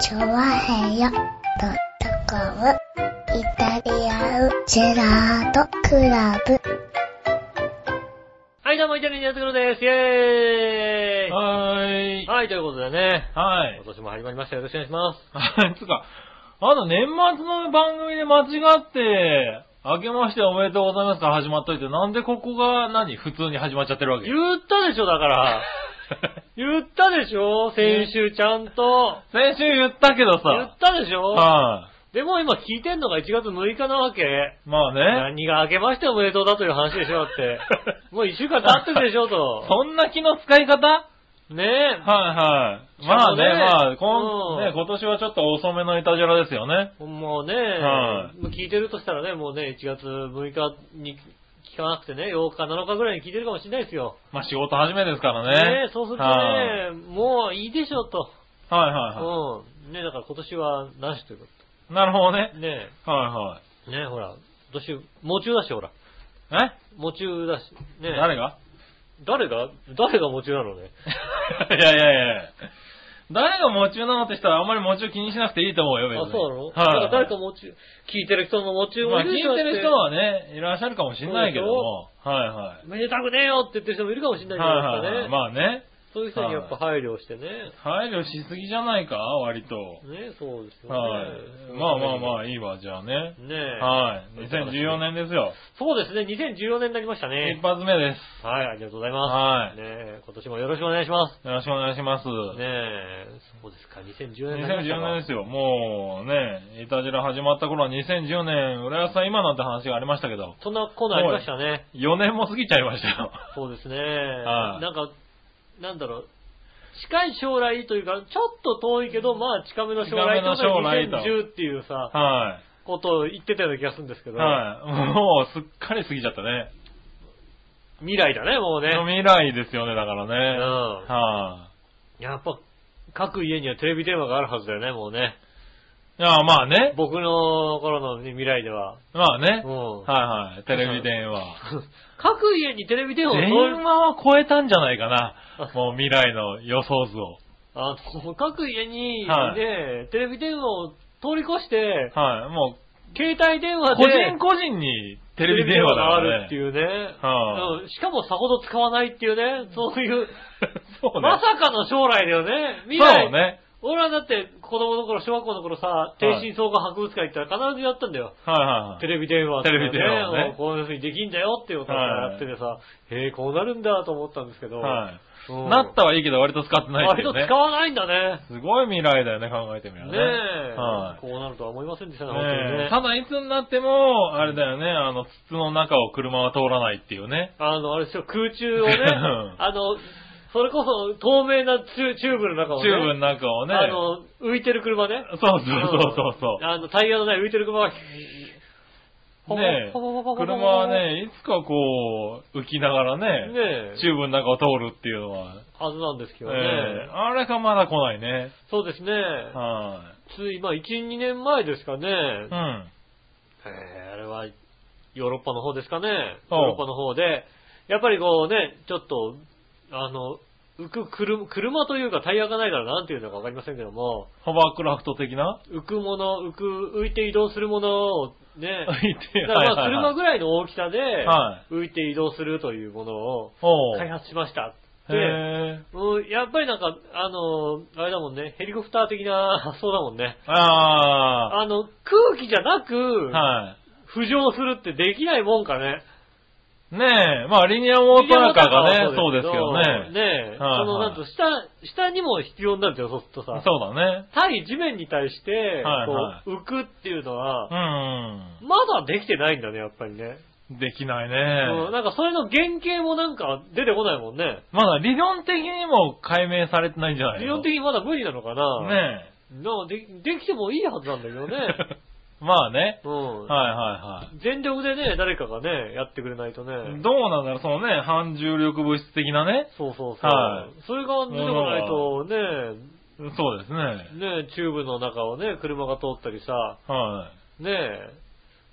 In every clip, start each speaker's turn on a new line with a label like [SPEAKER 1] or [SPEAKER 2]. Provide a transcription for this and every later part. [SPEAKER 1] チョワヘヨドットコムイタリアンジェラートクラブ。
[SPEAKER 2] はい、どうも、イタリアンジェラートクラブです。イェーイ
[SPEAKER 3] はーい。
[SPEAKER 2] はい、ということでね、
[SPEAKER 3] はい
[SPEAKER 2] 今。年も始まりました。よろしくお願いします。
[SPEAKER 3] つうか、あの年末の番組で間違って、明けましておめでとうございますから始まっといて、なんでここが何普通に始まっちゃってるわけ
[SPEAKER 2] 言ったでしょ、だ から。言ったでしょ、先週ちゃんと。
[SPEAKER 3] 先週言ったけど
[SPEAKER 2] 言っ
[SPEAKER 3] さ。
[SPEAKER 2] たでしょ
[SPEAKER 3] は
[SPEAKER 2] でも今聞いてんのが1月6日なわけ。
[SPEAKER 3] い。まあね。
[SPEAKER 2] 何が明けましておめでとうだという話でしょ、だって。 もう1週間経ってるでしょ、と。
[SPEAKER 3] そんな気の使い方は
[SPEAKER 2] ね
[SPEAKER 3] い
[SPEAKER 2] え。
[SPEAKER 3] はい。
[SPEAKER 2] しか
[SPEAKER 3] ま
[SPEAKER 2] も
[SPEAKER 3] あ
[SPEAKER 2] ね
[SPEAKER 3] ね、まあ、
[SPEAKER 2] う
[SPEAKER 3] こん
[SPEAKER 2] ん
[SPEAKER 3] ね今年はちょっと遅めのいたじらですよね。
[SPEAKER 2] もうね、
[SPEAKER 3] はい
[SPEAKER 2] もう聞いてるとしたらね、もうね、1月6日に聞かなくてね、8日、7日ぐらいに聞いてるかもしれないですよ。
[SPEAKER 3] まあ仕事始めですから
[SPEAKER 2] ね
[SPEAKER 3] ね。
[SPEAKER 2] そうする
[SPEAKER 3] はい
[SPEAKER 2] とね、もういいでしょと。
[SPEAKER 3] はいはいは
[SPEAKER 2] うん。ねだから今年はなしというこ
[SPEAKER 3] い。なるほどね
[SPEAKER 2] と。。ね
[SPEAKER 3] は
[SPEAKER 2] え、ねえほら、今年、喪中だし、ほら。
[SPEAKER 3] いはい。
[SPEAKER 2] 喪中だし。
[SPEAKER 3] え
[SPEAKER 2] ねえ
[SPEAKER 3] 誰が
[SPEAKER 2] 誰が誰が喪中なのね。
[SPEAKER 3] いやいやいや誰が夢中なのって人はあんまり夢中気にしなくていいと思うよ、別に。
[SPEAKER 2] あ、そうなの、だ
[SPEAKER 3] はい。
[SPEAKER 2] から誰か喪中、聞いてる人も喪中
[SPEAKER 3] ま
[SPEAKER 2] も
[SPEAKER 3] あ、
[SPEAKER 2] いる
[SPEAKER 3] 聞
[SPEAKER 2] で
[SPEAKER 3] い
[SPEAKER 2] しょ
[SPEAKER 3] てる人。はね、いらっしゃるかもしれないけども。はいは
[SPEAKER 2] だってめでたくねえよって言ってる人もいるかもしれ
[SPEAKER 3] い。は
[SPEAKER 2] ないいじゃない
[SPEAKER 3] はい
[SPEAKER 2] ですか
[SPEAKER 3] は
[SPEAKER 2] ね。
[SPEAKER 3] い。まあね、
[SPEAKER 2] そういう人にやっぱ配慮してね。
[SPEAKER 3] 配慮しすぎじゃないか、割と。
[SPEAKER 2] ねそうですよね。
[SPEAKER 3] はい。まあまあまあ、いいわ、じゃあ
[SPEAKER 2] ね
[SPEAKER 3] ね。
[SPEAKER 2] え。
[SPEAKER 3] はい。2014年ですよ。
[SPEAKER 2] そうですね、2014年になりましたね
[SPEAKER 3] 一。発目です。
[SPEAKER 2] はい、ありがとうございます。
[SPEAKER 3] は
[SPEAKER 2] ね
[SPEAKER 3] い
[SPEAKER 2] え、今年もよろしくお願いします。
[SPEAKER 3] よろしくお願いします。
[SPEAKER 2] ねえ、そうですか、2014年になりましたか
[SPEAKER 3] 2014年ですよ。もうね、イタジラ始まった頃は2010年、浦安さん今なんて話がありましたけど、
[SPEAKER 2] そんなコーナーありましたね。
[SPEAKER 3] 4年も過ぎちゃいました よ。
[SPEAKER 2] そうですね。
[SPEAKER 3] はい
[SPEAKER 2] なんか、なんだろう。近い将来というか、ちょっと遠いけど、まあ近めの将来という
[SPEAKER 3] 近めの将来
[SPEAKER 2] か
[SPEAKER 3] と
[SPEAKER 2] 2010っていうさ、
[SPEAKER 3] は
[SPEAKER 2] ことを言ってたような気がするんですけ
[SPEAKER 3] い。
[SPEAKER 2] ど、
[SPEAKER 3] はい。もうすっかり過ぎちゃったね。
[SPEAKER 2] 未来だね、もうね。
[SPEAKER 3] 未来ですよね、だからね。
[SPEAKER 2] うん
[SPEAKER 3] は
[SPEAKER 2] やっぱ、各家にはテレビ電話があるはずだよね、もうね。
[SPEAKER 3] い。いや、まあね。
[SPEAKER 2] 僕の頃のね未来では。
[SPEAKER 3] まあね
[SPEAKER 2] う。ん。
[SPEAKER 3] はいはい。テレビ電話。
[SPEAKER 2] 各家にテレビ電話を
[SPEAKER 3] 電
[SPEAKER 2] 導入
[SPEAKER 3] 話は超えたんじゃないか な。もう未来の予想図を。
[SPEAKER 2] あの各家に、ね
[SPEAKER 3] はい
[SPEAKER 2] テレビ電話を通り越して、
[SPEAKER 3] はい。も
[SPEAKER 2] 携帯電
[SPEAKER 3] う、
[SPEAKER 2] 話で、
[SPEAKER 3] 個人個人にテレビ電話だ
[SPEAKER 2] が
[SPEAKER 3] か
[SPEAKER 2] あ
[SPEAKER 3] ら
[SPEAKER 2] る
[SPEAKER 3] ね。
[SPEAKER 2] っていうね。
[SPEAKER 3] は
[SPEAKER 2] うんしかもさほど使わないっていうね、そういう、
[SPEAKER 3] そうね。
[SPEAKER 2] まさかの将来だよね。未来。
[SPEAKER 3] そうね。
[SPEAKER 2] 俺はだって子供の頃、小学校の頃さ、
[SPEAKER 3] い
[SPEAKER 2] 天津総合博物館行ったら必ずやったんだよ。
[SPEAKER 3] はいはいはい。
[SPEAKER 2] テレビ電話っていうの
[SPEAKER 3] テレビ電話ね
[SPEAKER 2] うんこういう風にできんだよっていうことをさ
[SPEAKER 3] はい
[SPEAKER 2] やっててさ、へえ、こうなるんだと思ったんですけど。
[SPEAKER 3] はい。
[SPEAKER 2] うん
[SPEAKER 3] なったはいいけど割と使ってないって
[SPEAKER 2] 割
[SPEAKER 3] い
[SPEAKER 2] と
[SPEAKER 3] うね
[SPEAKER 2] 使。わないんだね。
[SPEAKER 3] すごい未来だよね、考えてみれ
[SPEAKER 2] ね
[SPEAKER 3] ば
[SPEAKER 2] え
[SPEAKER 3] ね。はい。
[SPEAKER 2] こうなるとは思いませんでしたね、本当に
[SPEAKER 3] ね
[SPEAKER 2] ね
[SPEAKER 3] え。ただいつになっても、あれだよね、あの、筒の中を車は通らないっていうね。
[SPEAKER 2] あの、あれですよ、空中を
[SPEAKER 3] う
[SPEAKER 2] ね
[SPEAKER 3] ん、
[SPEAKER 2] あの、それこそ透明なチュチューブの中を
[SPEAKER 3] チ
[SPEAKER 2] ね、
[SPEAKER 3] ューブの中をね。
[SPEAKER 2] あの、浮いてる車ね。
[SPEAKER 3] そうそうそうそうそ
[SPEAKER 2] んあの、タイヤのね、浮いてる車が、
[SPEAKER 3] う。ねえ
[SPEAKER 2] ほぼほぼほぼほぼほぼ
[SPEAKER 3] 車はね、いつかこう、浮きながらね、
[SPEAKER 2] ねえ、
[SPEAKER 3] チューブの中を通るっていうのは、
[SPEAKER 2] はずなんですけどね。
[SPEAKER 3] ええあれがまだ来ないね。
[SPEAKER 2] そうですね。
[SPEAKER 3] は
[SPEAKER 2] つい、まあ、1、2年前ですかね。
[SPEAKER 3] い。うん。
[SPEAKER 2] えーあれは、ヨーロッパの方ですかね。
[SPEAKER 3] お
[SPEAKER 2] ヨ
[SPEAKER 3] う
[SPEAKER 2] ーロッパの方で、やっぱりこうね、ちょっと、あの、浮く車、車というかタイヤがないからなんていうのかわかりませんけども、
[SPEAKER 3] ホバークラフト的な
[SPEAKER 2] 浮くもの、浮く、浮いて移動するものを ね、
[SPEAKER 3] 浮いて、
[SPEAKER 2] だからまあ
[SPEAKER 3] はいはい
[SPEAKER 2] 車
[SPEAKER 3] はい
[SPEAKER 2] ぐらいの大きさで
[SPEAKER 3] は、
[SPEAKER 2] 浮いて移動するというものを
[SPEAKER 3] おう
[SPEAKER 2] 開発しました。で、
[SPEAKER 3] へえ。
[SPEAKER 2] うんやっぱりなんか、あの、あれだもんね、ヘリコプター的な発想だもんね。
[SPEAKER 3] あ
[SPEAKER 2] あの、空気じゃな
[SPEAKER 3] あ。
[SPEAKER 2] く、
[SPEAKER 3] はい。
[SPEAKER 2] 浮上するってできないもんかね。
[SPEAKER 3] ねえ、まあ、リニアモーターカーがね、そうですけどね。
[SPEAKER 2] ねえ、
[SPEAKER 3] はいはい
[SPEAKER 2] その、なんと、下、下にも必要になるんですよ、そうするとさ。
[SPEAKER 3] そうだね。
[SPEAKER 2] 対地面に対して、
[SPEAKER 3] はい
[SPEAKER 2] こ、
[SPEAKER 3] はいう
[SPEAKER 2] 浮くっていうのは、
[SPEAKER 3] うん。
[SPEAKER 2] まだできてないんだね、やっぱりね。
[SPEAKER 3] できない
[SPEAKER 2] うん
[SPEAKER 3] ね。
[SPEAKER 2] なんかそれの原型もなんか出てこないもんね。
[SPEAKER 3] まだ理論的にも解明されてないんじゃない
[SPEAKER 2] 理
[SPEAKER 3] の
[SPEAKER 2] 論的にまだ無理なのかな。
[SPEAKER 3] ね
[SPEAKER 2] なでできてもいいはずなんだけど
[SPEAKER 3] え。
[SPEAKER 2] ね。
[SPEAKER 3] まあね。
[SPEAKER 2] うん。
[SPEAKER 3] はいは
[SPEAKER 2] 全力でね、誰かがね、やってくれないとね。
[SPEAKER 3] いはい。どうなんだろう、そのね、反重力物質的なね。
[SPEAKER 2] そうそうそう。
[SPEAKER 3] はい
[SPEAKER 2] それが出てこないとね、
[SPEAKER 3] そうですね。
[SPEAKER 2] ね、チューブの中をね、車が通ったりさ、
[SPEAKER 3] は
[SPEAKER 2] ね え、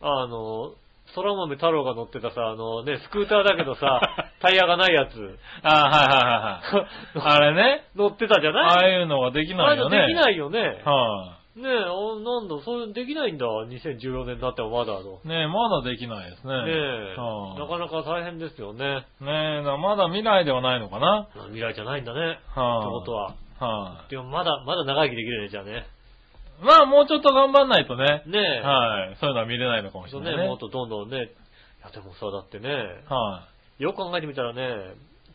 [SPEAKER 2] あの、空豆太郎が乗ってたさ、あのね、スクーターだけどさ、タイヤがないやつ、
[SPEAKER 3] あーはい はいはいはい。あれね。
[SPEAKER 2] 乗ってたじゃ
[SPEAKER 3] あ
[SPEAKER 2] ない
[SPEAKER 3] あいうのができ
[SPEAKER 2] ああ
[SPEAKER 3] ない
[SPEAKER 2] いうの
[SPEAKER 3] よ
[SPEAKER 2] で
[SPEAKER 3] ね。
[SPEAKER 2] きないよね。
[SPEAKER 3] は
[SPEAKER 2] ねえ、おなんだ、そういう、できないんだ、2014年になってもまだと。
[SPEAKER 3] い。ねえ、まだできないですね。
[SPEAKER 2] ねえ、
[SPEAKER 3] は
[SPEAKER 2] なかなか大変ですよね。
[SPEAKER 3] い。ねえ、なまだ未来ではないのかな。
[SPEAKER 2] 未来じゃないんだね。って
[SPEAKER 3] は
[SPEAKER 2] ことは。
[SPEAKER 3] い。は
[SPEAKER 2] でもまだ、まだ長生きできるね、じゃあね。
[SPEAKER 3] い。まあ、もうちょっと頑張んないとね。
[SPEAKER 2] ねえ。
[SPEAKER 3] はい。そういうのは見れないのかもし
[SPEAKER 2] そ
[SPEAKER 3] れ
[SPEAKER 2] う
[SPEAKER 3] ない
[SPEAKER 2] ね、
[SPEAKER 3] ね。
[SPEAKER 2] もっとどんどんね。いや、でもさ、だってね、
[SPEAKER 3] は
[SPEAKER 2] よく考えてみたらね、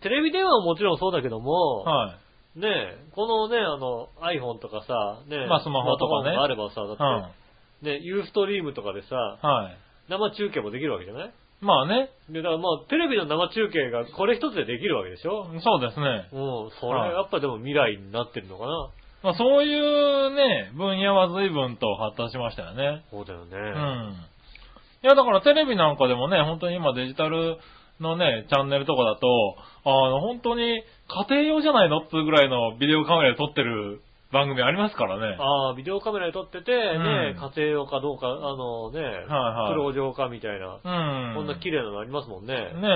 [SPEAKER 2] テレビ電話ももちろんそうだけども、
[SPEAKER 3] い。は
[SPEAKER 2] ねえ、このね、あの、iPhone とかさ、ねえ
[SPEAKER 3] まあスマホとかね
[SPEAKER 2] スマートフォンがあればさ、だ
[SPEAKER 3] い。
[SPEAKER 2] っ
[SPEAKER 3] う
[SPEAKER 2] て、ね、ユーストリームとかでさ、
[SPEAKER 3] ん。はい。
[SPEAKER 2] 生中継もできるわけじゃない
[SPEAKER 3] まあね。
[SPEAKER 2] で、だからまあ、テレビの生中継がこれ一つでできるわけでしょ
[SPEAKER 3] そうですね。
[SPEAKER 2] うん、それは
[SPEAKER 3] はい
[SPEAKER 2] やっぱでも未来になってるのかな
[SPEAKER 3] まあそういうね、分野は随分と発達しましたよね。
[SPEAKER 2] そうだよね。
[SPEAKER 3] うん。いやだからテレビなんかでもね、本当に今デジタルのね、チャンネルとかだと、あの本当に家庭用じゃないのっつうぐらいのビデオカメラで撮ってる番組ありますからね。
[SPEAKER 2] ああ、ビデオカメラで撮ってて、ね、
[SPEAKER 3] うん
[SPEAKER 2] 家庭用かどうか、あのね、
[SPEAKER 3] はい
[SPEAKER 2] 苦労上かみたいな、
[SPEAKER 3] うん。
[SPEAKER 2] こんな綺麗なのありますもんね。ね
[SPEAKER 3] ね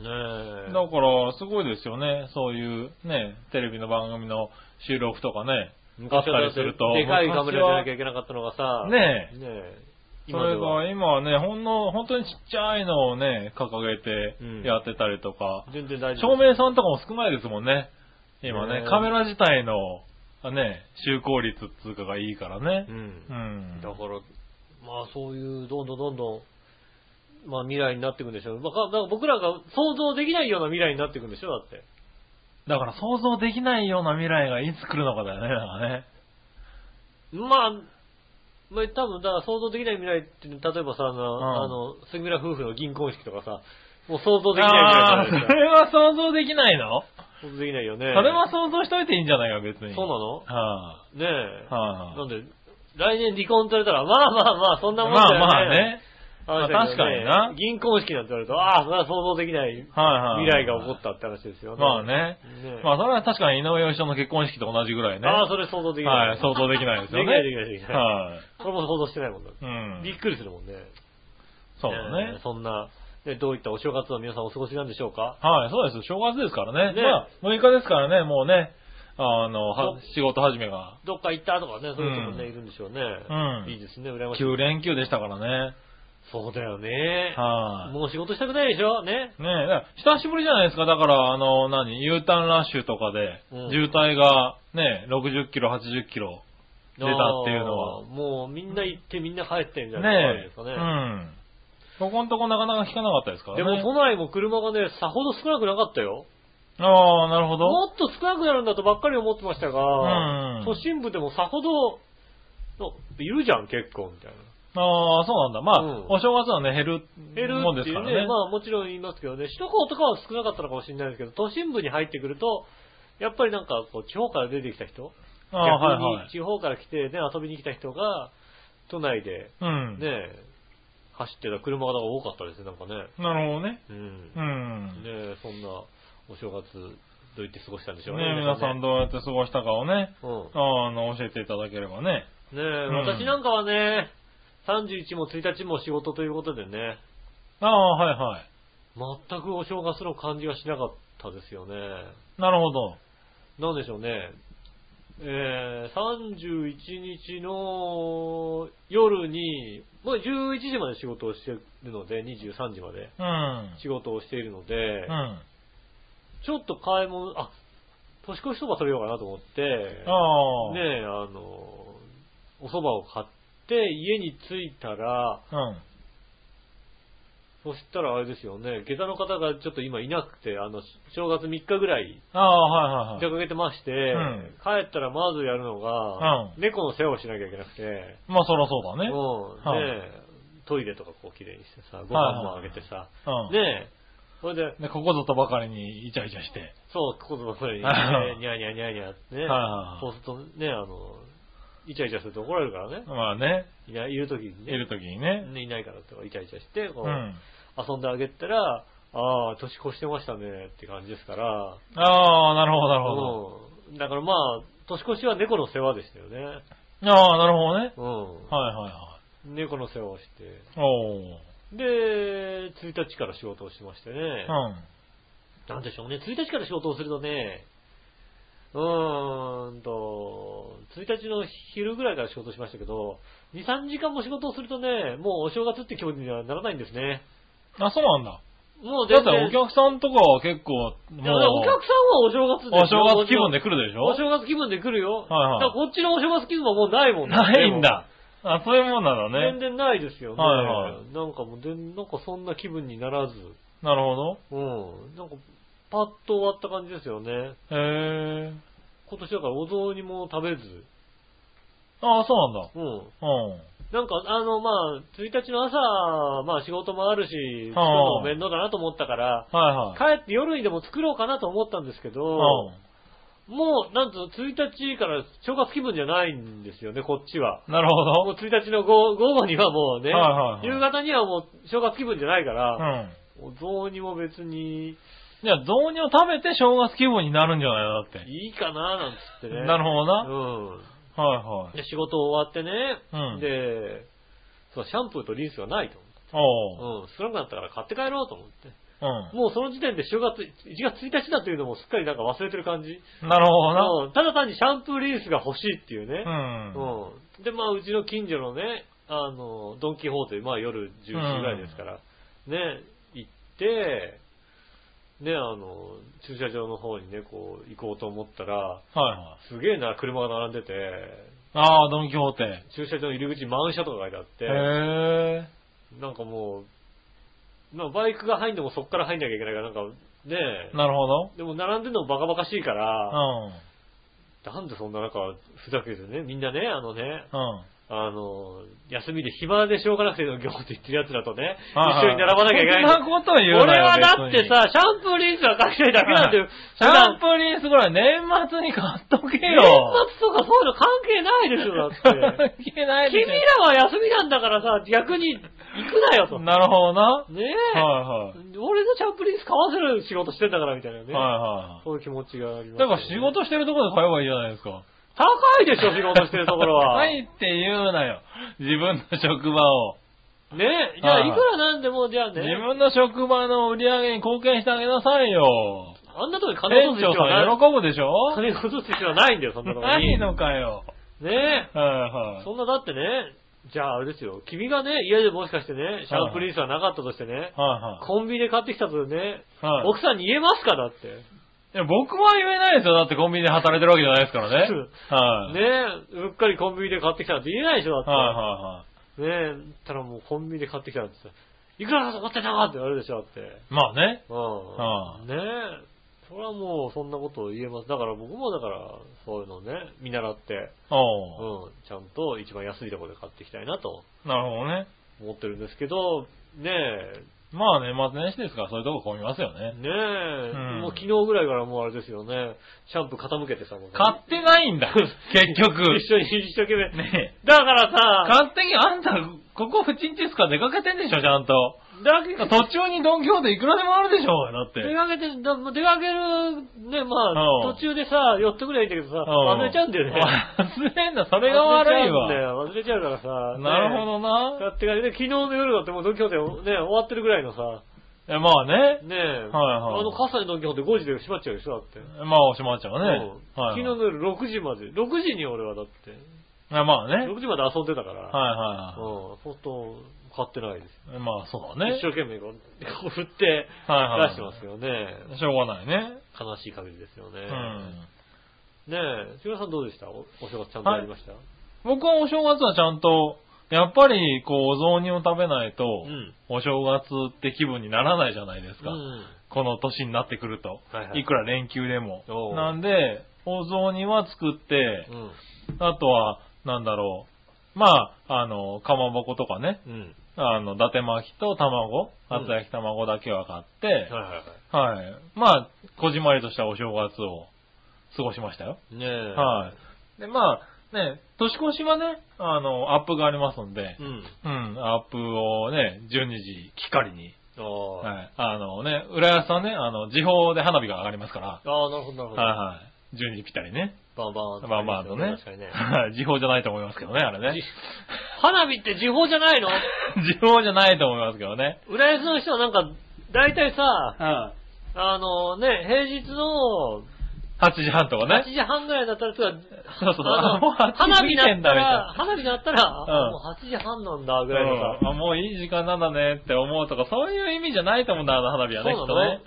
[SPEAKER 2] え。
[SPEAKER 3] え。だからすごいですよね。そういうね、テレビの番組の収録とかね。
[SPEAKER 2] 昔はだって
[SPEAKER 3] あったりすると
[SPEAKER 2] でかいカメラじゃなきゃいけなかったのがさ、
[SPEAKER 3] ねえ。
[SPEAKER 2] ねえ。
[SPEAKER 3] そ
[SPEAKER 2] 今で
[SPEAKER 3] れ
[SPEAKER 2] は
[SPEAKER 3] が今はね、ほんの、本当にちっちゃいのをね、掲げて
[SPEAKER 2] うん
[SPEAKER 3] やってたりとか、
[SPEAKER 2] 全然大丈夫。
[SPEAKER 3] 照明さんとかも少ないですもんね。今
[SPEAKER 2] ね
[SPEAKER 3] ね、カメラ自体の、あね、就効率っつうかがいいからね
[SPEAKER 2] う。ん
[SPEAKER 3] う。ん。
[SPEAKER 2] だから、まあそういう、どんどんどんどん、まあ未来になっていくんでしょう。まあ、だから僕らが想像できないような未来になっていくんでしょだって。
[SPEAKER 3] だから想像できないような未来がいつ来るのかだよね、だからね。
[SPEAKER 2] まあ、まあ多分、だから想像できない未来って、例えばさ、あの、
[SPEAKER 3] ん
[SPEAKER 2] あの杉村夫婦の銀婚式とかさ、もう想像でき
[SPEAKER 3] あ
[SPEAKER 2] な
[SPEAKER 3] あ
[SPEAKER 2] い
[SPEAKER 3] ー、
[SPEAKER 2] 未来じゃないです
[SPEAKER 3] そ
[SPEAKER 2] か。
[SPEAKER 3] れは想像できないの
[SPEAKER 2] 想像できないよね。
[SPEAKER 3] それは想像しといていいんじゃないか、別に。
[SPEAKER 2] そうなの
[SPEAKER 3] は
[SPEAKER 2] ねえ。
[SPEAKER 3] あ、はあ
[SPEAKER 2] なんで、来年離婚されたら、まあまあまあ、そんなもん
[SPEAKER 3] ま
[SPEAKER 2] だ
[SPEAKER 3] あ
[SPEAKER 2] よね。
[SPEAKER 3] まあね。
[SPEAKER 2] 話だけどね。
[SPEAKER 3] まあ確かにな
[SPEAKER 2] 銀婚式なんて言われると、ああ、それは想像できない未
[SPEAKER 3] はいはい。
[SPEAKER 2] 来が起こったって話ですよね。
[SPEAKER 3] まあ。ね。
[SPEAKER 2] ねえ
[SPEAKER 3] まあそれは確かに井上義雄の結婚式と同じぐらいね。
[SPEAKER 2] ああ、それ想像できない。
[SPEAKER 3] はい、想像できないですよ
[SPEAKER 2] でき
[SPEAKER 3] ね。
[SPEAKER 2] ないできないできない。
[SPEAKER 3] はい。
[SPEAKER 2] これも想像してないもんだ。
[SPEAKER 3] うん。
[SPEAKER 2] びっくりするもんね。
[SPEAKER 3] そうだ
[SPEAKER 2] え
[SPEAKER 3] ね
[SPEAKER 2] ー。そんな、ねどういったお正月を皆さんお過ごしなんでしょうか
[SPEAKER 3] はい、そうです。正月ですから
[SPEAKER 2] ね
[SPEAKER 3] ね。まあ、6日ですからね、もうね、あの、は
[SPEAKER 2] そ
[SPEAKER 3] 仕事始めが。
[SPEAKER 2] どっか行ったとかね、そういう人もね、
[SPEAKER 3] うん
[SPEAKER 2] いるんでしょうね。
[SPEAKER 3] うん
[SPEAKER 2] いいですね、羨ましい。
[SPEAKER 3] 9連休でしたからね。
[SPEAKER 2] そうだよね。
[SPEAKER 3] は
[SPEAKER 2] もう仕事したくないでしょね。
[SPEAKER 3] い。ねえ、だから久しぶりじゃないですか。だから、あの、何、U ターンラッシュとかで
[SPEAKER 2] うん、
[SPEAKER 3] 渋滞がね、60キロ、80キロ出たっていうの
[SPEAKER 2] あ
[SPEAKER 3] は。
[SPEAKER 2] ーもうみんな行ってみんな帰ってみたいなのがあるん
[SPEAKER 3] ね
[SPEAKER 2] です
[SPEAKER 3] え、う
[SPEAKER 2] かね。
[SPEAKER 3] ん。ここのとこなかなか聞かなかったですから
[SPEAKER 2] でも
[SPEAKER 3] ね。
[SPEAKER 2] 都内も車がね、さほど少なくなかったよ。
[SPEAKER 3] ああ、なるほど。
[SPEAKER 2] もっと少なくなるんだとばっかり思ってましたが、
[SPEAKER 3] うん
[SPEAKER 2] 都心部でもさほど、のいるじゃん、結構、みたいな。
[SPEAKER 3] ああ、そうなんだ。まあ、
[SPEAKER 2] うん
[SPEAKER 3] お正月はね、減る
[SPEAKER 2] 減る
[SPEAKER 3] もん
[SPEAKER 2] っ
[SPEAKER 3] で
[SPEAKER 2] て
[SPEAKER 3] す
[SPEAKER 2] い
[SPEAKER 3] か
[SPEAKER 2] う
[SPEAKER 3] ら
[SPEAKER 2] ね
[SPEAKER 3] ね。
[SPEAKER 2] まあもちろん言いますけどね、首都高とかは少なかったのかもしれないですけど、都心部に入ってくると、やっぱりなんかこう、地方から出てきた人、
[SPEAKER 3] ああ、はい
[SPEAKER 2] 逆
[SPEAKER 3] は
[SPEAKER 2] に
[SPEAKER 3] い。
[SPEAKER 2] 地方から来てね、遊びに来た人が、都内で
[SPEAKER 3] うん。
[SPEAKER 2] ね、走ってた車がなんか多かったですね、なんかね。
[SPEAKER 3] なるほどね。
[SPEAKER 2] うん。
[SPEAKER 3] う
[SPEAKER 2] ね
[SPEAKER 3] ん。
[SPEAKER 2] えそんなお正月、どうやって過ごしたんでしょう
[SPEAKER 3] ね皆さん
[SPEAKER 2] ね
[SPEAKER 3] どうやって過ごしたかをね、
[SPEAKER 2] うん。ね
[SPEAKER 3] あの、教えていただければね。
[SPEAKER 2] え、
[SPEAKER 3] ん
[SPEAKER 2] 私なんかはね、31も1日も仕事ということでね、
[SPEAKER 3] ああ、はいはい。
[SPEAKER 2] 全くお正月の感じがしなかったですよね。
[SPEAKER 3] なるほど。
[SPEAKER 2] なんでしょうね。えー、31日の夜に、もう11時まで仕事をしてるので、23時まで
[SPEAKER 3] うん。
[SPEAKER 2] 仕事をしているので、
[SPEAKER 3] うん。あ
[SPEAKER 2] ちょっと買い物、あ、年越しそば食べようかなと思って、
[SPEAKER 3] あ。
[SPEAKER 2] ねえ、あの、お蕎麦を買って家に着いたら、
[SPEAKER 3] うん。
[SPEAKER 2] そしたらあれですよね、下駄の方がちょっと今いなくて、あの、正月3日ぐらい
[SPEAKER 3] ああ、はいはい
[SPEAKER 2] 出
[SPEAKER 3] はい。
[SPEAKER 2] かけてまして、
[SPEAKER 3] ん
[SPEAKER 2] 帰ったらまずやるのが、
[SPEAKER 3] う
[SPEAKER 2] 猫の世話をしなきゃいけなくて、
[SPEAKER 3] まあ、そらそうだね。
[SPEAKER 2] うん
[SPEAKER 3] はい
[SPEAKER 2] ねえトイレとかこう綺麗にしてさ、ご飯もあげてさ、
[SPEAKER 3] うん。
[SPEAKER 2] ねえそれで、
[SPEAKER 3] で、ここぞとばかりにイチャイチャして。
[SPEAKER 2] そう、ここの声に、ね
[SPEAKER 3] はい、
[SPEAKER 2] ニャーニャーニャーニャーってね
[SPEAKER 3] はいは、い
[SPEAKER 2] そうするとね、あの、イチャイチャすると怒られるからね、
[SPEAKER 3] まあね、
[SPEAKER 2] いないるときに
[SPEAKER 3] い
[SPEAKER 2] ね
[SPEAKER 3] るときにね。
[SPEAKER 2] ねいないからとかイチャイチャして、こ
[SPEAKER 3] う。
[SPEAKER 2] うん遊んであげたら、ああ、年越してましたねって感じですから、
[SPEAKER 3] ああ、なるほど、なるほど。
[SPEAKER 2] うん、だからまあ、年越しは猫の世話でしたよね。
[SPEAKER 3] ああ、なるほどね。
[SPEAKER 2] うん。
[SPEAKER 3] はいはいは
[SPEAKER 2] 猫の世話をして。
[SPEAKER 3] い。おお。
[SPEAKER 2] で、1日から仕事をしましてね。
[SPEAKER 3] うん。
[SPEAKER 2] なんでしょうね、1日から仕事をするとね、うーんと、1日の昼ぐらいから仕事しましたけど、2、3時間も仕事をするとね、もうお正月って気分にはならないんですね。
[SPEAKER 3] あ、そうなんだ。
[SPEAKER 2] もう
[SPEAKER 3] だ
[SPEAKER 2] 全
[SPEAKER 3] ってお
[SPEAKER 2] 然。
[SPEAKER 3] 客さんとかは結構、もう、
[SPEAKER 2] いやお客さんはお正月で
[SPEAKER 3] お正月気分で来るでし
[SPEAKER 2] お
[SPEAKER 3] ょ
[SPEAKER 2] 正月気分で来るよ。
[SPEAKER 3] はいは
[SPEAKER 2] だ
[SPEAKER 3] い
[SPEAKER 2] からこっちのお正月気分はもうないもんね
[SPEAKER 3] ないんだ。あ、そういうもんなんだ
[SPEAKER 2] 全
[SPEAKER 3] ね。
[SPEAKER 2] 然ないですよね。
[SPEAKER 3] はいは
[SPEAKER 2] なんかもう全、なんかそんな気分にならず、
[SPEAKER 3] なるほど。
[SPEAKER 2] うん。なんか、パッと終わった感じですよね。
[SPEAKER 3] へえ。
[SPEAKER 2] 今年だからお雑煮も食べず、
[SPEAKER 3] あそうなんだ。
[SPEAKER 2] うん。
[SPEAKER 3] うん。
[SPEAKER 2] なんか、あの、まあ、1日の朝、まあ仕事もあるし、作る
[SPEAKER 3] はあ
[SPEAKER 2] のも面倒だなと思ったから、
[SPEAKER 3] はいはい。
[SPEAKER 2] 帰って夜にでも作ろうかなと思ったんですけ
[SPEAKER 3] う
[SPEAKER 2] ど、もう、なんと、1日から正月気分じゃないんですよね、こっちは。
[SPEAKER 3] ん。なるほ
[SPEAKER 2] も
[SPEAKER 3] ど。
[SPEAKER 2] う1日の午午後にはもうね、
[SPEAKER 3] はいはいはい
[SPEAKER 2] 夕方にはもう正月気分じゃないか
[SPEAKER 3] う
[SPEAKER 2] ら、
[SPEAKER 3] ん。
[SPEAKER 2] お雑煮も別に
[SPEAKER 3] じゃあ、雑煮を食べて正月気分になるんじゃないのだって。
[SPEAKER 2] いいかななんつってね。
[SPEAKER 3] なるほどな。
[SPEAKER 2] ど。
[SPEAKER 3] はいは
[SPEAKER 2] うん。
[SPEAKER 3] い。
[SPEAKER 2] で、仕事終わってね、
[SPEAKER 3] うん
[SPEAKER 2] で、そう、シャンプーとリンスがないと。
[SPEAKER 3] お
[SPEAKER 2] う
[SPEAKER 3] う。
[SPEAKER 2] ん、少なくなったから買って帰ろうと思って。
[SPEAKER 3] う
[SPEAKER 2] もうその時点で正月、1月1日だというのもすっかりなんか忘れてる感じ。
[SPEAKER 3] ん。なるほどな。
[SPEAKER 2] うんただ単にシャンプーリンスが欲しいっていうね。
[SPEAKER 3] うん。
[SPEAKER 2] うん。で、まあ、うちの近所のね、あの、ドンキホーテ、まあ、夜10時ぐらいですから、ね、行って、ね、あの、駐車場の方にね、こう、行こうと思ったら、
[SPEAKER 3] はいはい。
[SPEAKER 2] すげえな、車が並んでて、
[SPEAKER 3] ああ、ドンキホーテ。へ
[SPEAKER 2] 駐車場の入り口満車とか書いてあって、
[SPEAKER 3] え。
[SPEAKER 2] なんかもう、なんかバイクが入んでもそっから入んなきゃいけないから、なんか、ね
[SPEAKER 3] なるほど。
[SPEAKER 2] でも並んでるのもバカバカしいか
[SPEAKER 3] う
[SPEAKER 2] ら、
[SPEAKER 3] ん。
[SPEAKER 2] なんでそんな中、ふざけてね、みんなね、あのね、
[SPEAKER 3] うん。
[SPEAKER 2] あの、休みで暇でしょうがなくての業務って言ってる奴らとね、
[SPEAKER 3] はい
[SPEAKER 2] 一緒に並ばなきゃいけない。
[SPEAKER 3] そんなこと言うなよ
[SPEAKER 2] 俺はだって、さ、シャンプーリンスはかけてるだけなんだよ。
[SPEAKER 3] 別にシャン
[SPEAKER 2] プ
[SPEAKER 3] プーリンスぐらい年末に買っとけ
[SPEAKER 2] ー
[SPEAKER 3] よ。
[SPEAKER 2] 年末とかそういうの関係ないでしょ、だ って。
[SPEAKER 3] いけないで
[SPEAKER 2] 君
[SPEAKER 3] しょ
[SPEAKER 2] らは休みなんだからさ、逆に行くなよと。ね
[SPEAKER 3] なるほどな。
[SPEAKER 2] え。
[SPEAKER 3] はいはい。
[SPEAKER 2] 俺のシャンプーリンス買わせる仕事してんだから、みたいなね。
[SPEAKER 3] は
[SPEAKER 2] そういう気持ちがあり
[SPEAKER 3] いはい。
[SPEAKER 2] ます、
[SPEAKER 3] だから仕事してるところで買えばいいじゃないですか。
[SPEAKER 2] 高いでしょ、仕事してるところ は。
[SPEAKER 3] ないって言うなよ。自分の職場を。
[SPEAKER 2] ねえ。じゃあ、
[SPEAKER 3] はい
[SPEAKER 2] い
[SPEAKER 3] はい
[SPEAKER 2] くらなんでも、じゃあね。
[SPEAKER 3] 自分の職場の売り上げに貢献してあげなさいよ。
[SPEAKER 2] あんなとこに金を
[SPEAKER 3] 店
[SPEAKER 2] 落とす
[SPEAKER 3] 長
[SPEAKER 2] 必要は
[SPEAKER 3] さ
[SPEAKER 2] ない
[SPEAKER 3] ん。喜ぶでしょ
[SPEAKER 2] 金を落とす必要はないんだよ、そんなところ
[SPEAKER 3] な
[SPEAKER 2] に。
[SPEAKER 3] いのかよ。
[SPEAKER 2] ね
[SPEAKER 3] はい
[SPEAKER 2] え。
[SPEAKER 3] は
[SPEAKER 2] そんなだってね、じゃああれですよ、君がね、家でもしかしてね、シャンプーリンスはなかったとしてね、
[SPEAKER 3] い。は
[SPEAKER 2] コンビニで買ってきたとね、
[SPEAKER 3] いはい。はい
[SPEAKER 2] 奥さんに言えますかだって。ね
[SPEAKER 3] いや僕は言えないですよ。だってコンビニで働いてるわけじゃないですからね。はい。
[SPEAKER 2] え、うっかりコンビニで買ってきたなんて言えないでしょ、
[SPEAKER 3] はい
[SPEAKER 2] だ
[SPEAKER 3] は
[SPEAKER 2] って。ねえ、たらもうコンビニで買ってきたなんてさ、いくらだと思ってたって言われるでしょ、だって。
[SPEAKER 3] いはい。まあね。あ
[SPEAKER 2] う
[SPEAKER 3] あ
[SPEAKER 2] ん。ねえ。それはもうそんなことを言えます。だから僕もだから、そういうのをね、見習って、う、
[SPEAKER 3] おうん
[SPEAKER 2] ちゃんと一番安いところで買っていきたいなと
[SPEAKER 3] なるほどね。
[SPEAKER 2] 思ってるんですけど、ねえ、
[SPEAKER 3] まあね、まず年始ですから、そういうとこ混みますよね。
[SPEAKER 2] ねえ、
[SPEAKER 3] うん
[SPEAKER 2] もう昨日ぐらいからもうあれですよね、シャンプー傾けてさ、もうね
[SPEAKER 3] 買ってないんだ。結局。
[SPEAKER 2] 一緒に一生懸命。
[SPEAKER 3] ねえ
[SPEAKER 2] だからさ、
[SPEAKER 3] 買ってき、あんた、ここ不チンチスか出かけてんでしょ、ちゃんと。
[SPEAKER 2] だけど、
[SPEAKER 3] 途中にドンキョーテいくらでもあるでしょ、だって。
[SPEAKER 2] 出かけて、だ出かける、ね、ま
[SPEAKER 3] う
[SPEAKER 2] あ、
[SPEAKER 3] ん
[SPEAKER 2] 途中でさ、寄ってくればいいんだけどさ、
[SPEAKER 3] うん
[SPEAKER 2] 忘れちゃうんだよね。
[SPEAKER 3] 忘れんだ、それが悪
[SPEAKER 2] 忘
[SPEAKER 3] い
[SPEAKER 2] れち
[SPEAKER 3] わ。
[SPEAKER 2] ゃうんだよ忘れちゃうからさ。
[SPEAKER 3] なるほど
[SPEAKER 2] ねえ。
[SPEAKER 3] な。
[SPEAKER 2] 買って帰って、昨日の夜だってもうドンキホーテね、終わってるぐらいのさ、
[SPEAKER 3] いやまあね。
[SPEAKER 2] ねえ、
[SPEAKER 3] はいはい
[SPEAKER 2] あの、傘にドンキホーテ5時で閉まっちゃうでしょ、だって。
[SPEAKER 3] まあ、おしまっちゃうね。
[SPEAKER 2] うん
[SPEAKER 3] は
[SPEAKER 2] 昨
[SPEAKER 3] い
[SPEAKER 2] 日の夜6時まで、6時に俺はだって、
[SPEAKER 3] あまあね。はい
[SPEAKER 2] 6時まで遊んでたから、
[SPEAKER 3] はいは
[SPEAKER 2] うん、ほんと、買ってないです。
[SPEAKER 3] い。まあ、そうだね
[SPEAKER 2] 一。生懸命こう、こう振って、
[SPEAKER 3] はいは
[SPEAKER 2] 出
[SPEAKER 3] い
[SPEAKER 2] してますよね。
[SPEAKER 3] しょうがないね。
[SPEAKER 2] 悲しい限りですよね。
[SPEAKER 3] うん。
[SPEAKER 2] ねえ、杉村さんどうでしたおお正月ちゃんとやりました、
[SPEAKER 3] 僕はお正月はちゃんと、やっぱり、こう、お雑煮を食べないと、
[SPEAKER 2] うん。
[SPEAKER 3] お正月って気分にならないじゃないです
[SPEAKER 2] う
[SPEAKER 3] か。
[SPEAKER 2] ん。
[SPEAKER 3] この年になってくると。
[SPEAKER 2] はい
[SPEAKER 3] い
[SPEAKER 2] はい
[SPEAKER 3] くら連休でも
[SPEAKER 2] おう。
[SPEAKER 3] なんで、お雑煮は作って
[SPEAKER 2] う、ん。
[SPEAKER 3] あとは、なんだろう。まあ、あの、かまぼことかね。
[SPEAKER 2] うん。
[SPEAKER 3] あの、伊達巻きと卵、
[SPEAKER 2] うん
[SPEAKER 3] 厚焼き卵だけは買って、
[SPEAKER 2] はいはいは
[SPEAKER 3] はい。まあ、こじんまりとしたお正月を過ごしましたよ。
[SPEAKER 2] い。ねえ。
[SPEAKER 3] はい。で、まあ、ね、年越しはね、あの、アップがありますんで
[SPEAKER 2] う、ん。
[SPEAKER 3] うん、アップをね、12時、きっかりに。
[SPEAKER 2] ああ。
[SPEAKER 3] はい。あのね、浦安さんね、あの、時報で花火が上がりますから、
[SPEAKER 2] ああ、なるほどなるほど。
[SPEAKER 3] はいはい。12時ぴったりね。
[SPEAKER 2] バンバン。
[SPEAKER 3] まあまあとね。
[SPEAKER 2] 確かにね。
[SPEAKER 3] はい時報じゃないと思いますけどね、あれね
[SPEAKER 2] じ。花火って時報じゃないの
[SPEAKER 3] 時報じゃないと思いますけどね。
[SPEAKER 2] 浦安の人はなんか、大体さ、
[SPEAKER 3] は
[SPEAKER 2] あのね、平日の
[SPEAKER 3] 8時半とか
[SPEAKER 2] 8
[SPEAKER 3] ね。
[SPEAKER 2] 時半ぐらいだったら、つまり
[SPEAKER 3] そうそう。
[SPEAKER 2] あの
[SPEAKER 3] あもう8時
[SPEAKER 2] 花火だ
[SPEAKER 3] 過
[SPEAKER 2] っ
[SPEAKER 3] ぎてん
[SPEAKER 2] た
[SPEAKER 3] だみたい
[SPEAKER 2] ら、
[SPEAKER 3] な。
[SPEAKER 2] 花火だったら、
[SPEAKER 3] うん
[SPEAKER 2] あもう8時半なんだぐらいのさ、
[SPEAKER 3] うんあもういい時間なんだねって思うとか、そういう意味じゃないと思うんだ、あの花火はね、き
[SPEAKER 2] そ
[SPEAKER 3] っ
[SPEAKER 2] う
[SPEAKER 3] と
[SPEAKER 2] なの
[SPEAKER 3] ね。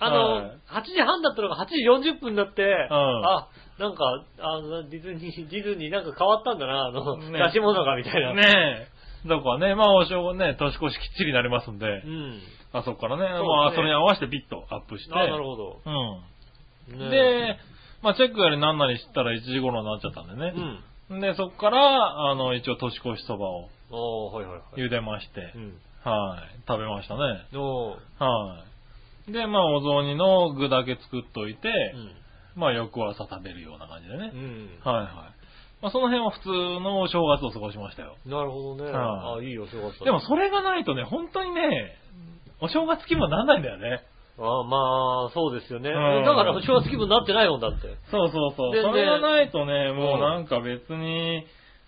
[SPEAKER 2] あの、
[SPEAKER 3] はい
[SPEAKER 2] 8時半だったのが8時40分になって、
[SPEAKER 3] ん
[SPEAKER 2] あ、なんか、あの、ディズニー、ディズニーなんか変わったんだな、あの、
[SPEAKER 3] ね
[SPEAKER 2] 出し物がみたいな。。
[SPEAKER 3] ねえ。だからね、まあ、お正月ね、年越しきっちりになりますんで
[SPEAKER 2] う、ん。
[SPEAKER 3] あそこからね、
[SPEAKER 2] そうね
[SPEAKER 3] まあ、それに合わせてビッとアップして、
[SPEAKER 2] あ、なるほど。
[SPEAKER 3] う
[SPEAKER 2] ね
[SPEAKER 3] ん。で、まあ、チェックより何なりしたら1時頃になっちゃったんでね
[SPEAKER 2] う。ん。
[SPEAKER 3] で、そこから、あの、一応年越しそばを
[SPEAKER 2] ああ、はいはいはい。
[SPEAKER 3] 茹でまして
[SPEAKER 2] う、ん。
[SPEAKER 3] はい、食べましたね。
[SPEAKER 2] おー
[SPEAKER 3] はい。で、まあ、お雑煮の具だけ作っといて、
[SPEAKER 2] うん。
[SPEAKER 3] まあ、翌朝食べるような感じでね
[SPEAKER 2] う。ん。
[SPEAKER 3] はいはい。まあ、その辺は普通のお正月を過ごしましたよ。
[SPEAKER 2] なるほどね。
[SPEAKER 3] は
[SPEAKER 2] あ
[SPEAKER 3] い
[SPEAKER 2] あ、いいお正月だ
[SPEAKER 3] でも、それがないとね、本当にね、お正月気分になんないんだよね。
[SPEAKER 2] ああまあ、そうですよね。だ
[SPEAKER 3] うん
[SPEAKER 2] からお正月気分になってないもんだって。
[SPEAKER 3] そうそうそう。
[SPEAKER 2] で
[SPEAKER 3] それがないとね、
[SPEAKER 2] う
[SPEAKER 3] も
[SPEAKER 2] ん
[SPEAKER 3] うなんか別に、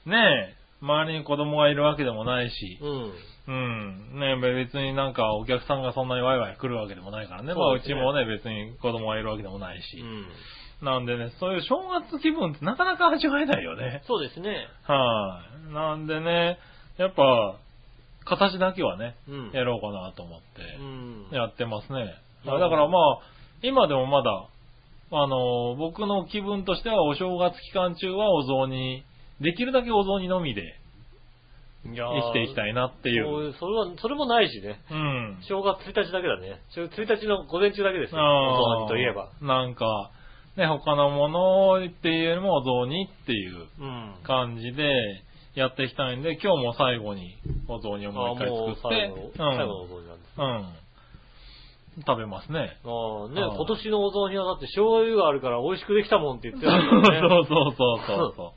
[SPEAKER 3] ね、周りに子供がいるわけでもないし、
[SPEAKER 2] うん。
[SPEAKER 3] うん。ね、別になんかお客さんがそんなにワイワイ来るわけでもないからね。まあ
[SPEAKER 2] そう
[SPEAKER 3] う
[SPEAKER 2] ですね
[SPEAKER 3] ちもね、別に子供がいるわけでもないし。
[SPEAKER 2] うん。
[SPEAKER 3] なんでね、そういう正月気分ってなかなか味わえないよね。
[SPEAKER 2] そうですね。
[SPEAKER 3] はい、なんでね、やっぱ、形だけはね、
[SPEAKER 2] うん。
[SPEAKER 3] やろうかなと思っ
[SPEAKER 2] う
[SPEAKER 3] て、
[SPEAKER 2] ん。
[SPEAKER 3] やってますね。
[SPEAKER 2] なるほど
[SPEAKER 3] だからまあ、今でもまだ、あの、僕の気分としてはお正月期間中はお雑煮、できるだけお雑煮のみで
[SPEAKER 2] いやー
[SPEAKER 3] 生きていきたいなっていう。
[SPEAKER 2] そうそれは、それもないしね。
[SPEAKER 3] うん。
[SPEAKER 2] 正月1日だけだね。正月1日の午前中だけですよ。お雑
[SPEAKER 3] あー
[SPEAKER 2] 煮といえば。。
[SPEAKER 3] なんか、ね、他のものっていうよりもお雑煮っていう
[SPEAKER 2] うん。
[SPEAKER 3] 感じでやっていきたいんで、今日も最後にお雑煮を
[SPEAKER 2] あ
[SPEAKER 3] もう一回
[SPEAKER 2] もう
[SPEAKER 3] 作
[SPEAKER 2] 最
[SPEAKER 3] っ
[SPEAKER 2] 後の、
[SPEAKER 3] て、
[SPEAKER 2] 最後のお雑煮なんです。
[SPEAKER 3] うん。うん。食べますね。
[SPEAKER 2] ああね、
[SPEAKER 3] あー
[SPEAKER 2] 今年のお雑煮はだって醤油があるから美味しくできたもんって言っ
[SPEAKER 3] そう
[SPEAKER 2] て
[SPEAKER 3] そう
[SPEAKER 2] たからね。
[SPEAKER 3] そうそうそ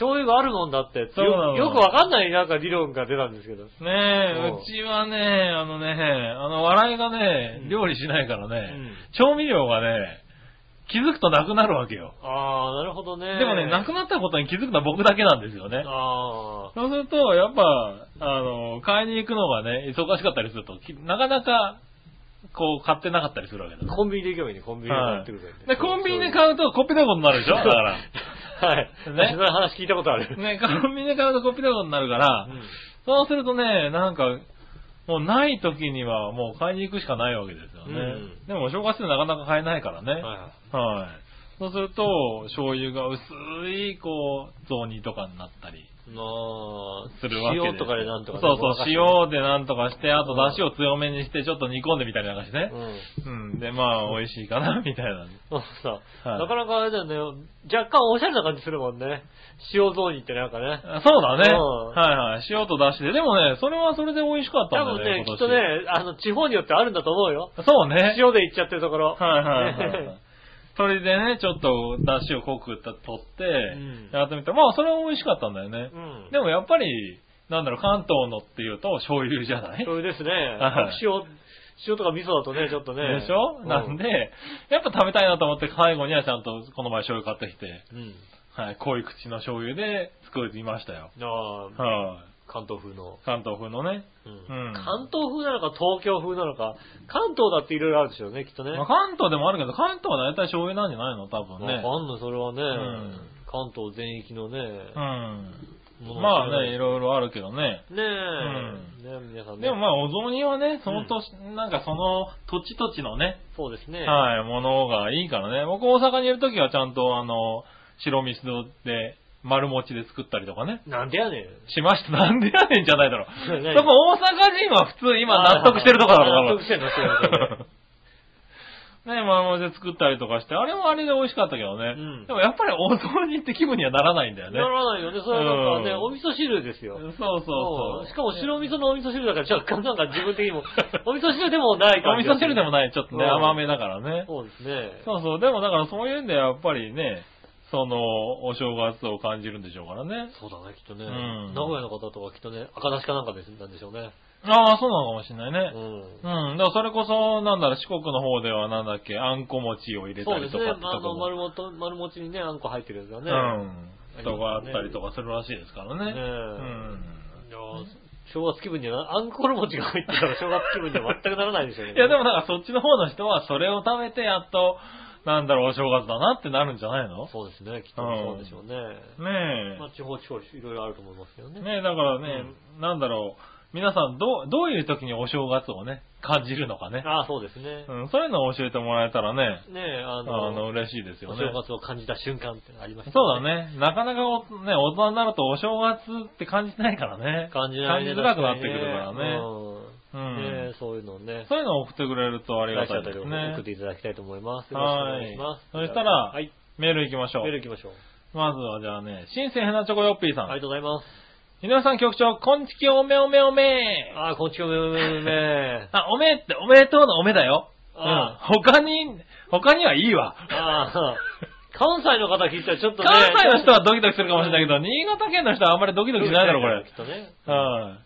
[SPEAKER 2] 醤油があるもんだってって
[SPEAKER 3] そうな
[SPEAKER 2] よ、
[SPEAKER 3] の
[SPEAKER 2] よくわかんないなんか理論が出たんですけど。
[SPEAKER 3] う。ねえ
[SPEAKER 2] うん、
[SPEAKER 3] うちはね、あのね、あの、笑いが
[SPEAKER 2] うん
[SPEAKER 3] ね、料理しないからね、
[SPEAKER 2] うん
[SPEAKER 3] 調味料がね、気づくとなくなるわけよ。
[SPEAKER 2] ああ、なるほどね。
[SPEAKER 3] でもね、なくなったことに気づくのは僕だけなんですよね。
[SPEAKER 2] ああ、
[SPEAKER 3] そうすると、やっぱ、あの、買いに行くのがね、忙しかったりすると、きなかなか、こう、買ってなかったりするわけだね。
[SPEAKER 2] コンビニで行けばいいね、コンビニで買ってくるね
[SPEAKER 3] で、コンビニで
[SPEAKER 2] う。
[SPEAKER 3] 買うとコピーことになるでしょだから。
[SPEAKER 2] はい。
[SPEAKER 3] ね
[SPEAKER 2] その話聞いたことある。
[SPEAKER 3] ね、コンビニで買うとコピーことになるか
[SPEAKER 2] う
[SPEAKER 3] ら、
[SPEAKER 2] ん
[SPEAKER 3] そうするとね、なんか、もうない時にはもう買いに行くしかないわけですよね。
[SPEAKER 2] うん
[SPEAKER 3] でもお正月でなかなか買えないからね。
[SPEAKER 2] はいはい
[SPEAKER 3] はい。そうすると、醤油が薄い、こう、雑煮とかになったり。
[SPEAKER 2] ああ、
[SPEAKER 3] するわけで
[SPEAKER 2] 塩とかでなんとかね、
[SPEAKER 3] そう
[SPEAKER 2] ごま
[SPEAKER 3] そ
[SPEAKER 2] か
[SPEAKER 3] う、
[SPEAKER 2] して
[SPEAKER 3] 塩でなんとかして、あと出汁を強めにして、ちょっと煮込んでみたりなんかしてね
[SPEAKER 2] う。ん。
[SPEAKER 3] うん。で、まあ、美味しいかな、みたいな。
[SPEAKER 2] そうそう。
[SPEAKER 3] はい
[SPEAKER 2] なかなかあれだよね、若干おしゃれな感じするもんね。塩雑煮ってなんかね。
[SPEAKER 3] あそうだね。
[SPEAKER 2] うん
[SPEAKER 3] はいはい。塩と出汁で。でもね、それはそれで美味しかっ
[SPEAKER 2] 多
[SPEAKER 3] たん
[SPEAKER 2] 分
[SPEAKER 3] だ
[SPEAKER 2] ね
[SPEAKER 3] よね、、
[SPEAKER 2] き
[SPEAKER 3] 今
[SPEAKER 2] っとね、
[SPEAKER 3] 年。
[SPEAKER 2] あの、地方によってあるんだと思うよ。
[SPEAKER 3] そうね。
[SPEAKER 2] 塩でいっちゃってるところ。
[SPEAKER 3] はいはいはいはい
[SPEAKER 2] ね。
[SPEAKER 3] それでね、ちょっと出汁を濃く取って
[SPEAKER 2] ん、
[SPEAKER 3] やってみた。まあ、それは美味しかったんだよね
[SPEAKER 2] う。ん。
[SPEAKER 3] でもやっぱり、なんだろう、関東のっていうと醤油じゃない
[SPEAKER 2] 醤油ですね
[SPEAKER 3] はい。
[SPEAKER 2] 塩、塩とか味噌だとね、ちょっとね。
[SPEAKER 3] でしょ、
[SPEAKER 2] う
[SPEAKER 3] なんで、やっぱ食べたいなと思って最後にはちゃんとこの前醤油買ってきて、
[SPEAKER 2] うん。
[SPEAKER 3] はい、濃い口の醤油で作りましたよ。
[SPEAKER 2] ああ、
[SPEAKER 3] は
[SPEAKER 2] 関東風の
[SPEAKER 3] い、。関東風のね。
[SPEAKER 2] うん
[SPEAKER 3] うん
[SPEAKER 2] 関東風なのか東京風なのか、関東だっていろいろあるでしょうね、きっとね。
[SPEAKER 3] まあ、関東でもあるけど、関東は大体醤油なんじゃないの多分ね。
[SPEAKER 2] わかんない、それはね、
[SPEAKER 3] ん
[SPEAKER 2] 関東全域のね、
[SPEAKER 3] う
[SPEAKER 2] も
[SPEAKER 3] ん。
[SPEAKER 2] の
[SPEAKER 3] ま
[SPEAKER 2] を知ら
[SPEAKER 3] あ
[SPEAKER 2] ない
[SPEAKER 3] ね、いろいろあるけどね。
[SPEAKER 2] ねえ、ねえ皆さんね。
[SPEAKER 3] でもまあ、お雑煮はね、その年、なんかその土地土地のね、
[SPEAKER 2] そうですね。
[SPEAKER 3] はい、ものがいいからね。僕大阪にいるときはちゃんとあの、白味噌で、丸餅で作ったりとかね。
[SPEAKER 2] なんで やねん。
[SPEAKER 3] しました。なんでやねんじゃないだろう。
[SPEAKER 2] 何
[SPEAKER 3] そこ大阪人は普通今納得してるとこだろう
[SPEAKER 2] 納得してんのそういうことね
[SPEAKER 3] ねまあまあで作ったりとかして、あれはあれで美味しかったけどね。
[SPEAKER 2] うん
[SPEAKER 3] でもやっぱりお雑煮って気分にはならないんだよね
[SPEAKER 2] な。らないよね。それはなんかね、お
[SPEAKER 3] うん
[SPEAKER 2] 味噌汁ですよ。
[SPEAKER 3] そうそう
[SPEAKER 2] う
[SPEAKER 3] そう
[SPEAKER 2] ん。しかも白味噌のお味噌汁だから若干なんか自分的 にも、お味噌汁でもない
[SPEAKER 3] お
[SPEAKER 2] 感
[SPEAKER 3] 味
[SPEAKER 2] じが
[SPEAKER 3] 噌
[SPEAKER 2] する。
[SPEAKER 3] 汁でもない、ちょっとね、
[SPEAKER 2] うん
[SPEAKER 3] 甘めだからね。
[SPEAKER 2] そうですね。
[SPEAKER 3] そうそう。でもだからそういうんでやっぱりね、その、お正月を感じるんでしょうからね。
[SPEAKER 2] そうだね、きっとね。
[SPEAKER 3] うん
[SPEAKER 2] 名古屋の方とかきっとね、赤だしかなんかですなんでしょうね。
[SPEAKER 3] ああ、そうなのかもしれないうね。
[SPEAKER 2] ん。
[SPEAKER 3] うん。だからそれこそ、なんだろう、四国の方ではなんだっけ、あんこ餅を入れた
[SPEAKER 2] そう
[SPEAKER 3] り
[SPEAKER 2] です
[SPEAKER 3] と
[SPEAKER 2] ね。
[SPEAKER 3] か
[SPEAKER 2] あ
[SPEAKER 3] ってとこ
[SPEAKER 2] の、
[SPEAKER 3] も
[SPEAKER 2] 丸もと、丸餅にね、あんこ入ってるやつがね。
[SPEAKER 3] うん。とかあったりとかするらしいですから
[SPEAKER 2] ね
[SPEAKER 3] ね。
[SPEAKER 2] え。
[SPEAKER 3] うん。
[SPEAKER 2] いやー正月気分には、アンコール餅が入ってたら正月気分には全くならないでしょうね。
[SPEAKER 3] いや、でもなんかそっちの方の人はそれを食べてやっと、なんだろう、お正月だなってなるんじゃないの
[SPEAKER 2] そうですね、きっとそうでしょうね。
[SPEAKER 3] ね
[SPEAKER 2] まあ、地方地方いろいろあると思いますけど
[SPEAKER 3] え。
[SPEAKER 2] ね。
[SPEAKER 3] ねえ、だからね、なんだろう、皆さんどう、どういう時にお正月をね、感じるのかね。
[SPEAKER 2] ああ、そうですね。
[SPEAKER 3] うん、そういうのを教えてもらえたらね、
[SPEAKER 2] ねえ、あ
[SPEAKER 3] あ
[SPEAKER 2] の、
[SPEAKER 3] の、嬉しいですよ
[SPEAKER 2] お
[SPEAKER 3] ね。
[SPEAKER 2] 正月を感じた瞬間ってのありました
[SPEAKER 3] そうだ。ね。なかなかお、ね、大人になるとお正月って感じないからね。
[SPEAKER 2] 感じないね
[SPEAKER 3] 感づらくなってくるからね。
[SPEAKER 2] うん
[SPEAKER 3] うん
[SPEAKER 2] ねえそういうのをね、
[SPEAKER 3] そういうのを送ってくれるとありがたいです
[SPEAKER 2] 送っ
[SPEAKER 3] ね
[SPEAKER 2] て。いただきたいと思います。よろしくお
[SPEAKER 3] はい
[SPEAKER 2] 願いします。
[SPEAKER 3] そしたら
[SPEAKER 2] はい、
[SPEAKER 3] メール行きましょう
[SPEAKER 2] メー。ル行きましょう。
[SPEAKER 3] まずはじゃあね、新鮮ヘナチョコヨッピー
[SPEAKER 2] あ
[SPEAKER 3] さ
[SPEAKER 2] りが
[SPEAKER 3] ん。
[SPEAKER 2] とうございます。
[SPEAKER 3] 井上さん局長、こんちきおめおめおめ。
[SPEAKER 2] ああ、こっちもめめめめ
[SPEAKER 3] あ、おめって、おめでとうのおめだよ。うん
[SPEAKER 2] あ。
[SPEAKER 3] 他に、他にはいいわ。
[SPEAKER 2] ああ、関西の方聞いたらちょっとね。
[SPEAKER 3] 関西の人はドキドキするかもしれないけど、新潟県の人はあんまりドキドキしないだろ、これ
[SPEAKER 2] き。っとね。
[SPEAKER 3] うん。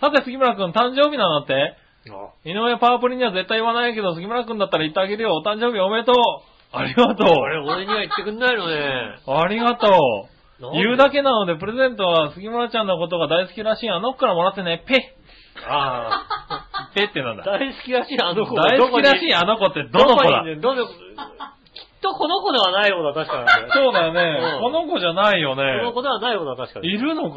[SPEAKER 3] さて、杉村くん、誕生日なんだって
[SPEAKER 2] あ
[SPEAKER 3] 井上パワープリには絶対言わないけど、杉村くんだったら言ってあげるよ。お誕生日おめでとうありがとう
[SPEAKER 2] あれ、俺には言ってくんないのね。
[SPEAKER 3] ありがと
[SPEAKER 2] なん
[SPEAKER 3] う
[SPEAKER 2] で
[SPEAKER 3] 言うだけなので、プレゼントは杉村ちゃんのことが大好きらしいあの子からもらってね、ペ
[SPEAKER 2] あ
[SPEAKER 3] ッペッってなん
[SPEAKER 2] あ、
[SPEAKER 3] だ。
[SPEAKER 2] 大好きらしい、あの子
[SPEAKER 3] 大好きらしい
[SPEAKER 2] あ
[SPEAKER 3] あの子ってどの子だ
[SPEAKER 2] どの子、きっとこの子ではないようだ、確かに。
[SPEAKER 3] そうだよ
[SPEAKER 2] う
[SPEAKER 3] ね。
[SPEAKER 2] ん
[SPEAKER 3] この子じゃないよ
[SPEAKER 2] この
[SPEAKER 3] ね。
[SPEAKER 2] 子ではないようだ、確かに。
[SPEAKER 3] いるのか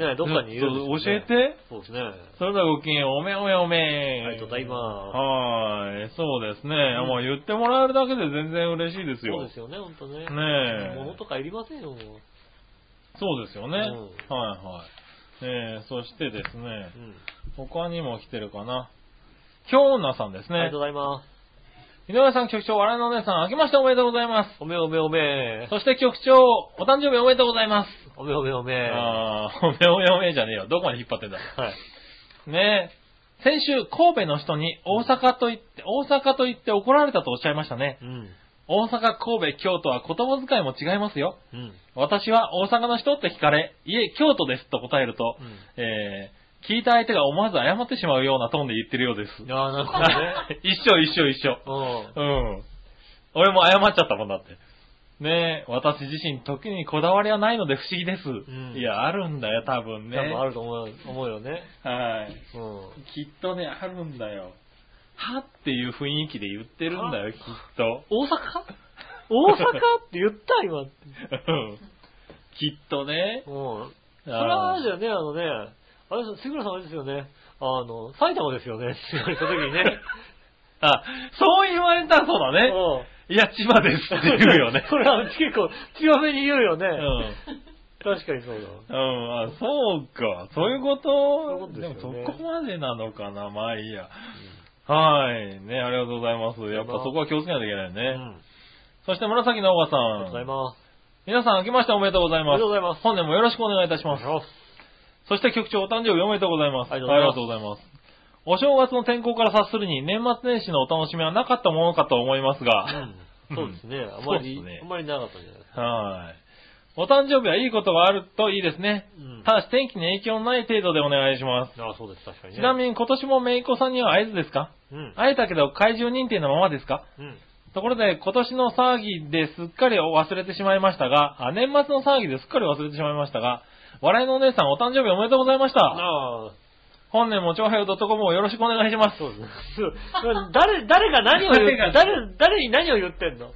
[SPEAKER 3] な
[SPEAKER 2] ねどっかにいるんですよね
[SPEAKER 3] ちょっと教えて。
[SPEAKER 2] そうですね。
[SPEAKER 3] それではごきげんようおめおめおめ。
[SPEAKER 2] ありがとうございます。
[SPEAKER 3] はーい、そうですね。
[SPEAKER 2] ん
[SPEAKER 3] もう言ってもらえるだけで全然嬉しいですよ。
[SPEAKER 2] そうですよね、ほんとね。
[SPEAKER 3] ねえ
[SPEAKER 2] 物とかいりませんよ、もう。
[SPEAKER 3] そうですよね。
[SPEAKER 2] うん
[SPEAKER 3] はいはい。えー、そしてですね
[SPEAKER 2] う、ん。
[SPEAKER 3] 他にも来てるかな。京奈さんです
[SPEAKER 2] ありが
[SPEAKER 3] ね
[SPEAKER 2] とう。ございます。
[SPEAKER 3] 井上さん局長、笑いのお姉さん、明けましておめでとうございます。
[SPEAKER 2] おめおめおめ。
[SPEAKER 3] そして局長、お誕生日おめでとうございます。
[SPEAKER 2] おめおめおめ。
[SPEAKER 3] あー、おめおめおめじゃねえよ。どこまで引っ張ってんだ。
[SPEAKER 2] はい。
[SPEAKER 3] ねえ。先週、神戸の人に大阪と言って、大阪と言って怒られたとおっしゃいましたね。
[SPEAKER 2] うん。
[SPEAKER 3] 大阪、神戸、京都は言葉遣いも違いますよ。
[SPEAKER 2] うん。
[SPEAKER 3] 私は大阪の人って聞かれ、いえ、京都ですと答えると、
[SPEAKER 2] うん
[SPEAKER 3] えー聞いた相手が思わず謝ってしまうようなトーンで言ってるようです。
[SPEAKER 2] ああ、なるほどね。
[SPEAKER 3] 一緒一緒一緒。
[SPEAKER 2] うん。
[SPEAKER 3] うん。俺も謝っちゃったもんだって。ねえ、私自身時にこだわりはないので不思議です。
[SPEAKER 2] ん
[SPEAKER 3] いや、あるんだよ、多分ね。
[SPEAKER 2] 多分あると思う思うよね。
[SPEAKER 3] は
[SPEAKER 2] う
[SPEAKER 3] い。
[SPEAKER 2] ん。
[SPEAKER 3] きっとね、あるんだよ。はっていう雰囲気で言ってるんだよ、きっと。
[SPEAKER 2] 大阪大阪って言った今。うん。
[SPEAKER 3] うんきっとね。
[SPEAKER 2] そ
[SPEAKER 3] そ
[SPEAKER 2] れはあれだよね、あのね、あれ、杉村さんあれですよね。あの、埼玉ですよね。って言われた時にね。
[SPEAKER 3] あ、そう言われたらそうだね。いや、千葉です
[SPEAKER 2] うん。
[SPEAKER 3] って言うよね
[SPEAKER 2] これは結構強めに 言うよね。
[SPEAKER 3] うん。
[SPEAKER 2] 確かにそうだわ。
[SPEAKER 3] うん、あ、そうか。そういうこ
[SPEAKER 2] ういうこと
[SPEAKER 3] と
[SPEAKER 2] ですよね
[SPEAKER 3] もそこまでなのかな。まあいいや。はい。ね、ありがとうございます。やっぱそこは気をつけないといけないね。
[SPEAKER 2] うん。
[SPEAKER 3] そして紫のおばさ
[SPEAKER 2] ありがとうござい
[SPEAKER 3] ん。
[SPEAKER 2] ます。
[SPEAKER 3] 皆さん明けましておめでとうござい
[SPEAKER 2] ありが
[SPEAKER 3] ます
[SPEAKER 2] とう。ございます。
[SPEAKER 3] 本年もよろしくお願いいたします。そして局長お誕生日おめでとうございます。
[SPEAKER 2] ありがとうご
[SPEAKER 3] ありがとうございます。お正月の天候から察するに年末年始のお楽しみはなかったものかと思いますが、
[SPEAKER 2] うん。そうですね。あまり
[SPEAKER 3] そうですね、
[SPEAKER 2] あまりなかったんじゃないですか。
[SPEAKER 3] はい。お誕生日はいいことがあるといいですね。
[SPEAKER 2] うん
[SPEAKER 3] ただし天気に影響のない程度でお願いします。
[SPEAKER 2] あそうです、確かにね。
[SPEAKER 3] ちなみに今年もめいこさんには会えずですか
[SPEAKER 2] うん。
[SPEAKER 3] 会えたけど怪獣認定のままですか
[SPEAKER 2] うん。
[SPEAKER 3] ところで今年の騒ぎですっかり忘れてしまいましたが、あ、年末の騒ぎですっかり忘れてしまいましたが、笑いのお姉さんお誕生日おめでとうございました。
[SPEAKER 2] ああ、
[SPEAKER 3] 本年も長平洋 .com をよろしくお願いします。
[SPEAKER 2] そうですね。誰、誰が何を言って
[SPEAKER 3] 誰が、
[SPEAKER 2] 誰、誰に何を言ってんの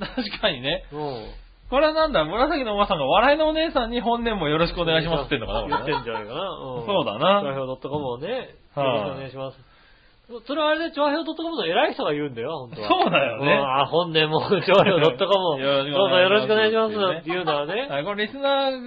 [SPEAKER 3] 確かにね。
[SPEAKER 2] うん。
[SPEAKER 3] これはなんだ、紫のおばさんが笑いのお姉さんに本年もよろしくお願いしますって言うのかな、これ
[SPEAKER 2] 言
[SPEAKER 3] ね
[SPEAKER 2] ってんじゃないかな。うん
[SPEAKER 3] そうだな
[SPEAKER 2] 長票 .com をね、よろしく
[SPEAKER 3] はい
[SPEAKER 2] お願いします。それはあれで、長票 .com の偉い人が言うんだよ、本当は。
[SPEAKER 3] そうだよね
[SPEAKER 2] んあ、本年も、 長票 .com を、ど
[SPEAKER 3] よろ
[SPEAKER 2] う
[SPEAKER 3] しく
[SPEAKER 2] ぞ
[SPEAKER 3] お
[SPEAKER 2] よろし
[SPEAKER 3] 願いします
[SPEAKER 2] くお願いしますっていうのはね、
[SPEAKER 3] あこれリスナー、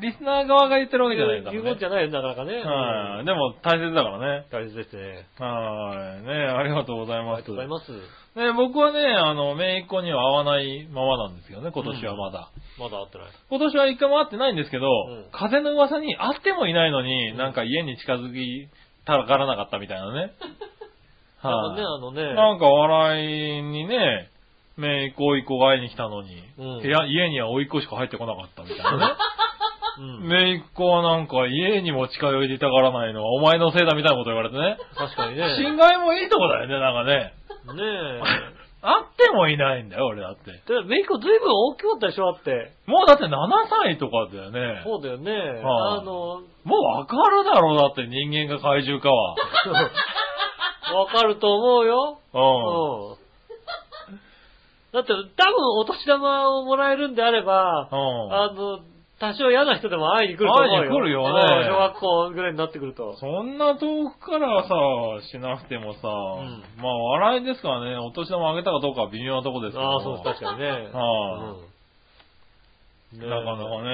[SPEAKER 3] リスナー側が言ってるわけじゃないから
[SPEAKER 2] 言うことじ
[SPEAKER 3] ね。
[SPEAKER 2] ゃないよ、なかなかね。
[SPEAKER 3] はい。でも大切だからね。
[SPEAKER 2] 大切ですね。
[SPEAKER 3] はい。ねありがとうござい
[SPEAKER 2] あり
[SPEAKER 3] ま
[SPEAKER 2] が
[SPEAKER 3] す
[SPEAKER 2] とう。ございます。
[SPEAKER 3] ね僕はね、あの、姪っ子には会わないままなんですよね、今年はまだ。
[SPEAKER 2] まだ会ってない。
[SPEAKER 3] 今年は一回も会ってないんですけど、
[SPEAKER 2] ん
[SPEAKER 3] 風の噂に会ってもいないのに、
[SPEAKER 2] うん
[SPEAKER 3] なんか家に近づきたからなかったみたいなね。
[SPEAKER 2] なんかね、
[SPEAKER 3] はい、
[SPEAKER 2] あのね、
[SPEAKER 3] なんか笑いにね、姪っ子、甥っ子が会いに来たのに、
[SPEAKER 2] うん
[SPEAKER 3] 部屋家には甥っ子しか入ってこなかったみたいなね。
[SPEAKER 2] うん
[SPEAKER 3] 姪っ子はなんか家にも近寄りたがらないのはお前のせいだみたいなこと言われてね。
[SPEAKER 2] 確かにね。
[SPEAKER 3] 侵害もいいとこだよね、なんかね。
[SPEAKER 2] ねえ。
[SPEAKER 3] あってもいないんだよ、俺だって。
[SPEAKER 2] だからめいっ子ずいぶん大きかったでしょ、だって。
[SPEAKER 3] もうだって7歳とかだよね。
[SPEAKER 2] そうだよね。
[SPEAKER 3] はい
[SPEAKER 2] あの、
[SPEAKER 3] もうわかるだろう、だって人間が怪獣かは。
[SPEAKER 2] わかると思うよ。うん。
[SPEAKER 3] う
[SPEAKER 2] だって、多分お年玉をもらえるんであれば、
[SPEAKER 3] ん。うん。
[SPEAKER 2] あの、多少嫌な人でも会いに来ると思うよ。
[SPEAKER 3] 会いに来るよね
[SPEAKER 2] うん小学校ぐらいになってくると。
[SPEAKER 3] そんな遠くからさ、しなくてもさ、
[SPEAKER 2] ん
[SPEAKER 3] まあ笑いですからね、お年玉あげたかどうかは微妙なとこですけど。
[SPEAKER 2] ああ、そうです、確かにね。
[SPEAKER 3] は
[SPEAKER 2] うん
[SPEAKER 3] なかなかね。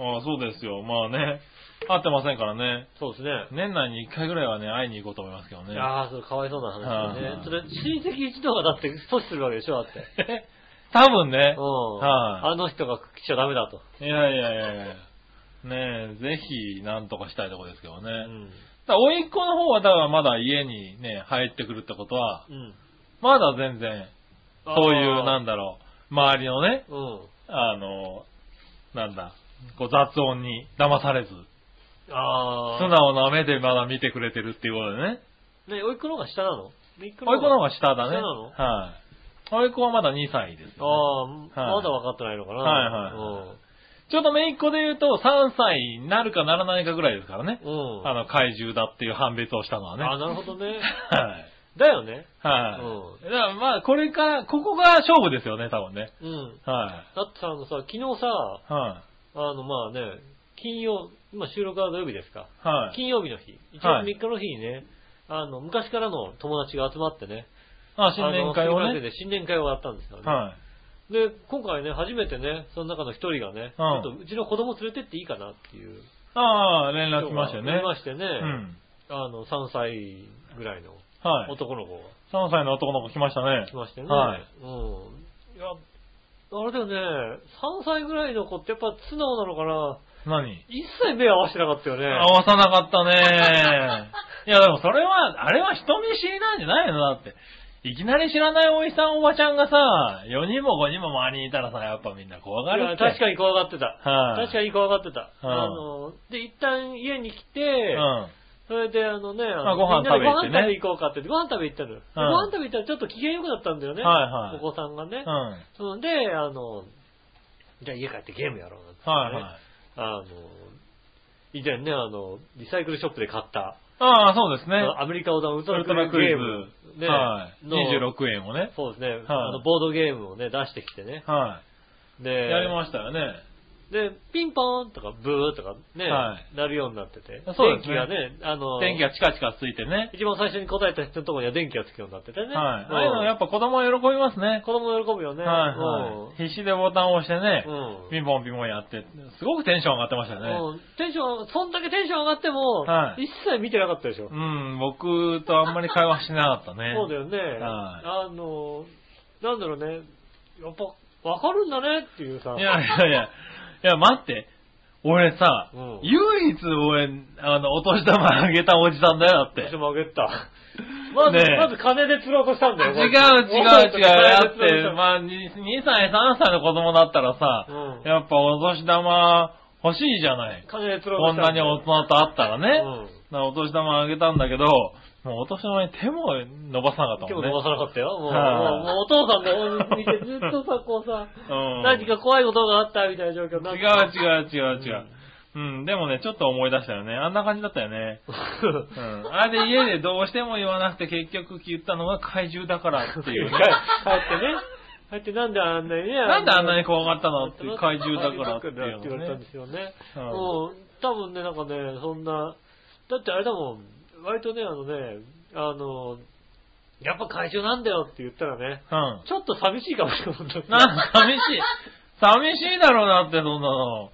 [SPEAKER 3] ああそうですよ。まあね、会ってませんからね。
[SPEAKER 2] そうですね。
[SPEAKER 3] 年内に1回ぐらいはね、会いに行こうと思いますけどね。
[SPEAKER 2] ああ、それかわいそうな話だ
[SPEAKER 3] は
[SPEAKER 2] ね。
[SPEAKER 3] い
[SPEAKER 2] それ、親戚一同がだって阻止するわけでしょ、だって。
[SPEAKER 3] 多分ね
[SPEAKER 2] うん。。
[SPEAKER 3] はい
[SPEAKER 2] あの人が来ちゃダメだと。
[SPEAKER 3] いやいやいやいや。ねえ、ぜひ、なんとかしたいとこですけどね。
[SPEAKER 2] う
[SPEAKER 3] だ
[SPEAKER 2] ん。
[SPEAKER 3] から、甥いっ子の方は、だからまだ家にね、入ってくるってことは、
[SPEAKER 2] うん。
[SPEAKER 3] まだ全然、そういう、な
[SPEAKER 2] だ。
[SPEAKER 3] んだろう、周りのね、
[SPEAKER 2] うん。
[SPEAKER 3] あの、なんだ、こう雑音に騙されず、
[SPEAKER 2] ああ。
[SPEAKER 3] 素直な目でまだ見てくれてるっていうことでね。
[SPEAKER 2] ね、おいっ子の方が下なのおいっ子
[SPEAKER 3] 甥いっ子の方が下だ
[SPEAKER 2] 下
[SPEAKER 3] ね。
[SPEAKER 2] なの
[SPEAKER 3] はい。甥いっ子はまだ2歳です、ね。
[SPEAKER 2] ああ、まだ分かってないのかな。
[SPEAKER 3] はいはちょうど姪っ子で言うと3歳になるかならないかぐらいですからね。
[SPEAKER 2] うん。うん。
[SPEAKER 3] あの、怪獣だっていう判別をしたのはね。
[SPEAKER 2] あなるほどね。
[SPEAKER 3] はい。
[SPEAKER 2] だよね。
[SPEAKER 3] はい。
[SPEAKER 2] う
[SPEAKER 3] だからまあ、これから、ここが勝負ですよね、多分ね。
[SPEAKER 2] ん。うん。
[SPEAKER 3] は
[SPEAKER 2] だってさ、あのさ、昨日さ、
[SPEAKER 3] い。は
[SPEAKER 2] あの、まあね、金曜、今収録は土曜日ですか。
[SPEAKER 3] い。はい。
[SPEAKER 2] 金曜日の日、1月
[SPEAKER 3] はい
[SPEAKER 2] 3日の日にね、あの、昔からの友達が集まってね、
[SPEAKER 3] あ、新年会を
[SPEAKER 2] あの新幹線
[SPEAKER 3] ね。
[SPEAKER 2] で新年会をやったんですよね。
[SPEAKER 3] は
[SPEAKER 2] で、今回ね、初めてね、その中の一人がね、ちょっとうちの子供連れてっていいかなっていう。
[SPEAKER 3] い。ああ、連絡来ましたよね。
[SPEAKER 2] 来ましてね、
[SPEAKER 3] うん。
[SPEAKER 2] あの、3歳ぐらいの
[SPEAKER 3] はい。
[SPEAKER 2] 男の子が
[SPEAKER 3] 3歳の男の子来ましたね
[SPEAKER 2] 来。ましてね。
[SPEAKER 3] はい
[SPEAKER 2] うん。いや、あれだよね、3歳ぐらいの子ってやっぱ素直なのかな、
[SPEAKER 3] 何
[SPEAKER 2] 一切目合わせてなかったよね。
[SPEAKER 3] 合わさなかったね。いや、でもそれは、あれは人見知りなんじゃないのだって。いきなり知らないおじさんおばちゃんがさ、4人も5人も周りにいたらさ、やっぱみんな怖が
[SPEAKER 2] い
[SPEAKER 3] る
[SPEAKER 2] や
[SPEAKER 3] って。
[SPEAKER 2] 確かに怖がってた。
[SPEAKER 3] はい。
[SPEAKER 2] 確かに怖がってた。
[SPEAKER 3] はい
[SPEAKER 2] あの、で、一旦家に来て、
[SPEAKER 3] うん。
[SPEAKER 2] それであのね、あ
[SPEAKER 3] ま
[SPEAKER 2] の
[SPEAKER 3] あご飯
[SPEAKER 2] みんなで
[SPEAKER 3] 食べ行
[SPEAKER 2] ご
[SPEAKER 3] ってね
[SPEAKER 2] 飯食べ行こうかって、ご飯食べ行ったのよ。でご飯食べ行ったらちょっと機嫌良くなったんだよね。
[SPEAKER 3] はいはい
[SPEAKER 2] お子さんがね
[SPEAKER 3] う。ん。はい
[SPEAKER 2] そので、あの、じゃあ家帰ってゲームやろうなんて、ね。
[SPEAKER 3] はい。
[SPEAKER 2] あの、以前ね、あの、リサイクルショップで買った、
[SPEAKER 3] ああ、そうですね。
[SPEAKER 2] アメリカ横断ウルト
[SPEAKER 3] ウ
[SPEAKER 2] ラ
[SPEAKER 3] ル
[SPEAKER 2] ク
[SPEAKER 3] トラク
[SPEAKER 2] イ
[SPEAKER 3] イ
[SPEAKER 2] ズゲーム、
[SPEAKER 3] ズ
[SPEAKER 2] ね、
[SPEAKER 3] はい。
[SPEAKER 2] の
[SPEAKER 3] 26円をね。
[SPEAKER 2] そうですね、
[SPEAKER 3] はい
[SPEAKER 2] あの、ボードゲームをね、出してきてね。
[SPEAKER 3] は
[SPEAKER 2] で、
[SPEAKER 3] い。やりましたよね。
[SPEAKER 2] で、ピンポーンとかブーとかね、
[SPEAKER 3] は
[SPEAKER 2] なるようになってて、
[SPEAKER 3] そ
[SPEAKER 2] 電
[SPEAKER 3] うですね
[SPEAKER 2] 気がね、あの、
[SPEAKER 3] 電気がチカチカついてね。
[SPEAKER 2] 一番最初に答えた人のところには電気がつくようになっててね。
[SPEAKER 3] はい。ああいうのやっ
[SPEAKER 2] ぱ
[SPEAKER 3] ぱ子供は喜びますね。
[SPEAKER 2] 子供喜ぶよね。
[SPEAKER 3] はいはい。必死でボタンを押してね
[SPEAKER 2] う、ん。
[SPEAKER 3] ピンポンピンポンやって、すごくテンション上がってましたよね。
[SPEAKER 2] うんテンション、そんだけテンション上がっても、
[SPEAKER 3] は
[SPEAKER 2] 一
[SPEAKER 3] い
[SPEAKER 2] 切見てなかったでしょ。
[SPEAKER 3] うん、僕とあんまり会話しなかったね。
[SPEAKER 2] そうだよね。
[SPEAKER 3] は
[SPEAKER 2] あの、なんだろうね、やっぱ、わかるんだねっていうさ。
[SPEAKER 3] いやいやいや、いや待って。俺さ、
[SPEAKER 2] うん
[SPEAKER 3] 唯一俺、あの、お年玉あげたおじさんだよ、だって
[SPEAKER 2] 私。もあげた。まず、
[SPEAKER 3] ねえ
[SPEAKER 2] まず金で釣ろうとしたんだ
[SPEAKER 3] 違
[SPEAKER 2] よ。こ
[SPEAKER 3] う
[SPEAKER 2] いつ
[SPEAKER 3] 違う違う。だっ
[SPEAKER 2] 金で釣ろうとした
[SPEAKER 3] て、まあ、に2歳、3歳の子供だったらさ、
[SPEAKER 2] うん
[SPEAKER 3] やっぱお年玉欲しいじゃない。
[SPEAKER 2] 金で釣ろう
[SPEAKER 3] ことん
[SPEAKER 2] した
[SPEAKER 3] なんに
[SPEAKER 2] だ
[SPEAKER 3] 大
[SPEAKER 2] よ
[SPEAKER 3] 人と会ったらね。
[SPEAKER 2] うん
[SPEAKER 3] だからお年玉あげたんだけど、もうお年玉に手も伸ばさなかった
[SPEAKER 2] 今
[SPEAKER 3] もん
[SPEAKER 2] 日
[SPEAKER 3] ね。
[SPEAKER 2] 伸ばさなかったよ。もう、
[SPEAKER 3] はい
[SPEAKER 2] もうもうお父さんが見てずっとさ、こうさ、
[SPEAKER 3] うん
[SPEAKER 2] 何か怖いことがあったみたいな状況にな
[SPEAKER 3] 違
[SPEAKER 2] っ
[SPEAKER 3] う
[SPEAKER 2] て。
[SPEAKER 3] 違う違う違う。うん、でもね、ちょっと思い出したよね。あんな感じだったよね。うん。あれで家でどうしても言わなくて結局言ったのが怪獣だからっ ていうね。
[SPEAKER 2] 帰ってね。帰ってなんであんなにね。
[SPEAKER 3] なんであんなに怖がったのって怪獣だからっていう
[SPEAKER 2] 怪獣だからって言われた
[SPEAKER 3] の
[SPEAKER 2] ん
[SPEAKER 3] ね
[SPEAKER 2] で。すよね。
[SPEAKER 3] うん
[SPEAKER 2] もう、多分ね、なんかね、そんな、だってあれだもん、割とね、あのね、あの、やっぱ怪獣なんだよって言ったらね、
[SPEAKER 3] うん。
[SPEAKER 2] ちょっと寂しいかもしれない。
[SPEAKER 3] な、寂しい。寂しいだろうなって、そんなの。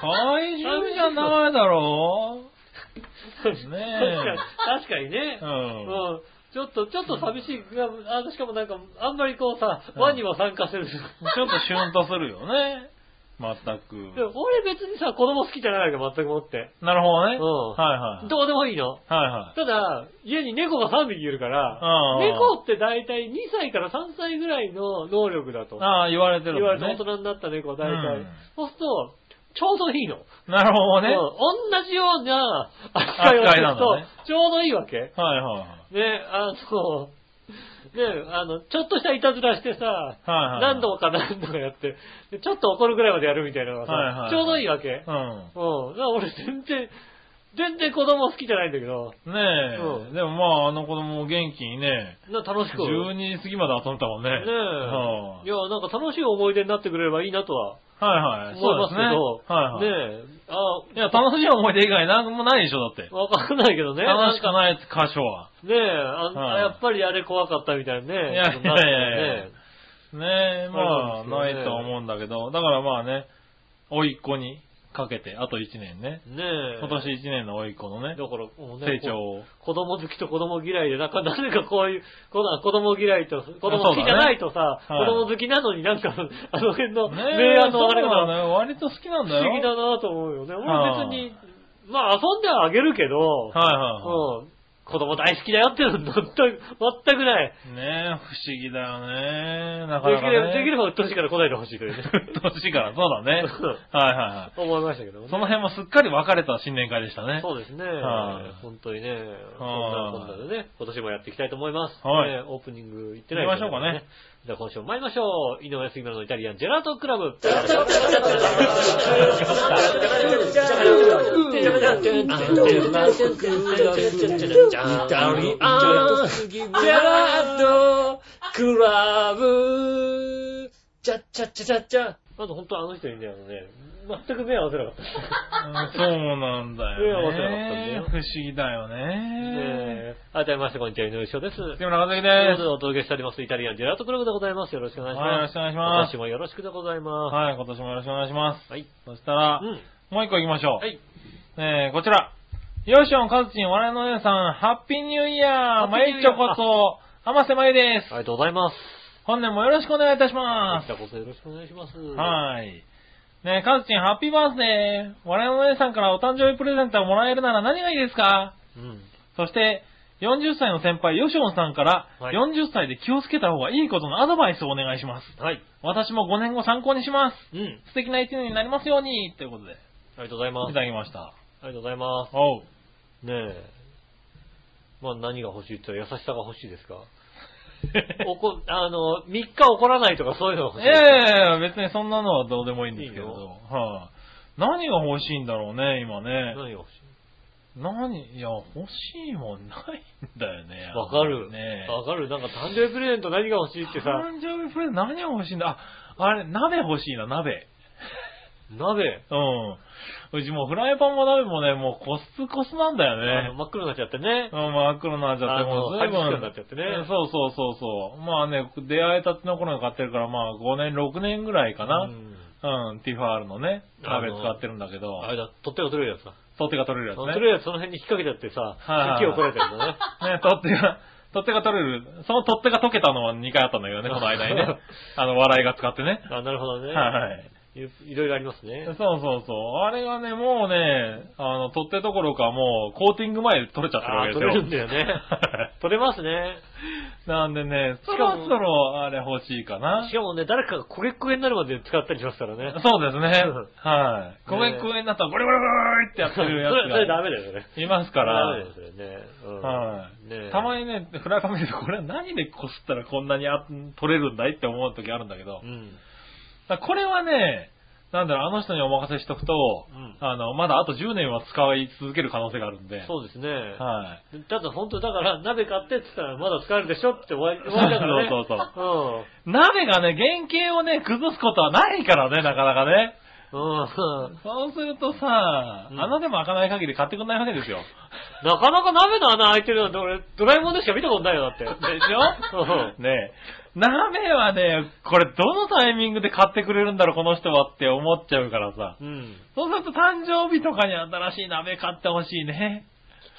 [SPEAKER 3] 怪獣じゃないだろ
[SPEAKER 2] 確かに
[SPEAKER 3] ねえ
[SPEAKER 2] 確かにね。
[SPEAKER 3] う
[SPEAKER 2] うん
[SPEAKER 3] ん。
[SPEAKER 2] ちょっと、ちょっと寂しい。あのしかもなんか、あんまりこうさ、
[SPEAKER 3] うん
[SPEAKER 2] 輪にも参加せず。
[SPEAKER 3] ちょっとシュンとするよね。まったく。
[SPEAKER 2] でも俺別にさ、子供好きじゃないわけ、全くもって。
[SPEAKER 3] なるほどね。
[SPEAKER 2] うん
[SPEAKER 3] はいはい。
[SPEAKER 2] どうでもいいの。
[SPEAKER 3] はいはい。
[SPEAKER 2] ただ、家に猫が3匹いるから
[SPEAKER 3] ああ、
[SPEAKER 2] 猫って大体2歳から3歳ぐらいの能力だと。
[SPEAKER 3] ああ、言われてる
[SPEAKER 2] 言わ
[SPEAKER 3] も
[SPEAKER 2] れ
[SPEAKER 3] ん
[SPEAKER 2] て大
[SPEAKER 3] ね。
[SPEAKER 2] 人になった猫は大体。
[SPEAKER 3] うん
[SPEAKER 2] そうすると、ちょうどいいの。
[SPEAKER 3] なるほどね。
[SPEAKER 2] う
[SPEAKER 3] は
[SPEAKER 2] ん同じような扱いをす
[SPEAKER 3] 扱い
[SPEAKER 2] る
[SPEAKER 3] なんだ
[SPEAKER 2] と
[SPEAKER 3] ね、
[SPEAKER 2] ちょうどいいわけ。
[SPEAKER 3] いはいはい。
[SPEAKER 2] ね、あの、ね、あの、ちょっとしたいたずらしてさ、
[SPEAKER 3] はいはい。
[SPEAKER 2] 何度か何度かやって、でちょっと怒るぐらいまでやるみたいなのがさ、
[SPEAKER 3] はいはい
[SPEAKER 2] ちょうどいいわけ。うん。だか
[SPEAKER 3] うん。
[SPEAKER 2] ら俺全然、全然子供好きじゃないんだけど、
[SPEAKER 3] ねえ、
[SPEAKER 2] うん
[SPEAKER 3] でもまあ、あの子供元気にね、
[SPEAKER 2] な楽しく。ね
[SPEAKER 3] 12過ぎまで遊んでたもんね。
[SPEAKER 2] え。
[SPEAKER 3] はい
[SPEAKER 2] いや、なんか楽しい思い出になってくれればいいなとは
[SPEAKER 3] はいはい。
[SPEAKER 2] 思
[SPEAKER 3] そ
[SPEAKER 2] いう
[SPEAKER 3] で
[SPEAKER 2] ますす
[SPEAKER 3] ね。
[SPEAKER 2] けど、
[SPEAKER 3] はいはい。
[SPEAKER 2] ねえ、あ
[SPEAKER 3] いや、楽しい思い出以外なんもないでしょ、だって。
[SPEAKER 2] わかんないけどね。
[SPEAKER 3] 楽しくない箇所は。
[SPEAKER 2] ねえ、あん
[SPEAKER 3] はい
[SPEAKER 2] やっぱりあれ怖かったみたいなね。い
[SPEAKER 3] やいやいやいや
[SPEAKER 2] ね
[SPEAKER 3] ねえ、まあ、
[SPEAKER 2] あ
[SPEAKER 3] な
[SPEAKER 2] れなんですよね
[SPEAKER 3] いとは思うんだけど、だからまあね、甥いっ子にかけて、あと1年ね。
[SPEAKER 2] ねえ。
[SPEAKER 3] 今年1年の甥いっ子のね
[SPEAKER 2] だ、から、もうね、
[SPEAKER 3] 成長を。
[SPEAKER 2] 子供好きと子供嫌いで、なんか、なぜかこういう、この子供嫌いと、子供好きじゃないとさ、
[SPEAKER 3] そうだねはい
[SPEAKER 2] 子供好きなのになんか、 あの辺の、明
[SPEAKER 3] ねえ
[SPEAKER 2] 暗の分かれ
[SPEAKER 3] そうなの
[SPEAKER 2] 方、
[SPEAKER 3] よ割と好きなん
[SPEAKER 2] 不
[SPEAKER 3] だよ。
[SPEAKER 2] 思議だなと思うよね。
[SPEAKER 3] は
[SPEAKER 2] 俺
[SPEAKER 3] い
[SPEAKER 2] 別に、まあ遊んではあげるけど、
[SPEAKER 3] はいはいは
[SPEAKER 2] うん、子供大好きだよっていうの、全く、全くない。
[SPEAKER 3] い。ねえ、不思議だよね。なか
[SPEAKER 2] で
[SPEAKER 3] な
[SPEAKER 2] き
[SPEAKER 3] か、
[SPEAKER 2] れば、
[SPEAKER 3] ね。
[SPEAKER 2] できればうっとうしいから来ないでほしいと いうね。
[SPEAKER 3] 年から、そうだね。 はいはいは
[SPEAKER 2] 思いましたけども
[SPEAKER 3] い。
[SPEAKER 2] ね
[SPEAKER 3] その辺もすっかり分かれた新年会でしたね。
[SPEAKER 2] そうですね
[SPEAKER 3] はい。
[SPEAKER 2] 本当にね、そ
[SPEAKER 3] はい
[SPEAKER 2] んなこんなでね、今年もやっていきたいと思います。
[SPEAKER 3] はい
[SPEAKER 2] ねオープニング行ってない
[SPEAKER 3] 行きましょうかね。
[SPEAKER 2] じゃあ今週も参りましょう。井上杉村のイタリアンジェラートクラブ。まず本当あの人にね、あのね、全く目を合わせなかった。
[SPEAKER 3] うんそうなんだ
[SPEAKER 2] いや分
[SPEAKER 3] よ
[SPEAKER 2] からなかったんだよ
[SPEAKER 3] ね。不思議だよね。
[SPEAKER 2] えー改めまして、こんにちは、井上翔です。
[SPEAKER 3] 杉村和之で
[SPEAKER 2] というこ
[SPEAKER 3] す
[SPEAKER 2] とで。お届けしております、イタリアンジェラートクラブでございます。よろしくお願いします。
[SPEAKER 3] はいよろしくお願いします
[SPEAKER 2] 今年もよろしくでございます。
[SPEAKER 3] はい、今年もよろしくお願いします。
[SPEAKER 2] はい。
[SPEAKER 3] そしたら、
[SPEAKER 2] うん。
[SPEAKER 3] もう一個行きましょう。
[SPEAKER 2] はい。
[SPEAKER 3] えー、こちら。よしおん、かずちん、笑いのお姉さん、ハッピーニューイ
[SPEAKER 2] ハ
[SPEAKER 3] ヤー、
[SPEAKER 2] ッ
[SPEAKER 3] ま
[SPEAKER 2] ピーニ
[SPEAKER 3] ゆ
[SPEAKER 2] ューイヤー
[SPEAKER 3] っちょこと、あませまゆです。
[SPEAKER 2] ありがとうございます。
[SPEAKER 3] 本年もよろしくお願いいたします
[SPEAKER 2] じ。ゃあこそよろしくお願いします。
[SPEAKER 3] はい。ねえ、かずちん、ハッピーバースデー。我々のお姉さんからお誕生日プレゼントをもらえるなら何がいいですか
[SPEAKER 2] うん。
[SPEAKER 3] そして、40歳の先輩、ヨシオンさんから、
[SPEAKER 2] はい
[SPEAKER 3] 40歳で気をつけた方がいいことのアドバイスをお願いします。
[SPEAKER 2] はい。
[SPEAKER 3] 私も5年後参考にします。
[SPEAKER 2] うん。
[SPEAKER 3] 素敵な一年になりますようにということで、い
[SPEAKER 2] ありがとうございます。
[SPEAKER 3] た
[SPEAKER 2] あ
[SPEAKER 3] だきました。
[SPEAKER 2] りがとうございま
[SPEAKER 3] おう。
[SPEAKER 2] す。ねえ。まあ何が欲しいって言ったら優しさが欲しいです かおこ、あの、3日怒らないとかそういうのが欲
[SPEAKER 3] い
[SPEAKER 2] しいですか
[SPEAKER 3] やいやいや、別にそんなのはどうでもいいんですけど。
[SPEAKER 2] いいよ
[SPEAKER 3] はい、何が欲しいんだろうね、今
[SPEAKER 2] 何
[SPEAKER 3] ね。
[SPEAKER 2] が欲し
[SPEAKER 3] 何、いや、欲しいもんないんだよね。
[SPEAKER 2] いわかる。
[SPEAKER 3] ね
[SPEAKER 2] わかる。なんか誕生日プレゼント何が欲しいってさ、
[SPEAKER 3] 誕生日プレゼント何が欲しいんだあ、あれ、鍋欲しいな、鍋。
[SPEAKER 2] 鍋。
[SPEAKER 3] うん。うちもうフライパンも鍋もね、もうコスコスなんだ
[SPEAKER 2] あ
[SPEAKER 3] よ
[SPEAKER 2] の
[SPEAKER 3] ね。
[SPEAKER 2] 真っ黒になっちゃってね。
[SPEAKER 3] うん、真っ黒になっちゃって、
[SPEAKER 2] あの
[SPEAKER 3] もう随分
[SPEAKER 2] 灰色になっちゃってね
[SPEAKER 3] そうそうそうそう。まあね、出会えたての頃に買ってるから、まあ5年、6年ぐらいかな。
[SPEAKER 2] うん
[SPEAKER 3] うん、ティファールのね、
[SPEAKER 2] あの
[SPEAKER 3] 鍋使ってるんだけど、
[SPEAKER 2] あれだ、取っ手が取れるやつだ。
[SPEAKER 3] 取っ手が取れる
[SPEAKER 2] そ
[SPEAKER 3] や
[SPEAKER 2] の
[SPEAKER 3] つ
[SPEAKER 2] 取
[SPEAKER 3] ね。
[SPEAKER 2] れるやつその辺に引っ掛けちゃってさ、
[SPEAKER 3] はいはい
[SPEAKER 2] 雪を取られてるんだね。
[SPEAKER 3] ね、取っ手が、取っ手が取れる。その取っ手が溶けたのは2回あったんだ けどね、この間にね。あの、笑いが使ってね。
[SPEAKER 2] あ、なるほどね。
[SPEAKER 3] はい。
[SPEAKER 2] い。いろいろありますね
[SPEAKER 3] そう。そうそう。あれがね、もうね、あの、取っ手どころかもう、コーティング前で取れちゃってるわ
[SPEAKER 2] あ
[SPEAKER 3] け
[SPEAKER 2] ー、
[SPEAKER 3] です
[SPEAKER 2] 取れる
[SPEAKER 3] よ。
[SPEAKER 2] んだよね。取れますね。
[SPEAKER 3] なんでね、そ
[SPEAKER 2] しかも
[SPEAKER 3] ろそろあれ欲しいかな
[SPEAKER 2] し。かもね、誰かが焦げ焦げになるまで使ったりしますからね。
[SPEAKER 3] そうですね。はい。
[SPEAKER 2] ね
[SPEAKER 3] ごめん、ごめんなったらゴリゴリゴリゴリってやってるや
[SPEAKER 2] それ、それ
[SPEAKER 3] つが
[SPEAKER 2] ダメだよね。
[SPEAKER 3] いますか
[SPEAKER 2] ダメ
[SPEAKER 3] ら
[SPEAKER 2] だよ、、それね。うん
[SPEAKER 3] はい、
[SPEAKER 2] ね
[SPEAKER 3] たま
[SPEAKER 2] に。
[SPEAKER 3] にね、フライパン見ると、これは何でこすったらこんなにあ取れるんだいって思う時あるんだけど
[SPEAKER 2] う、ん。
[SPEAKER 3] だからこれはね、なんだろう、あの人にお任せしとくと、
[SPEAKER 2] うん
[SPEAKER 3] あの、まだあと10年は使い続ける可能性があるんで、
[SPEAKER 2] そうですね。
[SPEAKER 3] は
[SPEAKER 2] ただ本当だから、鍋買ってって言ったらまだ使えるでしょって終わり終わりだからね。
[SPEAKER 3] そうそうそう
[SPEAKER 2] そ
[SPEAKER 3] い。鍋がね、原型をね、崩すことはないからね、なかなかね。
[SPEAKER 2] うん。うん。
[SPEAKER 3] そうするとさ、
[SPEAKER 2] うん
[SPEAKER 3] 穴でも開かない限り買ってくんないわけですよ。
[SPEAKER 2] なかなか鍋の穴開いてるなんて俺、ドラえもんでしか見たことないよ、だって。
[SPEAKER 3] でしょねえ。鍋はね、これどのタイミングで買ってくれるんだろう、この人はって思っちゃうからさ。
[SPEAKER 2] うん。
[SPEAKER 3] そうすると誕生日とかに新しい鍋買ってほしいね。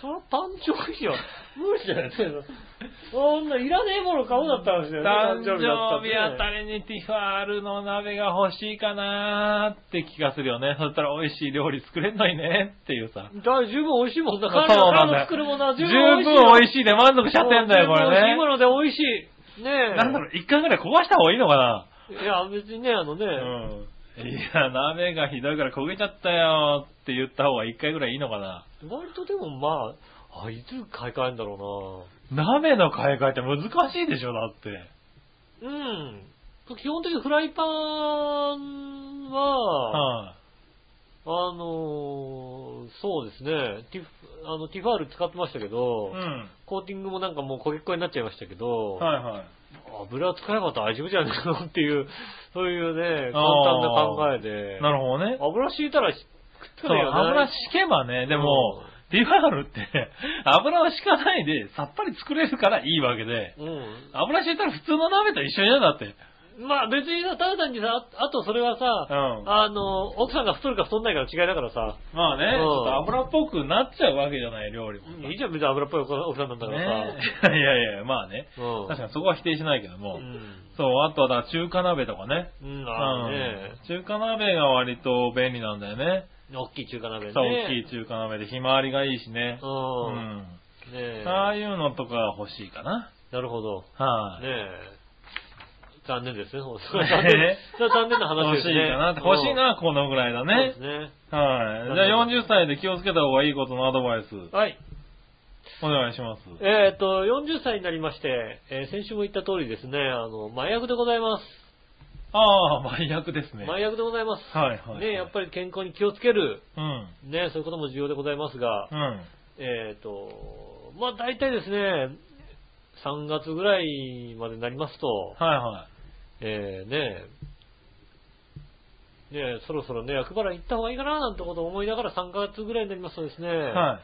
[SPEAKER 2] その誕生日は無理だよね。そんないらねえもの買うだったんですよね。
[SPEAKER 3] 誕生
[SPEAKER 2] だって
[SPEAKER 3] 日あたりにティファールの鍋が欲しいかなーって気がするよね。そしたら美味しい料理作れんのにねっていうさ。
[SPEAKER 2] だから十分美味しいもんだ。
[SPEAKER 3] そう
[SPEAKER 2] 彼
[SPEAKER 3] なん
[SPEAKER 2] ら
[SPEAKER 3] だ
[SPEAKER 2] の
[SPEAKER 3] よ
[SPEAKER 2] 作るものは
[SPEAKER 3] 十
[SPEAKER 2] 十
[SPEAKER 3] 分
[SPEAKER 2] 分
[SPEAKER 3] 美
[SPEAKER 2] 美
[SPEAKER 3] 味
[SPEAKER 2] 味
[SPEAKER 3] しいで満足しちゃってんだよ、こ
[SPEAKER 2] 美味しいも
[SPEAKER 3] れ
[SPEAKER 2] ので美味しい。ね
[SPEAKER 3] ね。
[SPEAKER 2] え。
[SPEAKER 3] なんだろう、一回ぐらい壊した方がいいのかな。
[SPEAKER 2] いや、別にね、あのね、
[SPEAKER 3] うん。いや、鍋がひどいから焦げちゃったよって言った方が一回ぐらいいいのかな。
[SPEAKER 2] 割とでもまあ、あ、いつ買い替えんだろ
[SPEAKER 3] 鍋の買い替えって難しいでしょ、だって。
[SPEAKER 2] うん。基本的にフライパンは、
[SPEAKER 3] は
[SPEAKER 2] あのーそうですね、ティフあのティファール使ってましたけ
[SPEAKER 3] い。
[SPEAKER 2] ど、
[SPEAKER 3] うん。
[SPEAKER 2] コーティングもなんかもう焦げっこになっちゃいましたけど、
[SPEAKER 3] はいはい。
[SPEAKER 2] 油使えば大丈夫じゃないのっていう、そういうね、簡単な考えで、
[SPEAKER 3] なるほどね。
[SPEAKER 2] 油敷いたらしくっつ
[SPEAKER 3] そ
[SPEAKER 2] か
[SPEAKER 3] う、
[SPEAKER 2] ないよね。
[SPEAKER 3] 油敷けばね、でも、ディファールって、 油を敷かないでさっぱり作れるからいいわけで、
[SPEAKER 2] うん。
[SPEAKER 3] 油敷いたら普通の鍋と一緒にゃんだって。
[SPEAKER 2] まあ別にさ、ただ単にさ、ああとそれは
[SPEAKER 3] う
[SPEAKER 2] さ、
[SPEAKER 3] ん。
[SPEAKER 2] あの、奥さんが太るか太んないかの違いだからさ、
[SPEAKER 3] まあね、
[SPEAKER 2] うん
[SPEAKER 3] ちょっと油っぽくなっちゃうわけじゃない、料理も。
[SPEAKER 2] いいじゃん別に油っぽい奥さんなんだからさ。
[SPEAKER 3] ね いやいやいや、まあね。
[SPEAKER 2] うん。
[SPEAKER 3] 確かにそこは否定しないけども。
[SPEAKER 2] うん。
[SPEAKER 3] そう、あとはだから中華鍋とかね。
[SPEAKER 2] うん、
[SPEAKER 3] う
[SPEAKER 2] あのね
[SPEAKER 3] ん、中華鍋が割と便利なんだよね。
[SPEAKER 2] 大きい中華鍋ね。
[SPEAKER 3] そう、大きい中華鍋でひまわりがいいしね。う
[SPEAKER 2] うん。
[SPEAKER 3] ん。
[SPEAKER 2] ねえ。
[SPEAKER 3] ああいうのとか欲しいかな。
[SPEAKER 2] なるほど。
[SPEAKER 3] はい、
[SPEAKER 2] ねえ。残念ですね、ほんと
[SPEAKER 3] ね
[SPEAKER 2] 残念。それは残念な話
[SPEAKER 3] 欲
[SPEAKER 2] で
[SPEAKER 3] し
[SPEAKER 2] す
[SPEAKER 3] い
[SPEAKER 2] ね。
[SPEAKER 3] かな。欲しいな、このぐらいだ
[SPEAKER 2] うん。そうで
[SPEAKER 3] ね
[SPEAKER 2] す。ね。
[SPEAKER 3] はい、じゃあ40歳で気をつけた方がいいことのアドバイス、
[SPEAKER 2] はい。
[SPEAKER 3] お願いします。
[SPEAKER 2] えっ、と、40歳になりまして、えー先週も言った通りですね、あの、麻薬でございます。
[SPEAKER 3] ああ、麻薬ですね。
[SPEAKER 2] 麻薬でございます。
[SPEAKER 3] はいはい。
[SPEAKER 2] ね、やっぱり健康に気をつける、
[SPEAKER 3] うん。
[SPEAKER 2] ね、そういうことも重要でございますが、
[SPEAKER 3] うん。
[SPEAKER 2] えっ、と、まあ大体ですね、3月ぐらいまでになりますと、
[SPEAKER 3] はいは
[SPEAKER 2] えー、ね、ね、そろそろね、役払い行った方がいいかななんてことを思いながら3月ぐらいになりますとですね、
[SPEAKER 3] い。は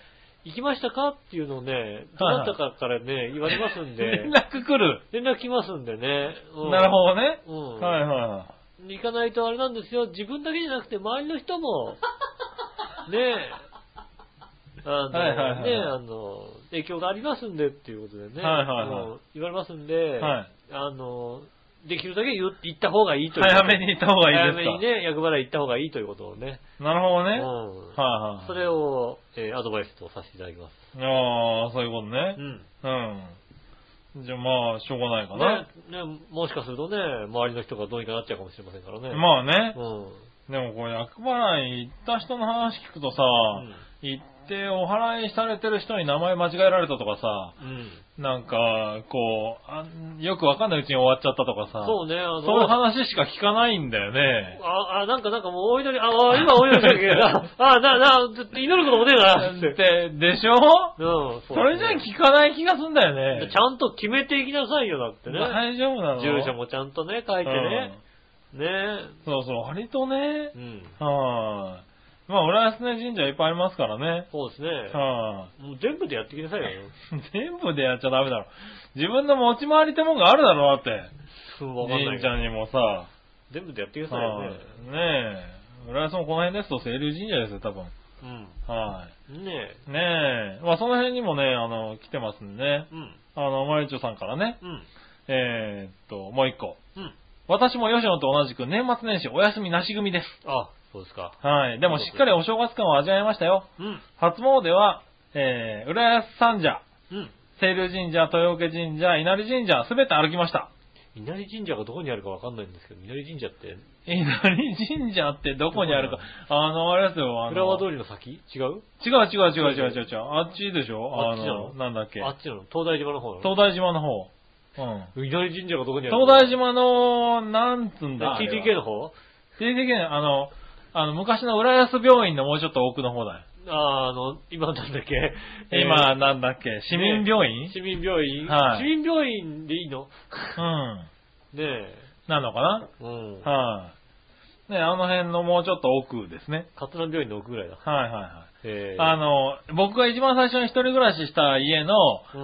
[SPEAKER 3] い。
[SPEAKER 2] 行きましたかっていうのをね、どなたかからね、言われますんで
[SPEAKER 3] 連、絡来る。
[SPEAKER 2] 連絡来ますんでね。うん
[SPEAKER 3] なるほどね。
[SPEAKER 2] うん。
[SPEAKER 3] はいは
[SPEAKER 2] 行かないとあれなんですよ。自分だけじゃなくて周りの人 も、ねえ、あの、
[SPEAKER 3] はいはいはい
[SPEAKER 2] ねえ、あの、影響がありますんでっていうことでね、
[SPEAKER 3] はいはいはい
[SPEAKER 2] あの言われますんで、
[SPEAKER 3] い。はい。
[SPEAKER 2] あの、できるだけ言う言った方がいいという。
[SPEAKER 3] 早めに行った方がいいですか
[SPEAKER 2] 早めにね、役払い行った方がいいということをね。
[SPEAKER 3] なる
[SPEAKER 2] う
[SPEAKER 3] ほどね。
[SPEAKER 2] ん
[SPEAKER 3] はい、はい。
[SPEAKER 2] それを、えーアドバイスとさせていただきます。
[SPEAKER 3] ああ、そういうことね
[SPEAKER 2] う。ん。
[SPEAKER 3] うん。じゃあまあ、しょうがないかな
[SPEAKER 2] ね。ね、もしかするとね、周りの人がどうにかなっちゃうかもしれませんからね。
[SPEAKER 3] まあね
[SPEAKER 2] う。ん。
[SPEAKER 3] でもこれ、役払い行った人の話聞くとさ、
[SPEAKER 2] うん
[SPEAKER 3] 行ってお払いされてる人に名前間違えられたとかさ、
[SPEAKER 2] うん。
[SPEAKER 3] なんか、こうあん、よくわかんないうちに終わっちゃったとかさ、
[SPEAKER 2] そうね、あの、
[SPEAKER 3] そういう話しか聞かないんだよね。
[SPEAKER 2] あ、あ、なんかなんかもうお祈り、あ、あ今お祈りした けど、あ、な、な、祈ることもねえな、って。
[SPEAKER 3] で、でしょ
[SPEAKER 2] うん、
[SPEAKER 3] それじゃ
[SPEAKER 2] ね
[SPEAKER 3] 聞かない気がすんだよね。
[SPEAKER 2] ちゃんと決めていきなさいよ、だってね。
[SPEAKER 3] 大丈夫なの
[SPEAKER 2] 住所もちゃんとね、書いてね。ね
[SPEAKER 3] うんそうそう、割とね
[SPEAKER 2] え。う、ん。
[SPEAKER 3] はい、まあ、浦安ね神社いっぱいありますからね。
[SPEAKER 2] そうですね。
[SPEAKER 3] はい、
[SPEAKER 2] もう全部でやってきなさいよ。
[SPEAKER 3] 全部でやっちゃダメだろ。自分の持ち回りってもんがあるだろ、だって。
[SPEAKER 2] そうわかんない
[SPEAKER 3] 神
[SPEAKER 2] けど
[SPEAKER 3] 社にもさ。
[SPEAKER 2] 全部でやってきなさいよ
[SPEAKER 3] は
[SPEAKER 2] ね
[SPEAKER 3] い。ねえ。浦安もこの辺ですと、清流神社ですよ、多分。は
[SPEAKER 2] うん。ね
[SPEAKER 3] い。ねえ。まあ、その辺にもね、あの、来てますんでね
[SPEAKER 2] え。。うん。
[SPEAKER 3] あの、マリチョさんからね、
[SPEAKER 2] うん。
[SPEAKER 3] えーっと、もう一個。
[SPEAKER 2] うん。
[SPEAKER 3] 私も吉野と同じく年末年始お休みなし組です。
[SPEAKER 2] あ、そうですか。
[SPEAKER 3] はい。でもしっかりお正月感を味わえましたよ。
[SPEAKER 2] うん。
[SPEAKER 3] 初詣は、えー、浦安三社、
[SPEAKER 2] うん。
[SPEAKER 3] 清流神社、豊受神社、稲荷神社、すべて歩きました。
[SPEAKER 2] 稲荷神社がどこにあるかわかんないんですけど、稲荷神社って、
[SPEAKER 3] 稲荷神社ってどこにある
[SPEAKER 2] ど
[SPEAKER 3] か
[SPEAKER 2] こ。
[SPEAKER 3] あの、あれですよ、あの、
[SPEAKER 2] 浦和通りの先違う
[SPEAKER 3] 違う違う違う違う違う違う。あっちでしょ
[SPEAKER 2] あっちなの
[SPEAKER 3] あの、なんだっけ。
[SPEAKER 2] あっちなの東大島の方なの
[SPEAKER 3] 東大島の方。うん。
[SPEAKER 2] 稲荷神社がどこにある
[SPEAKER 3] 東大島の、なんつうんだ。あれは
[SPEAKER 2] TTK の方
[SPEAKER 3] TTK の、あの、あの、昔の浦安病院のもうちょっと奥の方だよ。
[SPEAKER 2] あーあの、今なんだっけ
[SPEAKER 3] 今、
[SPEAKER 2] え
[SPEAKER 3] なんだっけ、市民病院、
[SPEAKER 2] ー市民病院、
[SPEAKER 3] はい
[SPEAKER 2] 市民病院でいいの
[SPEAKER 3] うん。
[SPEAKER 2] ねえ。
[SPEAKER 3] なのかな
[SPEAKER 2] うん。
[SPEAKER 3] はい、ね、あの辺のもうちょっと奥ですね。
[SPEAKER 2] カツラ病院の奥ぐらいだ。
[SPEAKER 3] はいはいはい。
[SPEAKER 2] えー
[SPEAKER 3] あの、僕が一番最初に一人暮らしした家の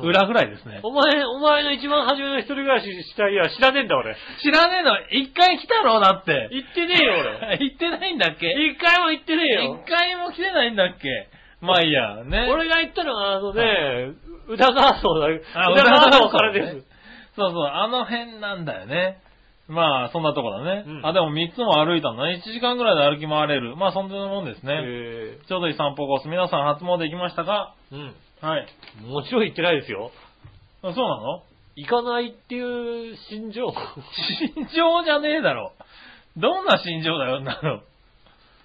[SPEAKER 3] 裏ぐらいですね。
[SPEAKER 2] お前、お前の一番初めの一人暮らししたいや知らねえんだ俺。
[SPEAKER 3] 知らねえの、一回来たろ、だって。
[SPEAKER 2] 行ってねえよ俺。
[SPEAKER 3] 行ってないんだっけ
[SPEAKER 2] 一回も行ってねえよ
[SPEAKER 3] 一。回も来てないんだっけまあいいや、ね。
[SPEAKER 2] 俺が行ったのはあのね、宇田川荘だ。宇
[SPEAKER 3] あ
[SPEAKER 2] 田川
[SPEAKER 3] 宇田川
[SPEAKER 2] 荘
[SPEAKER 3] 荘
[SPEAKER 2] からで
[SPEAKER 3] ね
[SPEAKER 2] す。
[SPEAKER 3] そうそう、あの辺なんだよね。まあ、そんなとこだね。
[SPEAKER 2] うん
[SPEAKER 3] あ、でも3つも歩いたのね。1時間ぐらいで歩き回れる。まあ、そんなもんですね。
[SPEAKER 2] え
[SPEAKER 3] ちょうどいい散歩コース。皆さん初詣行きましたか
[SPEAKER 2] ーうん。
[SPEAKER 3] はい。
[SPEAKER 2] もちろん行ってないですよ。
[SPEAKER 3] あそうなの
[SPEAKER 2] 行かないっていう心情。
[SPEAKER 3] 心情じゃねえだろ。どんな心情だよ、なの。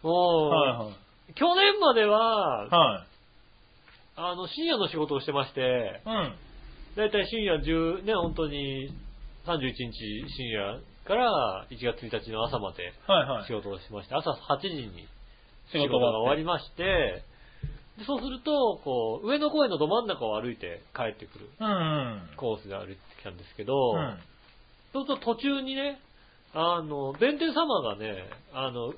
[SPEAKER 2] おー
[SPEAKER 3] はいはい。
[SPEAKER 2] 去年までは、
[SPEAKER 3] はい。
[SPEAKER 2] あの、深夜の仕事をしてまして、
[SPEAKER 3] うん。
[SPEAKER 2] だいたい深夜10、ね、本当に31日深夜から1月1日の朝まで
[SPEAKER 3] はいはい
[SPEAKER 2] 仕。事をしまして、朝8時に仕
[SPEAKER 3] 仕
[SPEAKER 2] 事が終
[SPEAKER 3] 事が終
[SPEAKER 2] わ
[SPEAKER 3] わ
[SPEAKER 2] り
[SPEAKER 3] り
[SPEAKER 2] まして、でそうすると、こう、上野公園のど真ん中を歩いて帰ってくる
[SPEAKER 3] うんうん。
[SPEAKER 2] コースで歩いてきたんですけど、
[SPEAKER 3] うん。
[SPEAKER 2] そうすると途中にね、あの、弁天様がね、あの、仕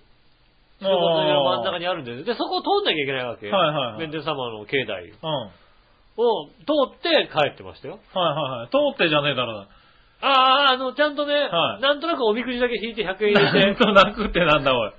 [SPEAKER 2] 事の真ん中にあるんです。で、そこを通んなきゃいけないわけ。
[SPEAKER 3] はいはいはい
[SPEAKER 2] 弁天様の境内
[SPEAKER 3] うん。はい
[SPEAKER 2] を通って帰ってましたよ。
[SPEAKER 3] はいはい。通ってじゃねえだろう
[SPEAKER 2] ああ、あの、ちゃんとね、
[SPEAKER 3] はい
[SPEAKER 2] なんとなくおみくじだけ引いて100円
[SPEAKER 3] な。
[SPEAKER 2] 入
[SPEAKER 3] な
[SPEAKER 2] れ
[SPEAKER 3] ん
[SPEAKER 2] て、
[SPEAKER 3] となくってなんだおい。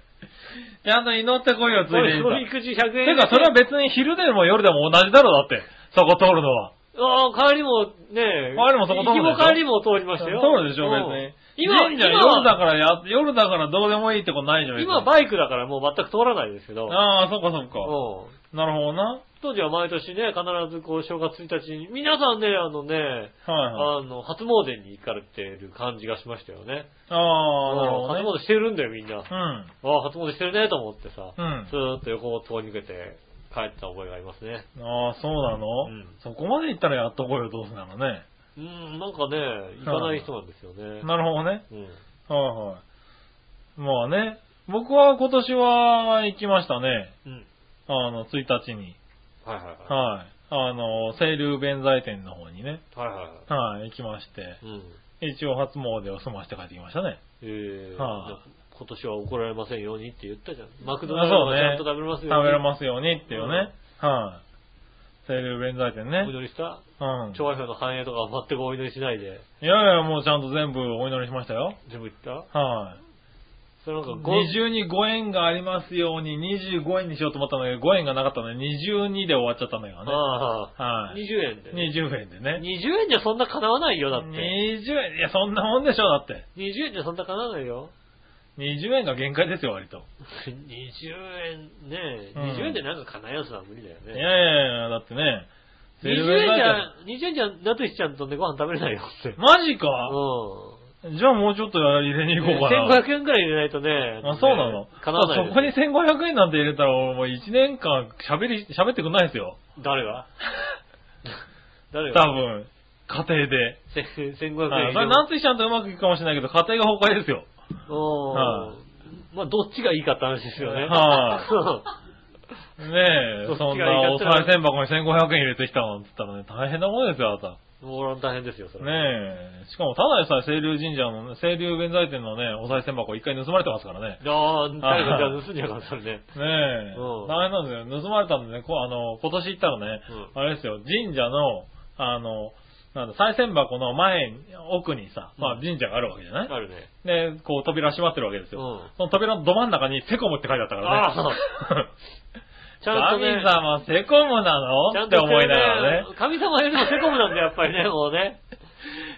[SPEAKER 3] ちゃんと祈ってこいよ、ついで
[SPEAKER 2] おみ
[SPEAKER 3] に。
[SPEAKER 2] くじ100円入れ
[SPEAKER 3] てか、それは別に昼でも夜でも同じだろ、だって。そこ通るのは。
[SPEAKER 2] ああ、帰りもね、
[SPEAKER 3] 帰りもそこ通るでしょ
[SPEAKER 2] 行きも帰りも通りましたよ。
[SPEAKER 3] 通るでしょ、
[SPEAKER 2] うん
[SPEAKER 3] 別に。
[SPEAKER 2] 今、
[SPEAKER 3] 神社
[SPEAKER 2] 今
[SPEAKER 3] 夜だからや、夜だからどうでもいいってことないじゃん。別に
[SPEAKER 2] 今バイクだからもう全く通らないですけど、
[SPEAKER 3] ああ、そっかそっ
[SPEAKER 2] う
[SPEAKER 3] か。
[SPEAKER 2] ん
[SPEAKER 3] なるほどな。はい
[SPEAKER 2] 当時は毎年ね、必ずこう正月1日に、皆さんね、あのね、
[SPEAKER 3] はい。
[SPEAKER 2] あの、初詣に行かれてる感じがしましたよね。
[SPEAKER 3] ああ、なるほどね。
[SPEAKER 2] 初詣してるんだよ、みんな。
[SPEAKER 3] うん。
[SPEAKER 2] ああ、初詣してるね、と思ってさ、
[SPEAKER 3] うん
[SPEAKER 2] ずーっと横を通り抜けて帰ってた覚えがありますね。
[SPEAKER 3] ああ、そうなの、
[SPEAKER 2] うん
[SPEAKER 3] そこまで行ったらやっとこうよ、どうせならね。
[SPEAKER 2] うん、なんかね、行かない人なんですよね。
[SPEAKER 3] なるほどね。
[SPEAKER 2] うん。
[SPEAKER 3] はいはい。まあね、僕は今年は行きましたね。
[SPEAKER 2] うん。
[SPEAKER 3] あの、1日に。
[SPEAKER 2] はいはいは
[SPEAKER 3] はい。あの、清流弁財天の方にね。
[SPEAKER 2] い。はいはいは
[SPEAKER 3] はい、行きまして。
[SPEAKER 2] い。うん。
[SPEAKER 3] 一応初詣を済まして帰ってきましたね。
[SPEAKER 2] ええ
[SPEAKER 3] はい
[SPEAKER 2] 今年は怒られませんようにって言ったじゃん。マクドナルド
[SPEAKER 3] そう
[SPEAKER 2] はちゃん
[SPEAKER 3] ね。
[SPEAKER 2] と食べれますよ、
[SPEAKER 3] 食べれますようにっていうね。はい。清流弁財天
[SPEAKER 2] お
[SPEAKER 3] ね。
[SPEAKER 2] 祈りした
[SPEAKER 3] うん。
[SPEAKER 2] 調和表の繁栄とか全くお祈りしないで、
[SPEAKER 3] いやいや、もうちゃんと全部お祈りしましたよ。
[SPEAKER 2] 全部言った
[SPEAKER 3] はい。
[SPEAKER 2] それなんかご
[SPEAKER 3] 二重に5円がありますように、25円にしようと思ったんだけど、5円がなかったので、22で終わっちゃったんだよね。
[SPEAKER 2] ああ、
[SPEAKER 3] はい。
[SPEAKER 2] 20円で、ね。
[SPEAKER 3] 20円でね。
[SPEAKER 2] 20円じゃそんな叶わないよ、だっ
[SPEAKER 3] 20
[SPEAKER 2] て。
[SPEAKER 3] 円、いや、そんなもんでしょ、だって。
[SPEAKER 2] 20円じゃそんな叶わないよ。
[SPEAKER 3] 20円が限界ですよ、割と。
[SPEAKER 2] 20円ね、
[SPEAKER 3] うん
[SPEAKER 2] 20円でなんか叶えようとは無理だよ
[SPEAKER 3] いやい
[SPEAKER 2] ね。
[SPEAKER 3] やいや、だってね。
[SPEAKER 2] 20円じゃ、20円じゃ、なつしちゃんとね、ご飯食べれないよって。うん。
[SPEAKER 3] マジかじゃあもうちょっと入れに行こうかな。
[SPEAKER 2] 1500円くらい入れないとね、
[SPEAKER 3] あ、そうなの
[SPEAKER 2] ね、叶わないです
[SPEAKER 3] そこに1500円なんて入れたら、俺もう1年間喋り、喋ってくんないですよ。
[SPEAKER 2] 誰 が誰
[SPEAKER 3] 多
[SPEAKER 2] が
[SPEAKER 3] 分、家庭で。
[SPEAKER 2] せ1500
[SPEAKER 3] はい
[SPEAKER 2] 円以
[SPEAKER 3] それ、
[SPEAKER 2] 上。
[SPEAKER 3] なんついちゃんとうまくいくかもしれないけど、家庭が崩壊ですよ。
[SPEAKER 2] おー
[SPEAKER 3] はい
[SPEAKER 2] まあ、どっちがいいかって話ですよね。
[SPEAKER 3] は い
[SPEAKER 2] そう
[SPEAKER 3] ねえ
[SPEAKER 2] どっ、
[SPEAKER 3] そ
[SPEAKER 2] ち
[SPEAKER 3] ん
[SPEAKER 2] がいい
[SPEAKER 3] な
[SPEAKER 2] かっ
[SPEAKER 3] お
[SPEAKER 2] てのは
[SPEAKER 3] 賽銭箱に1500円入れてきたのって言ったらね、大変なものですよ、あなた。
[SPEAKER 2] もう俺も大変ですよ、それ。
[SPEAKER 3] ねえ。しかも、ただでさえ、清流神社のね、清流弁財天のね、お賽銭箱一回盗まれてますからね。
[SPEAKER 2] ああ、誰かじゃあ盗んじゃうから、それね。
[SPEAKER 3] ねえ。
[SPEAKER 2] うん
[SPEAKER 3] 大変なんですよ。盗まれたんでね、こあの、今年行ったらね、
[SPEAKER 2] う
[SPEAKER 3] あれですよ、神社の、あの、なんだ、賽銭箱の前に、奥にさ、まあ神社があるわけじゃない、
[SPEAKER 2] あるね。
[SPEAKER 3] で、こう扉閉まってるわけですよ。
[SPEAKER 2] うん
[SPEAKER 3] その扉のど真ん中にセコムって書いてあったからね。
[SPEAKER 2] ちゃんとね
[SPEAKER 3] 神、様、セコムな
[SPEAKER 2] ちゃ
[SPEAKER 3] の
[SPEAKER 2] んと
[SPEAKER 3] っ
[SPEAKER 2] して
[SPEAKER 3] て
[SPEAKER 2] る
[SPEAKER 3] 思いながらね。。
[SPEAKER 2] 神様よりもセコムなんだ、やっぱりね、もうね。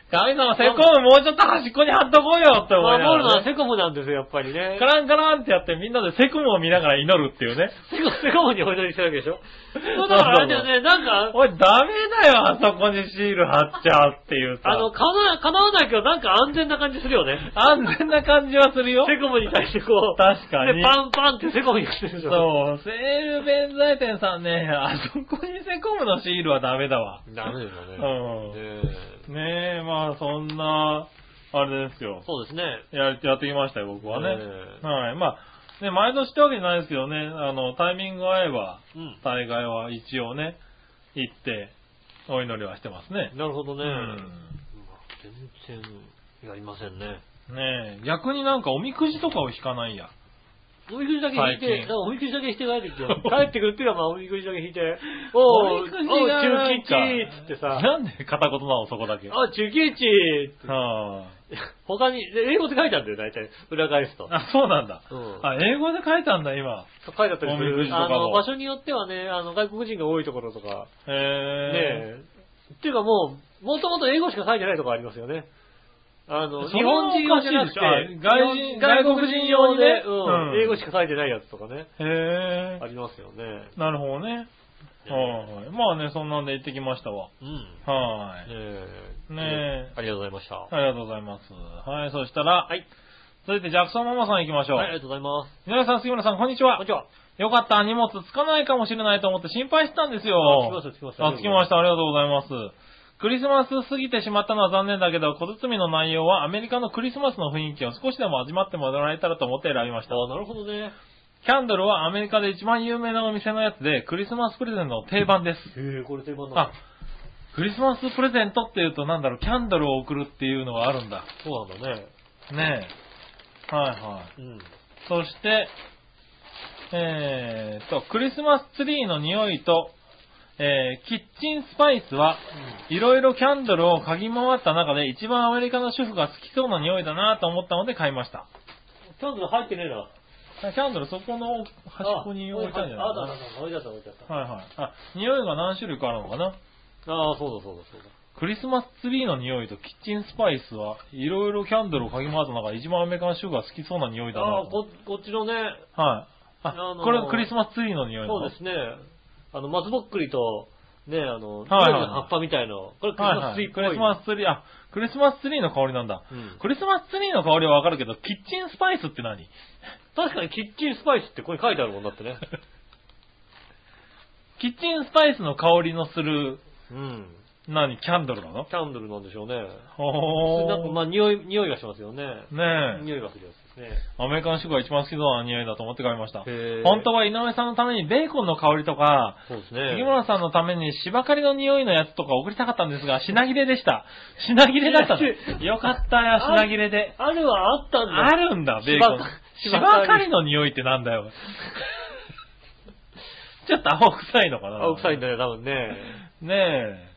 [SPEAKER 3] 神様、セコムもうちょっと端っこに貼っとこうよって思い
[SPEAKER 2] 守るのは
[SPEAKER 3] ながら、ね。
[SPEAKER 2] セコムなんですよ、やっぱりね
[SPEAKER 3] カ。ランカランってやってみんなでセコムを見ながら祈るっていうね。
[SPEAKER 2] セコム、セコムにお祈りしてるわけでしょ。そうだからあれだよ ね、なんか、
[SPEAKER 3] おい、ダメだよ、あそこにシール貼っちゃうっていうさ。
[SPEAKER 2] あの、かな、叶わないけど、なんか安全な感じするよね。
[SPEAKER 3] 安全な感じはするよ。
[SPEAKER 2] セコムに対してこう、
[SPEAKER 3] 確か
[SPEAKER 2] で
[SPEAKER 3] に。
[SPEAKER 2] パンパンってセコムにしてるでしょ。
[SPEAKER 3] そう、セール弁財天さんね、あそこにセコムのシールはダメだわ。
[SPEAKER 2] ダメですよね。
[SPEAKER 3] うん
[SPEAKER 2] ねえ
[SPEAKER 3] ねえ、まあそんな、あれですよ。
[SPEAKER 2] そうですね。
[SPEAKER 3] やりやってきましたよ、僕はね。
[SPEAKER 2] ええ
[SPEAKER 3] はい。まあ、ね、毎年ってわけじゃないですけどね、あの、タイミングが合えば、
[SPEAKER 2] うん。
[SPEAKER 3] 大概は一応ね、行って、お祈りはしてますね。
[SPEAKER 2] なるほどね。
[SPEAKER 3] うん
[SPEAKER 2] 全然やりませんね。
[SPEAKER 3] ねえ、逆になんかおみくじとかを引かないや。
[SPEAKER 2] おみくじだけ引いて、
[SPEAKER 3] 最近
[SPEAKER 2] なんかおみくじだけ引いて帰ってくる。 帰ってくるっていうか、まあ、おみくじだけ引いて、
[SPEAKER 3] お
[SPEAKER 2] お
[SPEAKER 3] み
[SPEAKER 2] ー、
[SPEAKER 3] くじ
[SPEAKER 2] おう
[SPEAKER 3] がな
[SPEAKER 2] 中
[SPEAKER 3] ん
[SPEAKER 2] 吉
[SPEAKER 3] か
[SPEAKER 2] っつってさ、
[SPEAKER 3] なんで片言なの、そこだけ。は
[SPEAKER 2] あ、中吉
[SPEAKER 3] あ、
[SPEAKER 2] 他に、で英語で書いてあるんだよ、大体。裏返すと。
[SPEAKER 3] あ、そうなんだ。
[SPEAKER 2] うん
[SPEAKER 3] あ、英語で書いたんだ、今。
[SPEAKER 2] 書いてあったりす
[SPEAKER 3] おみく
[SPEAKER 2] る。
[SPEAKER 3] じとかも
[SPEAKER 2] あの、場所によってはね、あの、外国人が多いところとか、ね
[SPEAKER 3] へえ。
[SPEAKER 2] え。っていうかもう、もともと英語しか書いてないとこありますよね。あの、
[SPEAKER 3] そ
[SPEAKER 2] 日
[SPEAKER 3] れは
[SPEAKER 2] 本人用じゃなくて
[SPEAKER 3] おかしいでしょあ外人
[SPEAKER 2] 外
[SPEAKER 3] 外
[SPEAKER 2] 国
[SPEAKER 3] 国
[SPEAKER 2] 人
[SPEAKER 3] 人
[SPEAKER 2] 用
[SPEAKER 3] 用
[SPEAKER 2] に
[SPEAKER 3] に
[SPEAKER 2] ね
[SPEAKER 3] ね、
[SPEAKER 2] うん
[SPEAKER 3] うん
[SPEAKER 2] 英語しか書いてないやつとかね、
[SPEAKER 3] へ
[SPEAKER 2] あ
[SPEAKER 3] え。
[SPEAKER 2] りますよね。
[SPEAKER 3] なるほどね。はい。まあね、そんなんで行ってきましたわ。
[SPEAKER 2] うん。
[SPEAKER 3] は
[SPEAKER 2] ね
[SPEAKER 3] い。
[SPEAKER 2] え。
[SPEAKER 3] ねえ
[SPEAKER 2] ありがとうございました。は
[SPEAKER 3] ありがとうございます。はい、そしたら、
[SPEAKER 2] はい。
[SPEAKER 3] 続いてジャクソンママさん行きまし
[SPEAKER 2] い、
[SPEAKER 3] ょう。
[SPEAKER 2] ありがとうございます。
[SPEAKER 3] 皆さん、杉村さん、こんにち
[SPEAKER 2] こん
[SPEAKER 3] は
[SPEAKER 2] に。ちは。
[SPEAKER 3] よかった、荷物つかないかもしれないと思って心配してたんですよ。
[SPEAKER 2] あつきましたつきました
[SPEAKER 3] あ、つきました。ありがとうございます。クリスマス過ぎてしまったのは残念だけど、小包の内容はアメリカのクリスマスの雰囲気を少しでも味わってもらえたらと思って選びました。
[SPEAKER 2] ああ、なるほどね。
[SPEAKER 3] キャンドルはアメリカで一番有名なお店のやつで、クリスマスプレゼントの定番です。
[SPEAKER 2] へえ、これ定番なん
[SPEAKER 3] あ
[SPEAKER 2] だ。、
[SPEAKER 3] クリスマスプレゼントっていうとなんだろう、キャンドルを送るっていうのがあるんだ。
[SPEAKER 2] そうなんだね。
[SPEAKER 3] ねえ。はいはい。
[SPEAKER 2] うん。
[SPEAKER 3] そして、えーっと、クリスマスツリーの匂いと、えーキッチンスパイスは、いろいろキャンドルを嗅ぎ回った中で一番アメリカの主婦が好きそうな匂いだなと思ったので買いました。
[SPEAKER 2] キャンドル入ってねえな。
[SPEAKER 3] キャンドルそこの端っこに置いたんじゃない
[SPEAKER 2] あ、あ
[SPEAKER 3] か
[SPEAKER 2] だだだ、置いちゃった、置いちゃった。
[SPEAKER 3] な。はいはい。あ、匂いが何種類かあるのかな
[SPEAKER 2] ああ、そうだ、そうだ、そうだ。
[SPEAKER 3] クリスマスツリーの匂いとキッチンスパイスはいろいろキャンドルを嗅ぎ回った中で一番アメリカの主婦が好きそうな匂いだ
[SPEAKER 2] あ
[SPEAKER 3] な
[SPEAKER 2] あ、
[SPEAKER 3] と
[SPEAKER 2] こ、こっちのね、
[SPEAKER 3] はい。あ、
[SPEAKER 2] あのー
[SPEAKER 3] これがクリスマスツリーの匂いなの
[SPEAKER 2] そうですね。あの、松ぼっくりと、ね、あの、
[SPEAKER 3] はいはい
[SPEAKER 2] 緑の葉っぱみたいの。これクリス
[SPEAKER 3] はい
[SPEAKER 2] マス
[SPEAKER 3] は
[SPEAKER 2] ツリー
[SPEAKER 3] い、
[SPEAKER 2] っ
[SPEAKER 3] ク
[SPEAKER 2] ぽい。
[SPEAKER 3] リスマスツリー、あ、クリスマスツリーの香りなんだ。
[SPEAKER 2] うん
[SPEAKER 3] クリスマスツリーの香りはわかるけど、キッチンスパイスって何
[SPEAKER 2] 確かにキッチンスパイスってこれ書いてあるもんだってね。
[SPEAKER 3] キッチンスパイスの香りのする、
[SPEAKER 2] うん。
[SPEAKER 3] 何、キャンドルなの
[SPEAKER 2] キャンドルなんでしょうね。
[SPEAKER 3] おー。
[SPEAKER 2] なんかまあ匂い、匂いがしますよね。
[SPEAKER 3] ねえ。
[SPEAKER 2] 匂いがするやつですね。
[SPEAKER 3] アメリカの主婦が一番好きそうな匂いだと思って買いました。
[SPEAKER 2] へー
[SPEAKER 3] 本当は井上さんのためにベーコンの香りとか、
[SPEAKER 2] そうです
[SPEAKER 3] 杉
[SPEAKER 2] ね。
[SPEAKER 3] 村さんのために芝刈りの匂いのやつとか送りたかったんですが、品切れでした。品切れだったの。よかったよ、
[SPEAKER 2] あ
[SPEAKER 3] 品切れで。
[SPEAKER 2] あるはあったんだ
[SPEAKER 3] あるんだ、ベーコ
[SPEAKER 2] 芝刈
[SPEAKER 3] ン。
[SPEAKER 2] り
[SPEAKER 3] 芝刈りの匂いってなんだよ。 ちょっと青臭いのかな
[SPEAKER 2] 青臭いんだよ、多分ね。
[SPEAKER 3] ねえ。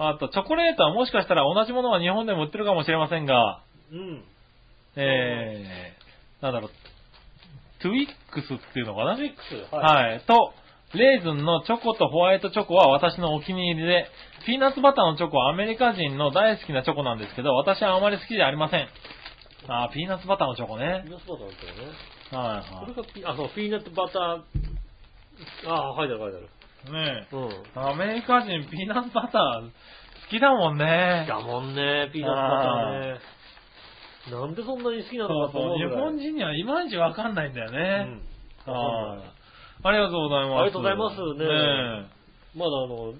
[SPEAKER 3] あと、チョコレートはもしかしたら同じものが日本でも売ってるかもしれませんが、
[SPEAKER 2] うん。
[SPEAKER 3] えー、なんだろう、トゥイックスっていうのかな
[SPEAKER 2] マジックス。
[SPEAKER 3] はい。と、レーズンのチョコとホワイトチョコは私のお気に入りで、ピーナッツバターのチョコはアメリカ人の大好きなチョコなんですけど、私はあまり好きじゃありません。あーピーナッツバターのチョコ
[SPEAKER 2] ピ
[SPEAKER 3] ね。
[SPEAKER 2] ーナッツバターだったよね。こ
[SPEAKER 3] は
[SPEAKER 2] れがピ、あ、そう、ピーナッツバター。ああ、書いてある、書いてある。
[SPEAKER 3] いはい。ねえ。
[SPEAKER 2] うん。
[SPEAKER 3] アメリカ人ピーナッツバター好きだもんね。
[SPEAKER 2] だもんね、ピーナッツバターね。なんでそんなに好きな
[SPEAKER 3] そう
[SPEAKER 2] のかと
[SPEAKER 3] そ
[SPEAKER 2] 思
[SPEAKER 3] う。
[SPEAKER 2] うぐ
[SPEAKER 3] 日
[SPEAKER 2] らい
[SPEAKER 3] 本人にはいまいちわかんないんだよね。
[SPEAKER 2] うん
[SPEAKER 3] はい。ありがとうございます。
[SPEAKER 2] ありがとうございますね
[SPEAKER 3] ねえ
[SPEAKER 2] まだあの、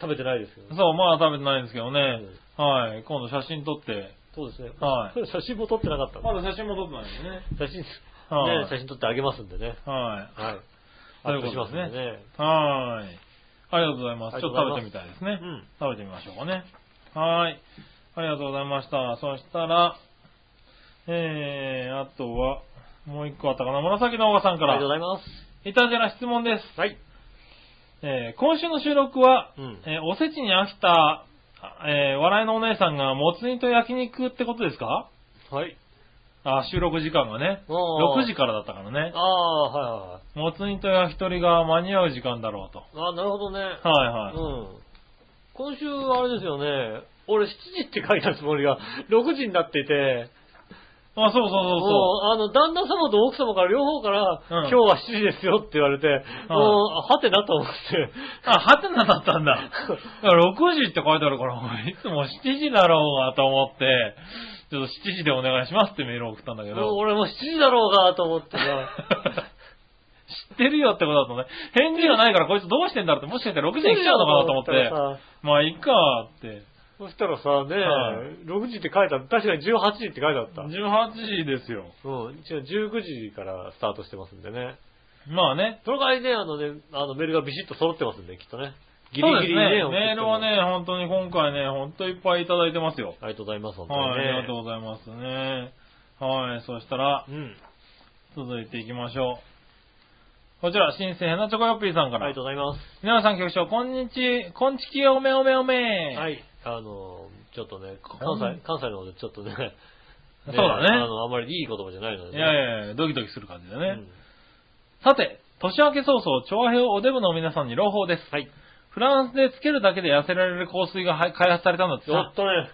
[SPEAKER 2] 食べてないですけどね。
[SPEAKER 3] そう、まあ食べてないんですけどね。はい。今度写真撮って。
[SPEAKER 2] そうですね。
[SPEAKER 3] はい
[SPEAKER 2] これ写真も撮ってなかったんで
[SPEAKER 3] まだ写真も撮ってないんですね。
[SPEAKER 2] 写真、ね
[SPEAKER 3] はい、
[SPEAKER 2] 写真撮ってあげますんでね。
[SPEAKER 3] はい。
[SPEAKER 2] はい。
[SPEAKER 3] そ
[SPEAKER 2] アッ
[SPEAKER 3] ういう
[SPEAKER 2] プ
[SPEAKER 3] こ
[SPEAKER 2] し
[SPEAKER 3] と
[SPEAKER 2] ま
[SPEAKER 3] ですす
[SPEAKER 2] ん
[SPEAKER 3] ね
[SPEAKER 2] でね。
[SPEAKER 3] はーい。ありがとうございます。ちょっと食べてみたいですね。
[SPEAKER 2] うん
[SPEAKER 3] 食べてみましょうかね。はーい。ありがとうございました。そしたら、えー、あとは、もう一個あったかな。紫のおばさん
[SPEAKER 2] あ
[SPEAKER 3] か
[SPEAKER 2] りがとうご
[SPEAKER 3] ら、
[SPEAKER 2] ざいます。
[SPEAKER 3] いたじら質問です。
[SPEAKER 2] はい。
[SPEAKER 3] えー、今週の収録は、
[SPEAKER 2] うん
[SPEAKER 3] えーおせちに飽きた、あえー、笑いのお姉さんがもつ煮と焼肉ってことですか
[SPEAKER 2] はい。
[SPEAKER 3] あ、収録時間がね。
[SPEAKER 2] 6
[SPEAKER 3] 6時からだったからね
[SPEAKER 2] あ。あ、はいはい
[SPEAKER 3] もつ煮と焼き鳥が間に合う時間だろうと。
[SPEAKER 2] はい。ああ、なるほどね。
[SPEAKER 3] はいはい。
[SPEAKER 2] うん。今週、あれですよね。俺7時って書いたつもりが、6時になっていて、
[SPEAKER 3] あ、そうそうそうそ
[SPEAKER 2] もう、あの、旦那様と奥様から両方から、
[SPEAKER 3] う
[SPEAKER 2] 今
[SPEAKER 3] ん
[SPEAKER 2] 日は7時ですよって言われて、もう、あはてなと思って。
[SPEAKER 3] う。あ、ハテナだったんだ。だから6時って書いてあるから、お前いつも7時だろうがと思って、ちょっと7時でお願いしますってメールを送ったんだけ
[SPEAKER 2] もう
[SPEAKER 3] ど、
[SPEAKER 2] 俺も7時だろうがと思ってさ
[SPEAKER 3] 知ってるよってことだとね、返事がないからこいつどうしてんだろうって、もしかしたら6時に来ちゃうのかなと思って、まあいいかって。
[SPEAKER 2] そしたらさ、ね、
[SPEAKER 3] はい
[SPEAKER 2] 6時って書いてあった。確かに18時って書いてあった。
[SPEAKER 3] 18時ですよ。
[SPEAKER 2] うん、一応19時からスタートしてますんでね。
[SPEAKER 3] まあね。
[SPEAKER 2] その代わりね、あのね、あのメールがビシッと揃ってますんで、きっとね。ギ
[SPEAKER 3] そ
[SPEAKER 2] リ
[SPEAKER 3] うで
[SPEAKER 2] ギリ
[SPEAKER 3] すね
[SPEAKER 2] ね、送ってきても
[SPEAKER 3] メールはね、本当に今回ね、本当いっぱいいただいてますよ。
[SPEAKER 2] ありがとうございます、本当にね。
[SPEAKER 3] はい、ありがとうございますね。はい、そしたら、
[SPEAKER 2] うん。
[SPEAKER 3] 続いていきましょう。こちら、新鮮なチョコヨッピーさんか
[SPEAKER 2] ありが。
[SPEAKER 3] ら
[SPEAKER 2] とうございます。
[SPEAKER 3] 皆さん局長、こんにち、こんちきおめおめおめ。。
[SPEAKER 2] はいい。あの、ちょっとね、関
[SPEAKER 3] ん
[SPEAKER 2] 西、関西の方でちょっと ね、ね
[SPEAKER 3] そうだね
[SPEAKER 2] あの、あまりいい言葉じゃないので、
[SPEAKER 3] やいやいや、ドキドキする感じだね。
[SPEAKER 2] うん
[SPEAKER 3] さて、年明け早々、長平おデブの皆さんに朗報です。
[SPEAKER 2] はい。
[SPEAKER 3] フランスでつけるだけで痩せられる香水がは開発されたんだって
[SPEAKER 2] や
[SPEAKER 3] さ
[SPEAKER 2] っ。とね。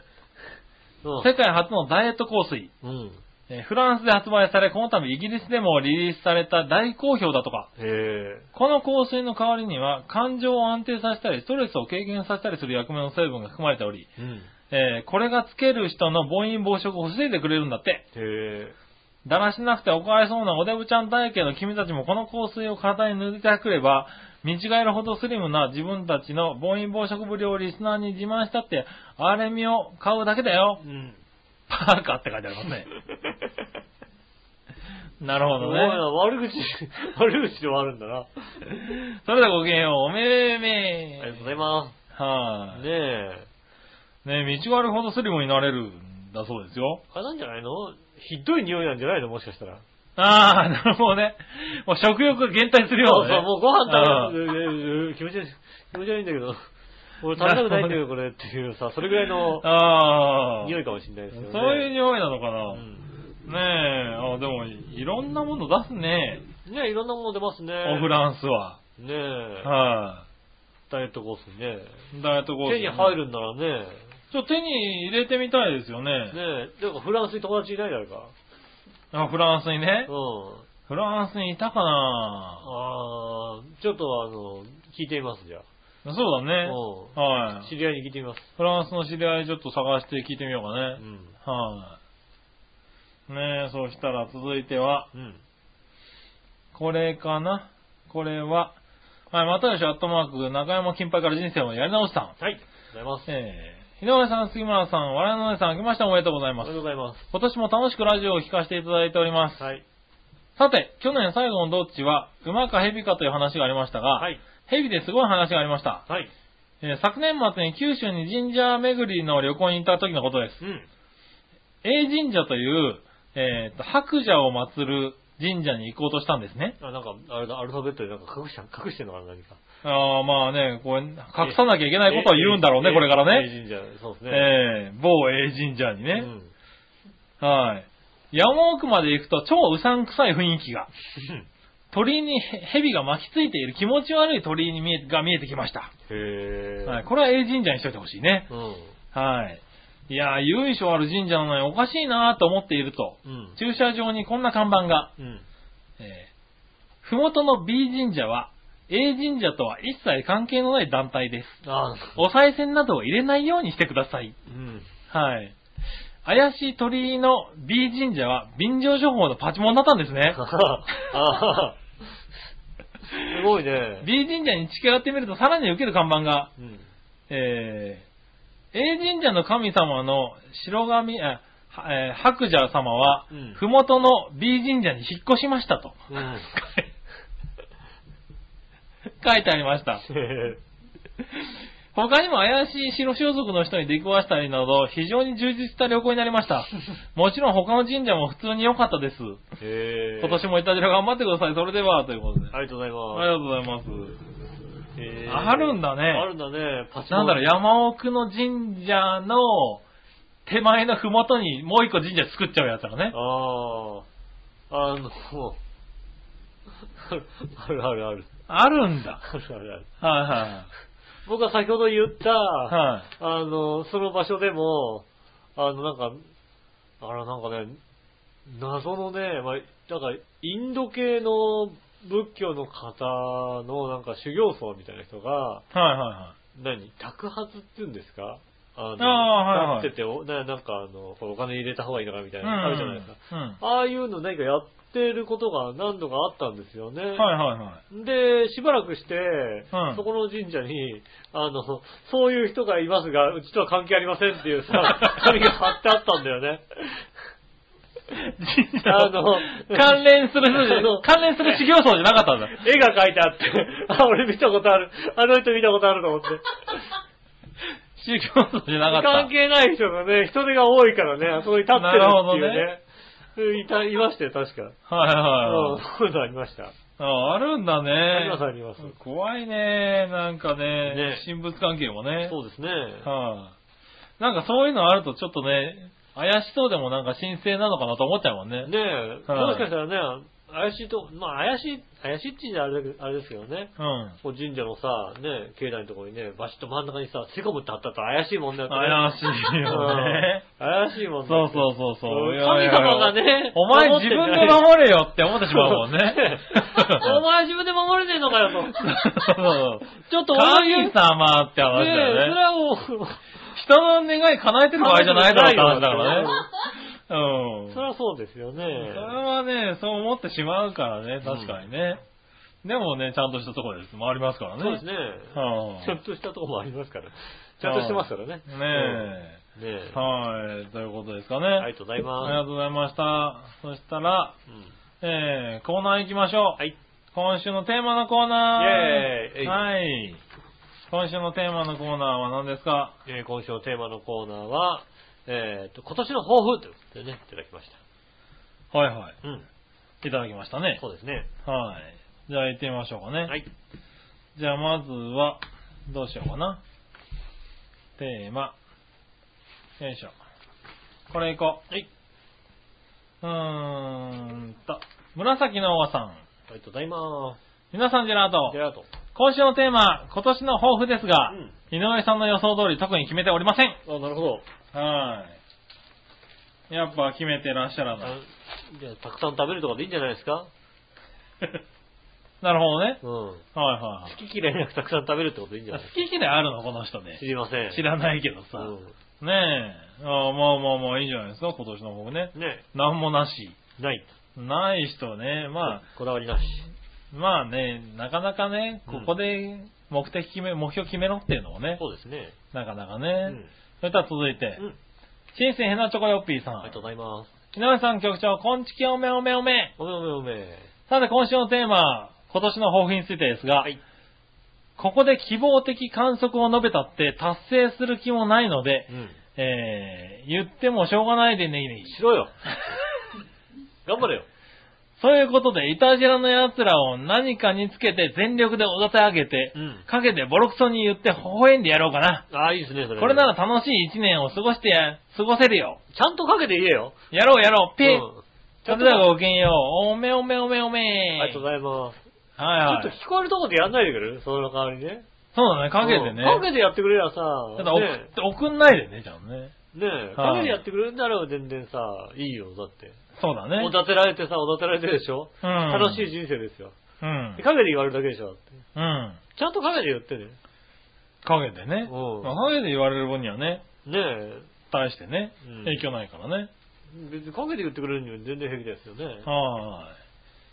[SPEAKER 2] うん
[SPEAKER 3] 世界初のダイエット香水。
[SPEAKER 2] うん。
[SPEAKER 3] えーフランスで発売され、この度イギリスでもリリースされた大好評だとか。
[SPEAKER 2] へえ。
[SPEAKER 3] この香水の代わりには、感情を安定させたり、ストレスを軽減させたりする役目の成分が含まれており、
[SPEAKER 2] うん。
[SPEAKER 3] えーこれがつける人の暴飲暴食を防いでくれるんだって。
[SPEAKER 2] へえ。
[SPEAKER 3] だらしなくておかわいそうなおデブちゃん体型の君たちもこの香水を体に塗りたくれば、見違えるほどスリムな自分たちの暴飲暴食ぶりをリスナーに自慢したって、あれみを買うだけだよ。
[SPEAKER 2] うん。
[SPEAKER 3] パーカーって書いてありま すね。なるほ
[SPEAKER 2] お
[SPEAKER 3] ど
[SPEAKER 2] 前
[SPEAKER 3] ね。
[SPEAKER 2] ら悪口、 悪口ではあるんだな。あ
[SPEAKER 3] それではごきげんよう。おめめめ
[SPEAKER 2] りがとうございま
[SPEAKER 3] は
[SPEAKER 2] す。ね
[SPEAKER 3] い、
[SPEAKER 2] え。
[SPEAKER 3] ね見違えるほどスリムになれるんだそうですよ。
[SPEAKER 2] あれなんじゃないのひどい匂いなんじゃないのもしかしたら。
[SPEAKER 3] ああ、なるほどね。もう食欲が減退するよ
[SPEAKER 2] そう
[SPEAKER 3] う
[SPEAKER 2] そ
[SPEAKER 3] な
[SPEAKER 2] う、
[SPEAKER 3] ね。
[SPEAKER 2] もうご飯食べる。気持ち悪い、気持ち悪いんだけど。俺食べたくないんだけど、これっていうさ、それぐらいの
[SPEAKER 3] ああ。
[SPEAKER 2] 匂いかもしれないですよね。
[SPEAKER 3] そういう
[SPEAKER 2] う
[SPEAKER 3] 匂いなのかな。
[SPEAKER 2] ん。
[SPEAKER 3] ねえ、あでも、いろんなもの出すね。
[SPEAKER 2] ねえいろんなもの出ますね。
[SPEAKER 3] オフランスは。
[SPEAKER 2] ねえ。
[SPEAKER 3] は
[SPEAKER 2] ダイエットコースにね。
[SPEAKER 3] い、ダイエットコース、
[SPEAKER 2] 手に入。るんならね。
[SPEAKER 3] ちょ、手に入れてみたいですよね。
[SPEAKER 2] ねえ。でもフランスに友達いないだろうか。
[SPEAKER 3] あフランスにね。
[SPEAKER 2] うん。
[SPEAKER 3] フランスにいたかな
[SPEAKER 2] ああ、ちょっとあの、聞いてみます、じゃ
[SPEAKER 3] そうだ
[SPEAKER 2] あ。
[SPEAKER 3] ね。
[SPEAKER 2] う
[SPEAKER 3] は
[SPEAKER 2] ん。
[SPEAKER 3] い。
[SPEAKER 2] 知り合いに聞いてみます。
[SPEAKER 3] フランスの知り合いちょっと探して聞いてみようか
[SPEAKER 2] う
[SPEAKER 3] ね。
[SPEAKER 2] ん。
[SPEAKER 3] はい、ねえ、そしたら続いては、
[SPEAKER 2] うん。
[SPEAKER 3] これかなこれは、はい、またよし、アットマーク、中山金牌から人生をやり直したん。
[SPEAKER 2] はい。ありがとうございます。
[SPEAKER 3] えー、井上さん、杉村さん、笑いのお姉さん、明けましておめでとうござい
[SPEAKER 2] あり
[SPEAKER 3] ま
[SPEAKER 2] が
[SPEAKER 3] す
[SPEAKER 2] と。うございます。
[SPEAKER 3] 今年も楽しくラジオを聞かせていただいております。
[SPEAKER 2] はい。
[SPEAKER 3] さて、去年最後のどっちは、馬か蛇かという話がありましたが、
[SPEAKER 2] はい。
[SPEAKER 3] 蛇ですごい話がありました、
[SPEAKER 2] はい。
[SPEAKER 3] えー昨年末に九州に神社巡りの旅行に行った時のことです。
[SPEAKER 2] うん。
[SPEAKER 3] A 神社という、えーと、白蛇を祀る神社に行こうとしたんですね。
[SPEAKER 2] あ、なんか、あれだ、アルファベットでなんか隠した、隠してんのかな、何か。
[SPEAKER 3] ああ、まあね、これ、隠さなきゃいけないことを言うんだろうね、これからね。
[SPEAKER 2] ええ神社、そうですね。
[SPEAKER 3] えー、某 A 神社に
[SPEAKER 2] え
[SPEAKER 3] ね。はい。山奥まで行くと超うさんくさい雰囲気が。鳥居にへ蛇が巻きついている気持ち悪い鳥居に見えが見えてきました。
[SPEAKER 2] へえ。
[SPEAKER 3] はい、これは A 神社にしといてほしいね。
[SPEAKER 2] うん。
[SPEAKER 3] はい。いやー、由緒ある神社なのにおかしいなーと思っていると、
[SPEAKER 2] うん。
[SPEAKER 3] 駐車場にこんな看板が、
[SPEAKER 2] うん。
[SPEAKER 3] えー、ふもとの B 神社は A 神社とは一切関係のない団体です。
[SPEAKER 2] ああ、
[SPEAKER 3] お賽銭などを入れないようにしてください。
[SPEAKER 2] うん。
[SPEAKER 3] はい。怪しい鳥居の B 神社は便乗処方のパチモンだったんです ね。
[SPEAKER 2] ああ、 すごいね。
[SPEAKER 3] B 神社に近寄ってみるとさらに受ける看板が、
[SPEAKER 2] うん。
[SPEAKER 3] えー、A 神社の神様の白神、あはえー白蛇様は
[SPEAKER 2] うん、
[SPEAKER 3] ふもとの B 神社に引っ越しましたと。
[SPEAKER 2] うん。
[SPEAKER 3] 書いてありました。
[SPEAKER 2] へえ
[SPEAKER 3] 他にも怪しい白装束の人に出くわしたりなど、非常に充実した旅行になりま した。もちろん他の神社も普通に良かったです。
[SPEAKER 2] へえ。
[SPEAKER 3] 今年もいたじら頑張ってください。それでは、ということで。
[SPEAKER 2] ありがとうございます。
[SPEAKER 3] ありがとうございます。
[SPEAKER 2] へー
[SPEAKER 3] あるんだね
[SPEAKER 2] あるんだね。パチモ
[SPEAKER 3] な
[SPEAKER 2] ン
[SPEAKER 3] んだろう、山奥の神社の手前のふもとにもう一個神社作っちゃうやつだからね。
[SPEAKER 2] ああ。あの、 あるあるある。
[SPEAKER 3] あるんだ。
[SPEAKER 2] あるあるある。
[SPEAKER 3] は
[SPEAKER 2] 僕は先ほど言った、
[SPEAKER 3] いはい。はい。
[SPEAKER 2] あの、その場所でも、あの、なんか、あら、なんかね、謎のね、まあ、なんか、インド系の仏教の方の、なんか修行僧みたいな人が、
[SPEAKER 3] はいは
[SPEAKER 2] 何宅発って言うんですかあの、
[SPEAKER 3] あーはいはい
[SPEAKER 2] 立ってて、おななんかあの、これお金入れた方がいいのかみたい
[SPEAKER 3] い
[SPEAKER 2] なのあ
[SPEAKER 3] は
[SPEAKER 2] る
[SPEAKER 3] い。
[SPEAKER 2] じゃないですか。
[SPEAKER 3] うん。うん
[SPEAKER 2] ああいうの何かやってることが何度かあったんですよね。
[SPEAKER 3] はいはいはい。
[SPEAKER 2] で、しばらくして、
[SPEAKER 3] うん
[SPEAKER 2] そこの神社に、あの、そういう人がいますが、うちとは関係ありませんって いうさ、紙が貼ってあったんだよね。
[SPEAKER 3] 神社
[SPEAKER 2] あの
[SPEAKER 3] 関連する人じ
[SPEAKER 2] あの
[SPEAKER 3] ゃ、関連する修行僧じゃなかったんだ。
[SPEAKER 2] 絵が描いてあって、あ、俺見たことある。あの人見たことあると思って。
[SPEAKER 3] 修行僧じゃなかった。
[SPEAKER 2] 関係ない人がね、人手が多いからね、あそこに立ってるっていう
[SPEAKER 3] な
[SPEAKER 2] ね。いた、いましたよ、確か。
[SPEAKER 3] はい
[SPEAKER 2] うん
[SPEAKER 3] はい。
[SPEAKER 2] そういうのありました。
[SPEAKER 3] ああるんだね。
[SPEAKER 2] あります、あります。
[SPEAKER 3] 怖いね。なんかね
[SPEAKER 2] ね、
[SPEAKER 3] 神仏関係もね。
[SPEAKER 2] そうですね。
[SPEAKER 3] はい。なんかそういうのあるとちょっとね、怪しそうでもなんか神聖なのかなと思っちゃうもん
[SPEAKER 2] ね
[SPEAKER 3] ね。
[SPEAKER 2] え、もしかしたらね、怪しいと、まあ怪しい、怪しいって言うのはあれだけどあれですけどね。
[SPEAKER 3] うん。
[SPEAKER 2] こう神社のさ、ね、境内のところにね、バシッと真ん中にさ、セコムってあったと怪しいもんだよね。
[SPEAKER 3] 怪しいよね。
[SPEAKER 2] うん怪しいもんだ
[SPEAKER 3] そう
[SPEAKER 2] よ
[SPEAKER 3] そうそうそう。
[SPEAKER 2] 神様が
[SPEAKER 3] いやいやい
[SPEAKER 2] ね
[SPEAKER 3] や、お前自分で
[SPEAKER 2] る
[SPEAKER 3] 守れよって思ってしまうもんね。
[SPEAKER 2] お前自分で守れてんのかよと。
[SPEAKER 3] そう
[SPEAKER 2] ちょっと俺
[SPEAKER 3] 神様って話
[SPEAKER 2] ね
[SPEAKER 3] だ
[SPEAKER 2] え、そ
[SPEAKER 3] よ
[SPEAKER 2] れ
[SPEAKER 3] ね。
[SPEAKER 2] はもう、
[SPEAKER 3] 人の願い叶えてる場合じゃないだろって話だからね。うん。
[SPEAKER 2] そりゃそうですよね。
[SPEAKER 3] それはね、そう思ってしまうからね、確かにね。でもね、ちゃんとしたところです。もありますからね。
[SPEAKER 2] そうですね。
[SPEAKER 3] はい
[SPEAKER 2] ちゃんとしたとこもありますから。ちゃんとしてますからね。
[SPEAKER 3] ね
[SPEAKER 2] え。ね
[SPEAKER 3] え。はい。ということですかね。
[SPEAKER 2] え。ありがとうござい
[SPEAKER 3] ありが
[SPEAKER 2] ま
[SPEAKER 3] とうございました。そしたら、
[SPEAKER 2] す。うん
[SPEAKER 3] えー、コーナー行きましょう。
[SPEAKER 2] はい。
[SPEAKER 3] 今週のテーマのコーナー。
[SPEAKER 2] イェーイえい
[SPEAKER 3] はい。今週のテーマのコーナーは何ですか
[SPEAKER 2] えー今週のテーマのコーナーは、えっと、今年の抱負ということでね、いただきまし
[SPEAKER 3] はいは
[SPEAKER 2] た。うん。
[SPEAKER 3] い。いただきましたね。
[SPEAKER 2] そうですね。
[SPEAKER 3] はい。じゃあ行ってみましょうかね。
[SPEAKER 2] はい。
[SPEAKER 3] じゃあまずは、どうしようかな。テーマ。よいしょ。これいこう。
[SPEAKER 2] はい。
[SPEAKER 3] うーんと、紫のおばさん。
[SPEAKER 2] ありがとうございま
[SPEAKER 3] 皆さんジェラート。
[SPEAKER 2] す。で、あと。
[SPEAKER 3] 今週のテーマ、今年の抱負ですが、
[SPEAKER 2] うん
[SPEAKER 3] 井上さんの予想通り特に決めておりません。
[SPEAKER 2] あ、なるほど。
[SPEAKER 3] はい。やっぱ決めてらっしゃらな
[SPEAKER 2] あ
[SPEAKER 3] い。
[SPEAKER 2] じゃあ、たくさん食べるとかでいいんじゃないですか
[SPEAKER 3] なるほどね。
[SPEAKER 2] うん。好
[SPEAKER 3] はいはいはい。
[SPEAKER 2] き嫌いなくたくさん食べるってことでいいんじゃ
[SPEAKER 3] 好
[SPEAKER 2] ない です
[SPEAKER 3] き嫌いあるのこの人ね
[SPEAKER 2] か知。りません。
[SPEAKER 3] 知らないけどさ。
[SPEAKER 2] う
[SPEAKER 3] ねえ。ああまあまあまあいいじゃないですか、今年の僕ね。
[SPEAKER 2] ん。ね
[SPEAKER 3] なんもなし。
[SPEAKER 2] え、ない。
[SPEAKER 3] ない人ね。まあ、
[SPEAKER 2] こだわりなし。
[SPEAKER 3] まあね、なかなかね、ここで目的決め、目標決めろっていうのもね、
[SPEAKER 2] そうですね。
[SPEAKER 3] なかなか
[SPEAKER 2] う
[SPEAKER 3] ね。
[SPEAKER 2] ん。
[SPEAKER 3] それでは続いて
[SPEAKER 2] う、ん。
[SPEAKER 3] 新鮮ヘナチョコヨッピーさん。
[SPEAKER 2] ありがとうございます。
[SPEAKER 3] 井上さん局長、こんちきおめおめおめ。
[SPEAKER 2] おめおめおめ。
[SPEAKER 3] さて今週のテーマ、今年の抱負についてですが、
[SPEAKER 2] はい
[SPEAKER 3] ここで希望的観測を述べたって達成する気もないので、
[SPEAKER 2] うん。
[SPEAKER 3] えー、言ってもしょうがないでねぎねぎ。
[SPEAKER 2] しろよ。頑張れよ。
[SPEAKER 3] そういうことで、イタジラの奴らを何かにつけて全力でおだて上げて、
[SPEAKER 2] うん
[SPEAKER 3] 陰でボロクソに言って微笑んでやろうかな。
[SPEAKER 2] ああ、いいですね、それ。
[SPEAKER 3] これなら、楽しい一年を過ごしてや、過ごせるよ。
[SPEAKER 2] ちゃんとかけて言えよ。
[SPEAKER 3] やろうやろう、ピッ、
[SPEAKER 2] うんち
[SPEAKER 3] そ
[SPEAKER 2] ゃん
[SPEAKER 3] れ
[SPEAKER 2] と
[SPEAKER 3] で
[SPEAKER 2] か
[SPEAKER 3] はごきげんよう。おめおめおめおめ。
[SPEAKER 2] ありがとうございます。
[SPEAKER 3] はいはい。
[SPEAKER 2] ちょっと聞こえるとこでやんないでくれるその代わりね。
[SPEAKER 3] そうだね、陰でね。
[SPEAKER 2] うん陰でやってくれりゃさ、
[SPEAKER 3] ただ送
[SPEAKER 2] ね
[SPEAKER 3] って、送んないでね、ちゃんとね。
[SPEAKER 2] ねえ、
[SPEAKER 3] はい
[SPEAKER 2] 陰でやってくれるんだろう、全然さ、いいよ、だって。
[SPEAKER 3] そうだね。
[SPEAKER 2] おだてられてさ、おだてられてるでしょ
[SPEAKER 3] うん
[SPEAKER 2] 楽しい人生ですよ。
[SPEAKER 3] うん。
[SPEAKER 2] 陰で言われるだけでしょだって
[SPEAKER 3] うん。
[SPEAKER 2] ちゃんと陰で言ってね。
[SPEAKER 3] 影でね。
[SPEAKER 2] うん
[SPEAKER 3] まあ影で言われる分にはね、
[SPEAKER 2] ねえ、
[SPEAKER 3] 対してね
[SPEAKER 2] うん、
[SPEAKER 3] 影響ないからね。
[SPEAKER 2] 別に陰で言ってくれるには全然平気ですよね。
[SPEAKER 3] はーい。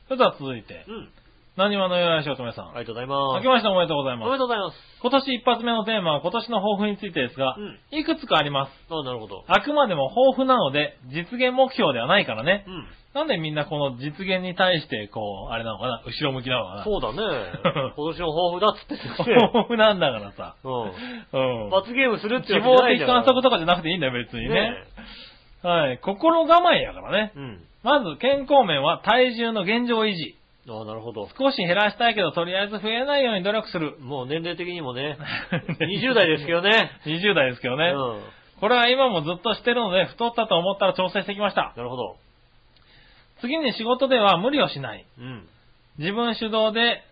[SPEAKER 3] それでは続いて
[SPEAKER 2] う、ん。
[SPEAKER 3] 何話のよやしおとめさん。
[SPEAKER 2] ありがとうござい
[SPEAKER 3] 明
[SPEAKER 2] ます
[SPEAKER 3] け。ましておめでとうござい
[SPEAKER 2] おめで
[SPEAKER 3] ます。
[SPEAKER 2] とうございます。
[SPEAKER 3] 今年一発目のテーマは今年の抱負についてですが
[SPEAKER 2] うん、
[SPEAKER 3] いくつかあります。
[SPEAKER 2] あなるほど。
[SPEAKER 3] あくまでも抱負なので、実現目標ではないからね
[SPEAKER 2] う。ん。
[SPEAKER 3] なんでみんなこの実現に対して、こう、あれなのかな後ろ向きなのかな
[SPEAKER 2] そう だね。今年の抱負だっつってたしね。
[SPEAKER 3] 抱負なんだからさ。
[SPEAKER 2] う
[SPEAKER 3] うん
[SPEAKER 2] ん。。罰ゲームするって
[SPEAKER 3] 希
[SPEAKER 2] わけじゃ
[SPEAKER 3] 望
[SPEAKER 2] ない
[SPEAKER 3] 的
[SPEAKER 2] じゃん
[SPEAKER 3] 観測とかじゃなくていいんだよ、別にね。
[SPEAKER 2] ね
[SPEAKER 3] はい。心構えやからね。
[SPEAKER 2] え。うん。
[SPEAKER 3] まず、健康面は体重の現状維持。
[SPEAKER 2] ああ、なるほど。
[SPEAKER 3] 少し減らしたいけど、とりあえず増えないように努力する。
[SPEAKER 2] もう年齢的にもね、20代ですけど ね。
[SPEAKER 3] 20代ですけど
[SPEAKER 2] う
[SPEAKER 3] ね。
[SPEAKER 2] ん。
[SPEAKER 3] これは今もずっとしてるので、太ったと思ったら調整してきました。
[SPEAKER 2] なるほど。
[SPEAKER 3] 次に仕事では無理をしない。
[SPEAKER 2] うん。
[SPEAKER 3] 自分主導で、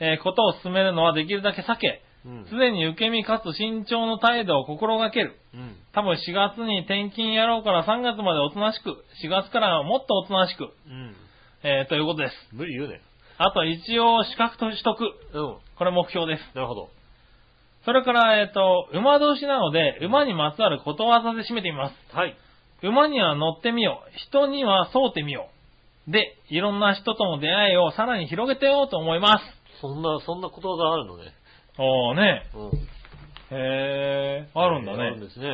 [SPEAKER 3] えーことを進めるのはできるだけ避け、
[SPEAKER 2] うん。
[SPEAKER 3] 常に受け身かつ慎重の態度を心がける。
[SPEAKER 2] うん。
[SPEAKER 3] 多分4月に転勤やろうから3月までおとなしく、4月からはもっとおとなしく、
[SPEAKER 2] うん。
[SPEAKER 3] えーということです。
[SPEAKER 2] 無理言うね。
[SPEAKER 3] あと一応資格取得。
[SPEAKER 2] うん。
[SPEAKER 3] これ目標です。
[SPEAKER 2] なるほど。
[SPEAKER 3] それから、えっ、と、馬同士なので、馬にまつわることわざで締めてみます。
[SPEAKER 2] はい。
[SPEAKER 3] 馬には乗ってみよう。人には沿ってみよう。で、いろんな人との出会いをさらに広げてようと思います。
[SPEAKER 2] そんな、そんなことがあるのね。
[SPEAKER 3] おーね。
[SPEAKER 2] うん。
[SPEAKER 3] へー、あるんだ
[SPEAKER 2] あるん
[SPEAKER 3] ね。
[SPEAKER 2] ですね。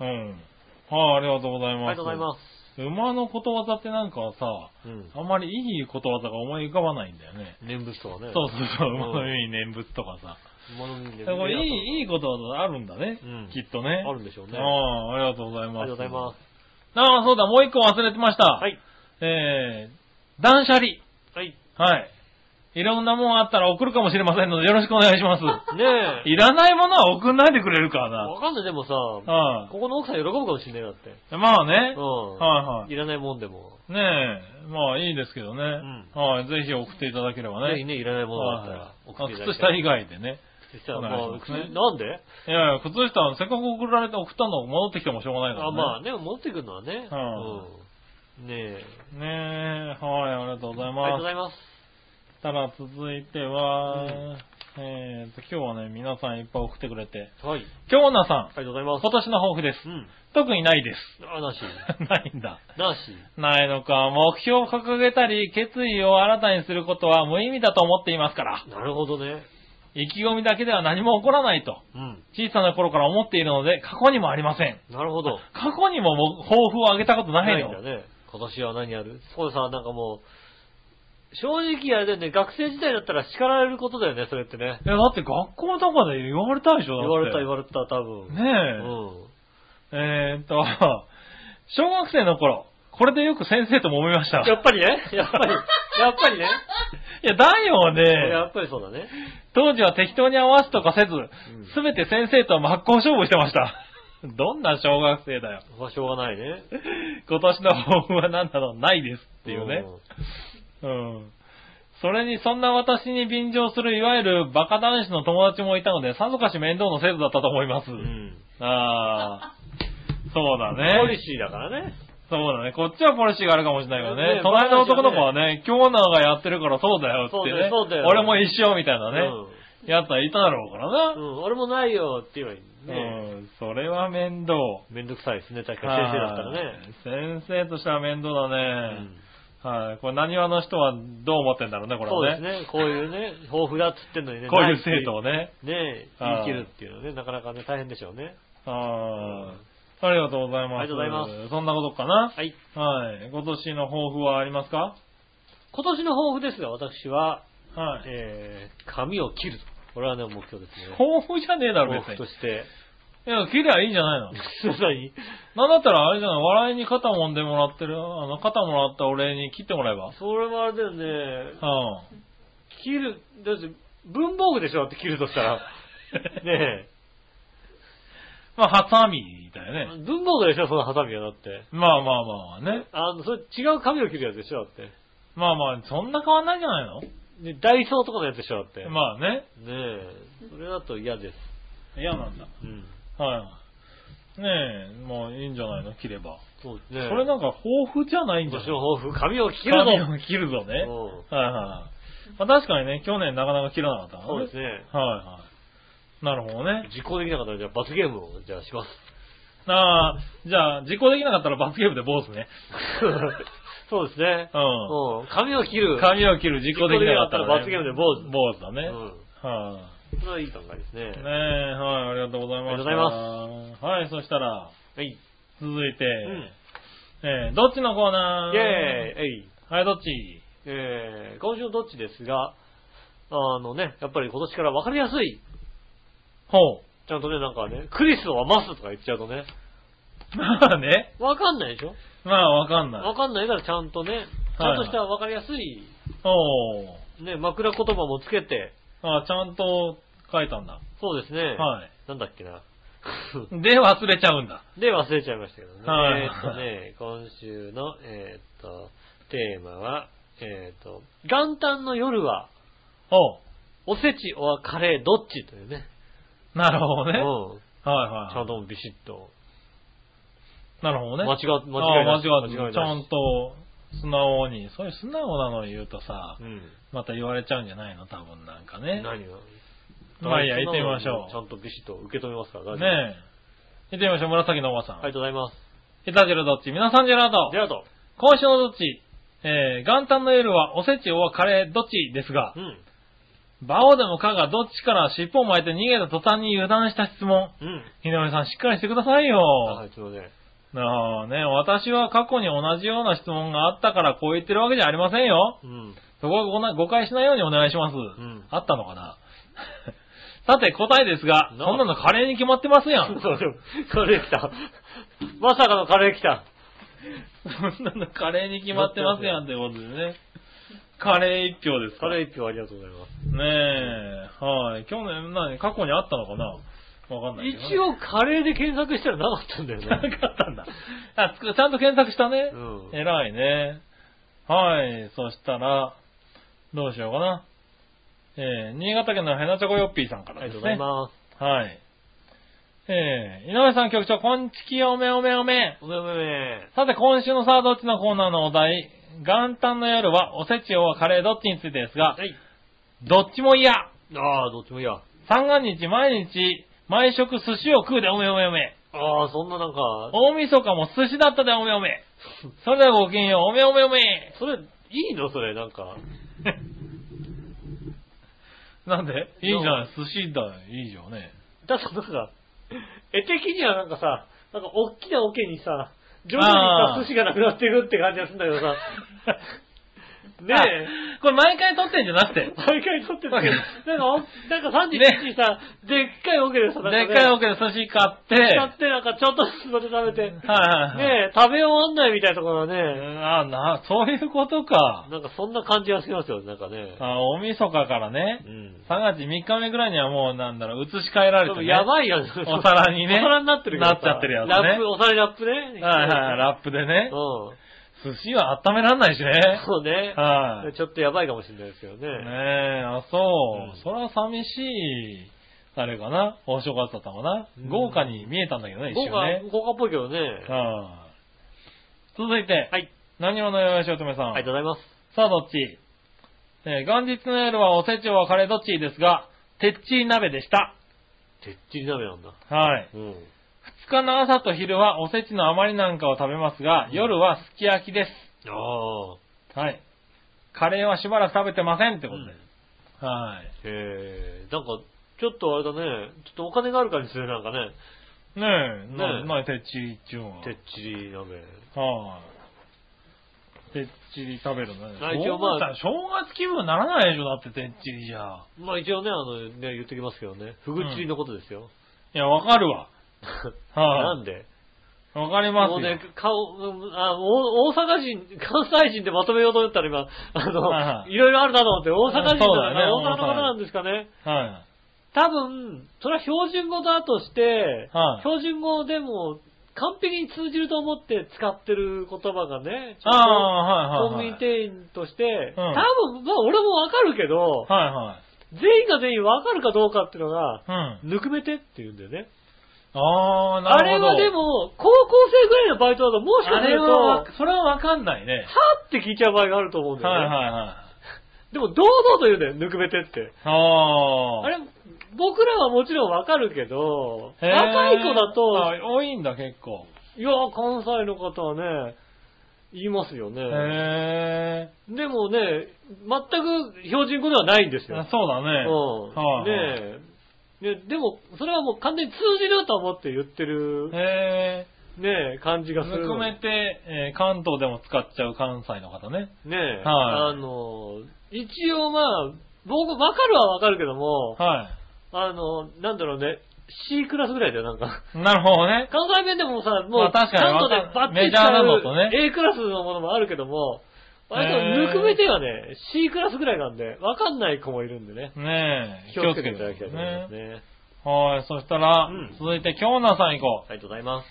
[SPEAKER 3] うん。はい、ありがとうござい
[SPEAKER 2] あ
[SPEAKER 3] ま
[SPEAKER 2] りが
[SPEAKER 3] す。。
[SPEAKER 2] とうございます
[SPEAKER 3] 馬のことわざってなんかさ、
[SPEAKER 2] す。うん。
[SPEAKER 3] あんまりいいことわざが思い浮かばないんだよね。
[SPEAKER 2] 念仏とかね。
[SPEAKER 3] そうそうそう、
[SPEAKER 2] ん
[SPEAKER 3] 馬のいい念仏とかさ。
[SPEAKER 2] 馬の念仏。
[SPEAKER 3] だからこれいい、いいことわざあるんだね。
[SPEAKER 2] うん
[SPEAKER 3] きっとね。
[SPEAKER 2] あるんでしょうね。あ
[SPEAKER 3] ああ、ありがとうござい
[SPEAKER 2] り
[SPEAKER 3] ま
[SPEAKER 2] が
[SPEAKER 3] す。
[SPEAKER 2] とうございます。
[SPEAKER 3] ああ、そうだ、もう一個忘れてました。
[SPEAKER 2] は。い。
[SPEAKER 3] えー、断捨離。
[SPEAKER 2] はい。
[SPEAKER 3] はい。いろんなもんあったら送るかもしれませんので、よろしくお願い します。
[SPEAKER 2] ねえ。
[SPEAKER 3] いらないものは送んないでくれるから
[SPEAKER 2] わかんない、でもさ、
[SPEAKER 3] な。
[SPEAKER 2] こ
[SPEAKER 3] は
[SPEAKER 2] この奥さん喜ぶかもしれないだって。
[SPEAKER 3] い。まあね
[SPEAKER 2] う。ん。
[SPEAKER 3] はいはい
[SPEAKER 2] いらないもんでも。
[SPEAKER 3] ねえ、まあいいですけどね。
[SPEAKER 2] ん
[SPEAKER 3] はい、ぜひ送っていただければね。
[SPEAKER 2] ぜひね、いらないものがあったら
[SPEAKER 3] は、
[SPEAKER 2] 送ってい
[SPEAKER 3] いあ
[SPEAKER 2] ただ
[SPEAKER 3] 靴
[SPEAKER 2] きた
[SPEAKER 3] 下
[SPEAKER 2] い
[SPEAKER 3] 以外でね。
[SPEAKER 2] 靴下ま
[SPEAKER 3] お願
[SPEAKER 2] あ、
[SPEAKER 3] いし
[SPEAKER 2] 靴
[SPEAKER 3] ますね
[SPEAKER 2] なんで
[SPEAKER 3] いやいや、靴下、せっかく送られて、送ったのを戻ってきてもしょうがないから
[SPEAKER 2] あ、
[SPEAKER 3] ね。
[SPEAKER 2] まあね、持ってくるのはね。
[SPEAKER 3] は
[SPEAKER 2] うん。ねえ。
[SPEAKER 3] あ。ねえ、はい、ありがとうご
[SPEAKER 2] あ
[SPEAKER 3] ざい
[SPEAKER 2] りがとうご
[SPEAKER 3] ます
[SPEAKER 2] ざ。います。
[SPEAKER 3] たら続いては、
[SPEAKER 2] うん
[SPEAKER 3] えーと、今日はね、皆さんいっぱい送ってくれて。
[SPEAKER 2] はい。あり
[SPEAKER 3] 京奈さん、
[SPEAKER 2] がとうございます。
[SPEAKER 3] 今年の抱負です。
[SPEAKER 2] うん。
[SPEAKER 3] 特にないです。
[SPEAKER 2] あ、なし。
[SPEAKER 3] ないんだ。
[SPEAKER 2] なし。
[SPEAKER 3] ないのか。目標を掲げたり、決意を新たにすることは無意味だと思っていますから。
[SPEAKER 2] なるほどね。
[SPEAKER 3] 意気込みだけでは何も起こらないと。
[SPEAKER 2] うん。
[SPEAKER 3] 小さな頃から思っているので、過去にもありません。
[SPEAKER 2] なるほど。
[SPEAKER 3] 過去にもも抱負を上げたことないの。
[SPEAKER 2] んだね。今年は何やるそうさ、なんかもう、正直あれだよね、学生時代だったら叱られることだよね、それってね。
[SPEAKER 3] いや、だって学校とかで言われたでしょ
[SPEAKER 2] 言われた言わ
[SPEAKER 3] わ
[SPEAKER 2] れた、多分。う
[SPEAKER 3] ねえ
[SPEAKER 2] ん。
[SPEAKER 3] れた。えーっと、 小学生の頃、これでよく先生と揉めました。
[SPEAKER 2] やっぱりね、やっぱり、やっぱりね。
[SPEAKER 3] いや、だよ
[SPEAKER 2] や
[SPEAKER 3] ね。
[SPEAKER 2] っぱりそうだね。
[SPEAKER 3] 当時は適当に合わすとかせず、すべて先生と真っ向勝負して ました。どんな小学生だよ。
[SPEAKER 2] まあ、しょうがないね。っ
[SPEAKER 3] 今年の抱負は何だろう、ないですっていうね。うん。それに、そんな私に便乗する、いわゆるバカ男子の友達もいたので、さぞかし面倒の制度だったと思います。
[SPEAKER 2] うん。
[SPEAKER 3] ああ。そうだ
[SPEAKER 2] ポ
[SPEAKER 3] ね
[SPEAKER 2] リ。シーだからね。
[SPEAKER 3] そうだね。こっちはポリシーがあるかもしれないけどね。
[SPEAKER 2] ね
[SPEAKER 3] 隣の男の子はね、今日なんがやってるからそうだよってね。
[SPEAKER 2] そうだよそうだよ
[SPEAKER 3] 俺も一緒みたいなね。
[SPEAKER 2] う
[SPEAKER 3] やつはいただろうから
[SPEAKER 2] ん。う
[SPEAKER 3] な。
[SPEAKER 2] ん。俺もないよって言えばいい。ね
[SPEAKER 3] うん。それは面倒。
[SPEAKER 2] めんどくさいですね、確かに先生だったらね。
[SPEAKER 3] はい先生としては面倒だ
[SPEAKER 2] う
[SPEAKER 3] ね。
[SPEAKER 2] ん
[SPEAKER 3] はい。これ何話の人はどう思ってんだろうね、これ
[SPEAKER 2] そう
[SPEAKER 3] は
[SPEAKER 2] で
[SPEAKER 3] ね。
[SPEAKER 2] すね。こういうね、抱負だっつってんのにね。
[SPEAKER 3] こういう
[SPEAKER 2] ない
[SPEAKER 3] 生徒をね。
[SPEAKER 2] ねえ、
[SPEAKER 3] あ
[SPEAKER 2] 言
[SPEAKER 3] あ
[SPEAKER 2] い切るっていうのはね、なかなかね、大変でしょうね。
[SPEAKER 3] ああ。ありがとうございます。。
[SPEAKER 2] ありがとうございます
[SPEAKER 3] そんなことかな。
[SPEAKER 2] はい。
[SPEAKER 3] はい。今年の抱負はありますか
[SPEAKER 2] 今年の抱負ですが、私は、
[SPEAKER 3] はい。
[SPEAKER 2] えー、髪を切ると。これはね、目標ですね。
[SPEAKER 3] 抱負じゃねえだろ、
[SPEAKER 2] 抱
[SPEAKER 3] 別
[SPEAKER 2] 負
[SPEAKER 3] に
[SPEAKER 2] と。して。
[SPEAKER 3] いや、切りゃいいんじゃないの
[SPEAKER 2] 何
[SPEAKER 3] なんだったらあれじゃない、笑いに肩もんでもらってる、あの、肩もらったお礼に切ってもらえば。
[SPEAKER 2] それもあれだよね、
[SPEAKER 3] う
[SPEAKER 2] 切る、だって、文房具でしょだって切るとした ら。ね
[SPEAKER 3] ん。まあ、ハサミだ
[SPEAKER 2] え
[SPEAKER 3] よね。。
[SPEAKER 2] 文房具でしょそのハサミはだって。
[SPEAKER 3] まあまあまあまあね。
[SPEAKER 2] あの、それ違う髪を切るやつでしょだって。
[SPEAKER 3] まあまあ、そんな変わんないんじゃないの
[SPEAKER 2] ね、ダイソーとかのやつでしょだって。
[SPEAKER 3] まあね。
[SPEAKER 2] ねえ、それだと嫌です。
[SPEAKER 3] 嫌なんだ。
[SPEAKER 2] うん。
[SPEAKER 3] はい。ねえ、まあいいんじゃないの切れば。
[SPEAKER 2] そうです
[SPEAKER 3] そ
[SPEAKER 2] ね。
[SPEAKER 3] れなんか抱負じゃないん
[SPEAKER 2] 今
[SPEAKER 3] じゃな
[SPEAKER 2] 年
[SPEAKER 3] い
[SPEAKER 2] の抱負、髪を切るぞ
[SPEAKER 3] 髪を切るぞね。はい
[SPEAKER 2] うん
[SPEAKER 3] はい。まあ確かにね、去年なかなか切らなかったから
[SPEAKER 2] そうです。ね。
[SPEAKER 3] はいはい。なるほどね。
[SPEAKER 2] 実行できなかったら、じゃあ罰ゲームを、じゃあし ます。
[SPEAKER 3] ああ、じゃあ、実行できなかったら罰ゲームで坊主ね。
[SPEAKER 2] そうですね。
[SPEAKER 3] うん。
[SPEAKER 2] うん。髪を切る。
[SPEAKER 3] 髪を切る実行できなかったら、ね。
[SPEAKER 2] 実行できなかったら罰ゲームで坊主
[SPEAKER 3] 坊主だね。
[SPEAKER 2] う
[SPEAKER 3] はい、
[SPEAKER 2] ん。それはいい考えですね。
[SPEAKER 3] ねえ、はい、ありがとうございました。
[SPEAKER 2] ありがとうご
[SPEAKER 3] ます。はい、そしたら、
[SPEAKER 2] はい。
[SPEAKER 3] 続いて、
[SPEAKER 2] うん。
[SPEAKER 3] えーどっちのコーナ
[SPEAKER 2] イェーイ
[SPEAKER 3] ー
[SPEAKER 2] えい
[SPEAKER 3] はい、どっち
[SPEAKER 2] えー、今週のどっちですが、あのね、やっぱり今年から分かりやすい。
[SPEAKER 3] ほ
[SPEAKER 2] ちゃんとね、なんかね、クリスはマスとか言っちゃうとね、
[SPEAKER 3] う。 まあね、
[SPEAKER 2] 分かんないでしょ
[SPEAKER 3] まあわかんな
[SPEAKER 2] 分
[SPEAKER 3] い。
[SPEAKER 2] かんないからちゃんとね、ちゃんとした分かりやすい、
[SPEAKER 3] おー。
[SPEAKER 2] ね、枕言葉もつけて、
[SPEAKER 3] あ、ちゃんと書いたんだ。
[SPEAKER 2] そうですね。
[SPEAKER 3] はい。
[SPEAKER 2] なんだっけな。
[SPEAKER 3] で、忘れちゃうんだ。
[SPEAKER 2] で、忘れちゃいましたけどね。
[SPEAKER 3] はい
[SPEAKER 2] えーっとね、今週の、えーっと、テーマは、えーっと、元旦の夜は、
[SPEAKER 3] おう。
[SPEAKER 2] おせち、おはカレー、どっちというね。
[SPEAKER 3] なるほど
[SPEAKER 2] う
[SPEAKER 3] ね。はい
[SPEAKER 2] ん。ちゃ
[SPEAKER 3] は
[SPEAKER 2] んとビシッと。
[SPEAKER 3] い。なるほどね。
[SPEAKER 2] 間違っ、間違い
[SPEAKER 3] あ
[SPEAKER 2] ない。
[SPEAKER 3] あ間違え
[SPEAKER 2] 間違
[SPEAKER 3] た。
[SPEAKER 2] い
[SPEAKER 3] ちゃ
[SPEAKER 2] なんい。
[SPEAKER 3] と、素直に。そういう素直なの言うとさ、
[SPEAKER 2] うん。
[SPEAKER 3] また言われちゃうんじゃないの多分なんかね。
[SPEAKER 2] 何が
[SPEAKER 3] まあいいや、行ってみまし
[SPEAKER 2] ちゃ
[SPEAKER 3] ょ
[SPEAKER 2] んとビシッと受け止めますから、
[SPEAKER 3] う。
[SPEAKER 2] 大
[SPEAKER 3] ね
[SPEAKER 2] 丈夫
[SPEAKER 3] え。行ってみましょう、紫のおばさん。
[SPEAKER 2] ありがとうございます。
[SPEAKER 3] いたじらどっち皆さんジェラード
[SPEAKER 2] じゃあと。
[SPEAKER 3] 今週のどっちえー、元旦の夜はおせちはカレーどっちですが
[SPEAKER 2] う、ん。
[SPEAKER 3] バオでもカがどっちから尻尾を巻いて逃げた途端に油断した質問。
[SPEAKER 2] うん。
[SPEAKER 3] 井上さんしっかりしてくださいよ。
[SPEAKER 2] はい、すいません。
[SPEAKER 3] なあね、私は過去に同じような質問があったからこう言ってるわけじゃありませんよ。
[SPEAKER 2] うん。
[SPEAKER 3] そこはごな誤解しないようにお願いします。
[SPEAKER 2] ん
[SPEAKER 3] あったのかな さて答えですが、
[SPEAKER 2] なあ
[SPEAKER 3] そんなのカレーに決まってますやん。
[SPEAKER 2] カレー来た。まさかのカレー来た。
[SPEAKER 3] そんなのカレーに決まってますやんってことでね。カレー一票ですか
[SPEAKER 2] カレー一票ありがとうございます。
[SPEAKER 3] ねえ、はい。去年、何、過去にあったのかなわかんないけどね、
[SPEAKER 2] 一応カレーで検索したらなかったんだよね。
[SPEAKER 3] なかったんだ。あ、つくちゃんと検索したね。
[SPEAKER 2] うん
[SPEAKER 3] 偉いね。はい。そしたら、どうしようかな。えー、新潟県のヘナチョコヨッピーさんか
[SPEAKER 2] あ
[SPEAKER 3] ら
[SPEAKER 2] りがとう
[SPEAKER 3] です
[SPEAKER 2] ござい
[SPEAKER 3] ね。
[SPEAKER 2] ます。
[SPEAKER 3] はい。えー、井上さん局長、こんちきおめおめおめ。
[SPEAKER 2] おめおめおめ。
[SPEAKER 3] さて、今週のさあどっちのコーナーのお題、元旦の夜はおせちをカレーどっちについてですが
[SPEAKER 2] は、い。
[SPEAKER 3] どっちも嫌。
[SPEAKER 2] ああ、どっちもいいや。
[SPEAKER 3] 三が日毎日、毎食寿司を食うでおめおめおめ。
[SPEAKER 2] ああ、そんななんか、
[SPEAKER 3] 大晦日も寿司だったでおめおめ。それではごきげんよう、おめおめおめ。
[SPEAKER 2] それ、いいのそれ、なんか。
[SPEAKER 3] なんでいいじゃない、寿司だ、いいじゃんね。
[SPEAKER 2] だとなんか、絵的にはなんかさ、なんか大きな桶にさ、徐々
[SPEAKER 3] ああ
[SPEAKER 2] にさ、寿司がなくなっていくって感じがするんだけど さ。ねえ。
[SPEAKER 3] あこれ毎回撮ってんじゃなくて。
[SPEAKER 2] 毎回撮って たけど、なんか、なんか31日にさ、でっかいオケでさ、なんかね
[SPEAKER 3] でっかいオケで寿司買って、
[SPEAKER 2] 買ってなんかちょっとずつまた食べて、ね
[SPEAKER 3] はいはいはい。
[SPEAKER 2] え、食べ終わんないみたいなところがね、
[SPEAKER 3] あな、そういうことか。
[SPEAKER 2] なんかそんな感じがしますよね、なんかね。
[SPEAKER 3] あ大晦日からね
[SPEAKER 2] う、ん。
[SPEAKER 3] 3月3日目ぐらいにはもうなんだろう、移し替えら
[SPEAKER 2] で
[SPEAKER 3] れて、
[SPEAKER 2] も
[SPEAKER 3] ね。
[SPEAKER 2] やばいやん、
[SPEAKER 3] お皿にね
[SPEAKER 2] お皿になってるけどさ
[SPEAKER 3] なっちゃってるやつね
[SPEAKER 2] ラップ、お皿にラップね。
[SPEAKER 3] はいはい、ラップでね
[SPEAKER 2] う。ん。
[SPEAKER 3] 寿司は温めらんないしね。
[SPEAKER 2] そうね。
[SPEAKER 3] はい。
[SPEAKER 2] ちょっとやばいかもしれないですけどね。
[SPEAKER 3] ねえ、あ、そう。
[SPEAKER 2] うん
[SPEAKER 3] それは寂しい、あれかな、お正月だったのかな。
[SPEAKER 2] うん
[SPEAKER 3] 豪華に見えたんだけどね、一
[SPEAKER 2] 豪
[SPEAKER 3] 瞬
[SPEAKER 2] 華、
[SPEAKER 3] ね。
[SPEAKER 2] 豪華っぽいけどね。あ
[SPEAKER 3] はい続いて、
[SPEAKER 2] はい。
[SPEAKER 3] 何者よよしおとめさ
[SPEAKER 2] り
[SPEAKER 3] ん。
[SPEAKER 2] がとうございます。
[SPEAKER 3] さあ、どっちえー元日の夜はおせちはカレーどっちですが、てっちり鍋でした。
[SPEAKER 2] てっちり鍋なんだ。
[SPEAKER 3] はい。
[SPEAKER 2] うん。
[SPEAKER 3] 二日の朝と昼はおせちの余りなんかを食べますが、夜はすき焼きで
[SPEAKER 2] ああ。
[SPEAKER 3] す。はい。カレーはしばらく食べてませんってことで。
[SPEAKER 2] うん
[SPEAKER 3] はい。
[SPEAKER 2] へえ、なんか、ちょっとあれだね、ちょっとお金がある感じするねなんかね。
[SPEAKER 3] ねえ、な、
[SPEAKER 2] ねえ
[SPEAKER 3] なにてっちりっていうのは。
[SPEAKER 2] てっちり鍋。
[SPEAKER 3] はい。てっちり食べるのね。
[SPEAKER 2] あ一応まあ
[SPEAKER 3] 正月正月気分にならないでしょ、だっててっちりじゃ。
[SPEAKER 2] まあ一応ね、あの、ね、言っときますけどね、ふぐちりのことですよ。
[SPEAKER 3] いや、わかるわ。
[SPEAKER 2] な
[SPEAKER 3] は
[SPEAKER 2] んで
[SPEAKER 3] い。わかります
[SPEAKER 2] も
[SPEAKER 3] よ。
[SPEAKER 2] うね、顔、うんあお大阪人、関西人でまとめようと思ったら今、あの、
[SPEAKER 3] はい
[SPEAKER 2] い
[SPEAKER 3] はい
[SPEAKER 2] ろいろあるなと思って、大阪人だ
[SPEAKER 3] そう
[SPEAKER 2] か
[SPEAKER 3] だ
[SPEAKER 2] ら、
[SPEAKER 3] よ
[SPEAKER 2] 大
[SPEAKER 3] ね
[SPEAKER 2] 阪の方なんですかね。
[SPEAKER 3] は
[SPEAKER 2] 多分、それは標準語だとして、
[SPEAKER 3] はい
[SPEAKER 2] 標準語でも完璧に通じると思って使ってる言葉がね、
[SPEAKER 3] い。ああ、はい
[SPEAKER 2] コ
[SPEAKER 3] はい、
[SPEAKER 2] ン
[SPEAKER 3] は
[SPEAKER 2] ビ
[SPEAKER 3] い。
[SPEAKER 2] ニ店員として、
[SPEAKER 3] う
[SPEAKER 2] 多分、
[SPEAKER 3] ん
[SPEAKER 2] まあ俺もわかるけど、
[SPEAKER 3] はいはい。
[SPEAKER 2] 全員が全員わかるかどうかっていうのが、
[SPEAKER 3] うん。
[SPEAKER 2] ぬくめてって言うんだよね。
[SPEAKER 3] ああ、な
[SPEAKER 2] あ
[SPEAKER 3] る
[SPEAKER 2] れ
[SPEAKER 3] ほど。
[SPEAKER 2] はで、も、高校生ぐらいのバイトだと、もしか
[SPEAKER 3] あ
[SPEAKER 2] する
[SPEAKER 3] れ
[SPEAKER 2] と、
[SPEAKER 3] は
[SPEAKER 2] は
[SPEAKER 3] わ、それはわかんないね。
[SPEAKER 2] って聞いちゃう場合があると思うんだ
[SPEAKER 3] はい
[SPEAKER 2] よね。
[SPEAKER 3] はいはい。
[SPEAKER 2] でも、堂々と言うんだよ、ぬくめてって。
[SPEAKER 3] ああ。
[SPEAKER 2] あれ、僕らはもちろんわかるけど、
[SPEAKER 3] へー
[SPEAKER 2] 若い子だと、
[SPEAKER 3] あ多いんだ、結構。
[SPEAKER 2] いや、関西の方はね、言いますよ
[SPEAKER 3] へ
[SPEAKER 2] ね。
[SPEAKER 3] え。
[SPEAKER 2] でもね、全く標準語ではないんですよ。
[SPEAKER 3] あそうだね。
[SPEAKER 2] うん。
[SPEAKER 3] はい
[SPEAKER 2] ねえ。ね、でも、それはもう完全に通じると思って言ってる、ね
[SPEAKER 3] へえ。
[SPEAKER 2] え、感じがする。
[SPEAKER 3] 含めて、えー関東でも使っちゃう関西の方ね。
[SPEAKER 2] ねえ、
[SPEAKER 3] はい
[SPEAKER 2] あの、一応まあ、僕、わかるはわかるけども、
[SPEAKER 3] は
[SPEAKER 2] あの、なんだろうね、C クラスぐらいだよ、なんか。
[SPEAKER 3] い。なるほどね。
[SPEAKER 2] 関西弁でもさ、も
[SPEAKER 3] まあ
[SPEAKER 2] う、
[SPEAKER 3] 確かに
[SPEAKER 2] 関東で
[SPEAKER 3] わか
[SPEAKER 2] バッて使
[SPEAKER 3] メジャーなのとね
[SPEAKER 2] う A クラスのものもあるけども、あ
[SPEAKER 3] へ
[SPEAKER 2] れ
[SPEAKER 3] え
[SPEAKER 2] と、ぬくめてはね、C クラスぐらいなんで、わかんない子もいるんでね、
[SPEAKER 3] ねえ。
[SPEAKER 2] 気をつけていただきたいと思い
[SPEAKER 3] ね
[SPEAKER 2] ます。ね。
[SPEAKER 3] はい。そしたら、
[SPEAKER 2] うん
[SPEAKER 3] 続いて、京奈さん行こ
[SPEAKER 2] ありがとうございます。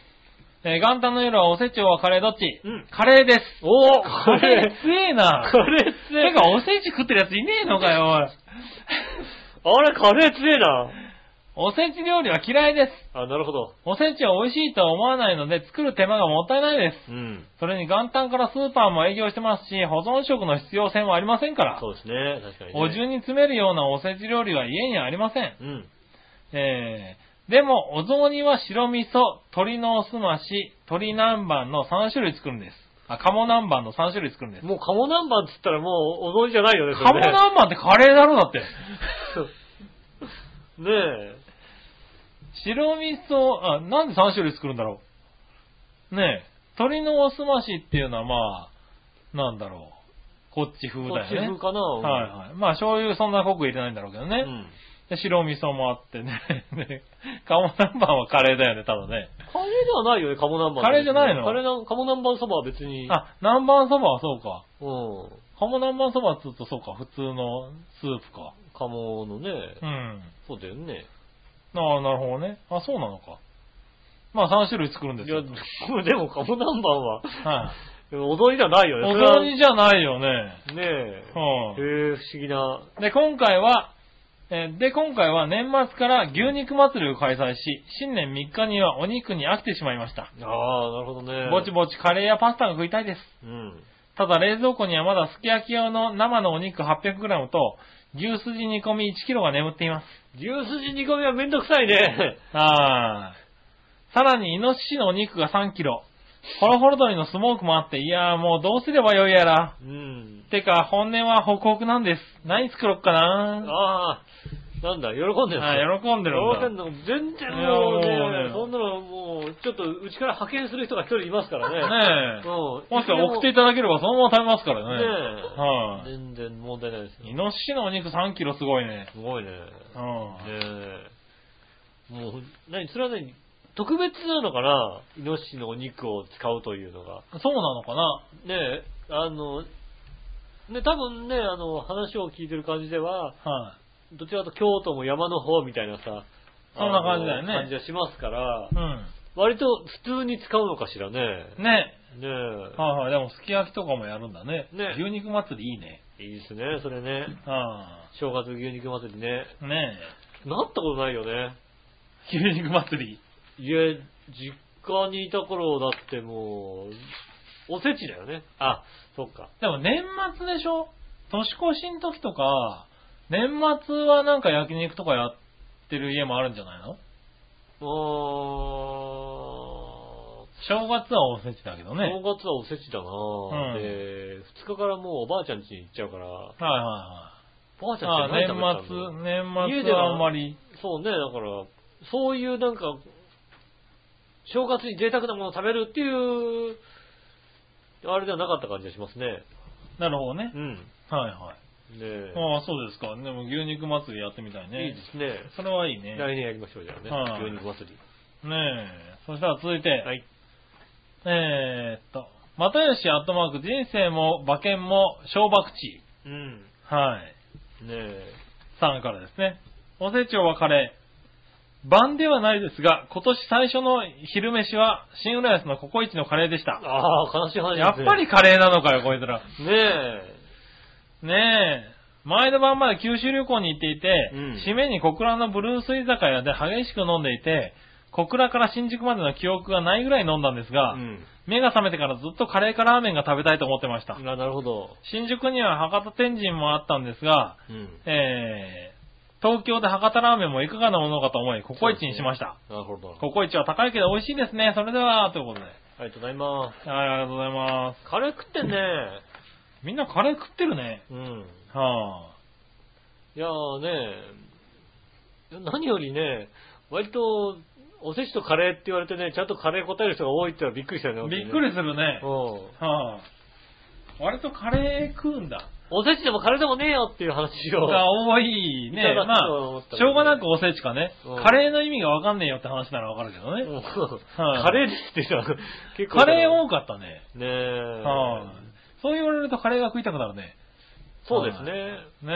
[SPEAKER 3] う。えー元旦の夜はおせちはカレーどっち
[SPEAKER 2] うん
[SPEAKER 3] カレーです。
[SPEAKER 2] おお
[SPEAKER 3] カ
[SPEAKER 2] こ
[SPEAKER 3] レ
[SPEAKER 2] れ
[SPEAKER 3] ー、強えな。
[SPEAKER 2] カレー強
[SPEAKER 3] て
[SPEAKER 2] い。
[SPEAKER 3] か、おせち食ってるやついねえのかよ、
[SPEAKER 2] あれ、カレー強いな。
[SPEAKER 3] おい。おせち料理は嫌いです。
[SPEAKER 2] あ、なるほど。
[SPEAKER 3] おせちは美味しいとは思わないので、作る手間がもったいないです。
[SPEAKER 2] うん。
[SPEAKER 3] それに元旦からスーパーも営業してますし、保存食の必要性もありませんから。
[SPEAKER 2] そうですね、確かに、ね。
[SPEAKER 3] お重に詰めるようなおせち料理は家にありません。
[SPEAKER 2] うん。
[SPEAKER 3] えー、でも、お雑煮は白味噌、鶏のおすまし、鶏南蛮の3種類作るんです。あ、鴨南蛮の3種類作るんです。
[SPEAKER 2] もう、鴨南蛮っつったらもう、お雑煮じゃないよね、そ
[SPEAKER 3] 鴨
[SPEAKER 2] れね。
[SPEAKER 3] 南蛮ってカレーだろだって。
[SPEAKER 2] ねえ。
[SPEAKER 3] 白味噌、あ、なんで3種類作るんだろう。ねえ、鶏のおすましっていうのはまあ、なんだろう。こっち風
[SPEAKER 2] こっ
[SPEAKER 3] だ
[SPEAKER 2] ち
[SPEAKER 3] よね
[SPEAKER 2] 風。かな。
[SPEAKER 3] はいはい。まあ醤油そんな濃く入れないんだろうけどね。
[SPEAKER 2] うん。
[SPEAKER 3] で白味噌もあってね。 で鴨南蛮はカレーだよね、多分ね。
[SPEAKER 2] カレーではないよね、鴨南蛮。
[SPEAKER 3] カレーじゃないの
[SPEAKER 2] カレーな、鴨南蛮そばは別に。
[SPEAKER 3] あ、南蛮そばはそうか。
[SPEAKER 2] うん。
[SPEAKER 3] 鴨南蛮そばっつうとそうか、普通のスープか。
[SPEAKER 2] 鴨のね、
[SPEAKER 3] うん。
[SPEAKER 2] そうだよね。
[SPEAKER 3] ああ、なるほどね。あ、そうなのか。まあ3種類作るんで
[SPEAKER 2] い
[SPEAKER 3] す
[SPEAKER 2] や、
[SPEAKER 3] よ。
[SPEAKER 2] でも鴨南蛮は、
[SPEAKER 3] はい。
[SPEAKER 2] お雑煮じゃないよね。
[SPEAKER 3] お
[SPEAKER 2] それは
[SPEAKER 3] 雑煮じゃないよね。
[SPEAKER 2] ねえ。
[SPEAKER 3] は
[SPEAKER 2] へ
[SPEAKER 3] い
[SPEAKER 2] え、不思議な。
[SPEAKER 3] で、今回は、えーで、今回は年末から牛肉祭りを開催し、新年3日にはお肉に飽きてしまいました。
[SPEAKER 2] ああ、なるほどね。
[SPEAKER 3] ぼちぼちカレーやパスタが食いたいです。
[SPEAKER 2] うん。
[SPEAKER 3] 食ただ冷蔵庫にはまだすき焼き用の生のお肉 800g と、牛すじ煮込み 1kg が眠っています。
[SPEAKER 2] 牛すじ煮込みはめんどくさいね。
[SPEAKER 3] あーさらに、イノシシのお肉が 3kg。ホロホロ鳥のスモークもあって、いやーもうどうすればよいやら。
[SPEAKER 2] うん。
[SPEAKER 3] てか、本音はホクホクなんです。何作ろっかな
[SPEAKER 2] ああ、なんだ、喜んでるんだ
[SPEAKER 3] あー喜んでるんだ
[SPEAKER 2] 喜んでる全然もう
[SPEAKER 3] いやもう
[SPEAKER 2] ね
[SPEAKER 3] ね、
[SPEAKER 2] そんなのもう、ちょっとうちから派遣する人が一人いますからね。
[SPEAKER 3] ねえ。
[SPEAKER 2] も
[SPEAKER 3] もしくは送っていただければそのまま食べますからね。
[SPEAKER 2] ねえ
[SPEAKER 3] はい、
[SPEAKER 2] 全然問題ないです
[SPEAKER 3] イ
[SPEAKER 2] よ。
[SPEAKER 3] ノシシのお肉3キロすごいね。
[SPEAKER 2] すごいね。ね
[SPEAKER 3] うん。
[SPEAKER 2] え。もう、何、それは何、特別なのかなイノシシのお肉を使うというのが。
[SPEAKER 3] そうなのかな
[SPEAKER 2] ねえ、あの、ね、多分ね、あの、話を聞いてる感じでは、
[SPEAKER 3] はい、
[SPEAKER 2] どちらかと京都も山の方みたいなさ、
[SPEAKER 3] そんな感じだよね
[SPEAKER 2] あの感じはしますから、
[SPEAKER 3] う
[SPEAKER 2] 割と普通に使うのかしらね。
[SPEAKER 3] ん。ね。
[SPEAKER 2] ね
[SPEAKER 3] はい、はい、でもすき焼きとかもやるんだね。
[SPEAKER 2] ね
[SPEAKER 3] 牛肉祭りいいね。
[SPEAKER 2] え。いいですね、それね。
[SPEAKER 3] は
[SPEAKER 2] 正月牛肉祭りね。
[SPEAKER 3] い、ね
[SPEAKER 2] なったことないよね。
[SPEAKER 3] え。牛肉祭り。
[SPEAKER 2] 家、実家にいた頃だってもう、おせちだよね。あ、そっか。
[SPEAKER 3] でも年末でしょ年越しの時とか、年末はなんか焼肉とかやってる家もあるんじゃないの
[SPEAKER 2] あー、正
[SPEAKER 3] 正月はおせちだけどね。はいはい
[SPEAKER 2] 月はおせちだなぁ、
[SPEAKER 3] うん
[SPEAKER 2] で、2日からもうおばあちゃん家に行っちゃうから、お
[SPEAKER 3] は
[SPEAKER 2] ばあ
[SPEAKER 3] い。
[SPEAKER 2] ちゃ
[SPEAKER 3] あ
[SPEAKER 2] ん家
[SPEAKER 3] 年
[SPEAKER 2] で何食べてたの
[SPEAKER 3] 末、年
[SPEAKER 2] 家
[SPEAKER 3] 末
[SPEAKER 2] で
[SPEAKER 3] は
[SPEAKER 2] は
[SPEAKER 3] あんまり。
[SPEAKER 2] そうね、だから、そういうなんか、正月に贅沢なものを食べるっていう、あれではなかった感じがしますね。
[SPEAKER 3] なるほどね
[SPEAKER 2] う。ん。ね
[SPEAKER 3] はいはい。
[SPEAKER 2] え
[SPEAKER 3] ああ、そうですか。でも牛肉祭りやってみたいね。
[SPEAKER 2] いいですね。
[SPEAKER 3] それはいいね。ね
[SPEAKER 2] 来年やりましょう、じゃあ
[SPEAKER 3] はい
[SPEAKER 2] ね。牛肉祭り。
[SPEAKER 3] え。そしたら続いて、
[SPEAKER 2] はい。
[SPEAKER 3] えーっと、またよしアットマーク、人生も馬券も小博地。
[SPEAKER 2] うん。ね
[SPEAKER 3] はい。
[SPEAKER 2] え。
[SPEAKER 3] さんからですね。おせちをはカレー。晩ではないですが、今年最初の昼飯は、新浦安のココイチのカレーでした。
[SPEAKER 2] ああ、悲しい話
[SPEAKER 3] や
[SPEAKER 2] で
[SPEAKER 3] っ
[SPEAKER 2] すね
[SPEAKER 3] ぱりカレーなのかよ、こいつら。
[SPEAKER 2] ねえ。
[SPEAKER 3] ねえ。前の晩まで九州旅行に行っていて、
[SPEAKER 2] うん
[SPEAKER 3] 締めに小倉のブルース居酒屋で激しく飲んでいて、小倉から新宿までの記憶がないぐらい飲んだんですが、
[SPEAKER 2] うん。
[SPEAKER 3] 目が覚めてからずっとカレーかラーメンが食べたいと思ってました。
[SPEAKER 2] ななるほど。
[SPEAKER 3] 新宿には博多天神もあったんですが、
[SPEAKER 2] うん。
[SPEAKER 3] えー、東京で博多ラーメンもいかがなものかと思い、ココイチにしました。
[SPEAKER 2] なるほど。
[SPEAKER 3] ココイチは高いけど美味しいですね。それでは、ということで。はい、
[SPEAKER 2] ありがとうございま。
[SPEAKER 3] ありがとうございます
[SPEAKER 2] カレー食ってんね。
[SPEAKER 3] す。みんなカレー食ってるね。
[SPEAKER 2] うん。
[SPEAKER 3] はぁ、
[SPEAKER 2] いやーね、何よりね、割と、おせちとカレーって言われてね、ちゃんとカレー答える人が多いってのはびっくりしたよね。
[SPEAKER 3] びっくり
[SPEAKER 2] し
[SPEAKER 3] するね。
[SPEAKER 2] うん。
[SPEAKER 3] はあ、割とカレー食うんだ。
[SPEAKER 2] おせちでもカレーでもねえよっていう話 を。
[SPEAKER 3] が多い
[SPEAKER 2] いた
[SPEAKER 3] ね。
[SPEAKER 2] だく
[SPEAKER 3] ま
[SPEAKER 2] とは思っ
[SPEAKER 3] あ
[SPEAKER 2] た、けどね
[SPEAKER 3] しょうがなくおせちかね
[SPEAKER 2] う。ん
[SPEAKER 3] カレーの意味がわかんねえよって話ならわかるけど
[SPEAKER 2] う
[SPEAKER 3] ね。
[SPEAKER 2] ん
[SPEAKER 3] はい
[SPEAKER 2] カレーですってさ、結構。
[SPEAKER 3] カレー多かったね。
[SPEAKER 2] ねえ。
[SPEAKER 3] はいそう言われるとカレーが食いたくなるね。
[SPEAKER 2] そうですね。
[SPEAKER 3] ねえ。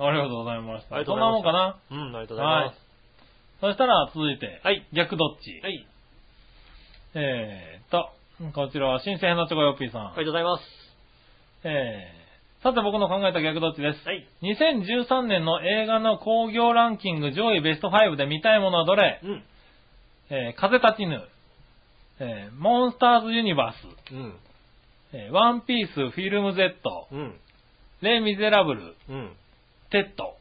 [SPEAKER 3] ありがとうございまし
[SPEAKER 2] あり
[SPEAKER 3] た。
[SPEAKER 2] がとうんござ
[SPEAKER 3] そない
[SPEAKER 2] ま
[SPEAKER 3] もん
[SPEAKER 2] し
[SPEAKER 3] か
[SPEAKER 2] た
[SPEAKER 3] な。
[SPEAKER 2] うん、ありがとうござい
[SPEAKER 3] は
[SPEAKER 2] ま
[SPEAKER 3] い。そしたら続いて。
[SPEAKER 2] はい
[SPEAKER 3] 逆どっち
[SPEAKER 2] す。はい。
[SPEAKER 3] えーっと、こちらは新鮮なチョコヨッピーさん。
[SPEAKER 2] ありがとうございます。
[SPEAKER 3] えー、さて僕の考えた逆どっちです。
[SPEAKER 2] はい。
[SPEAKER 3] 2013年の映画の興行ランキング上位ベスト5で見たいものはどれ
[SPEAKER 2] うん。
[SPEAKER 3] えー、風立ちぬ、えー、モンスターズユニバース、
[SPEAKER 2] うん。
[SPEAKER 3] えー、ワンピースフィルム Z、
[SPEAKER 2] うん。
[SPEAKER 3] レ・ミゼラブル、
[SPEAKER 2] うん。
[SPEAKER 3] テッド。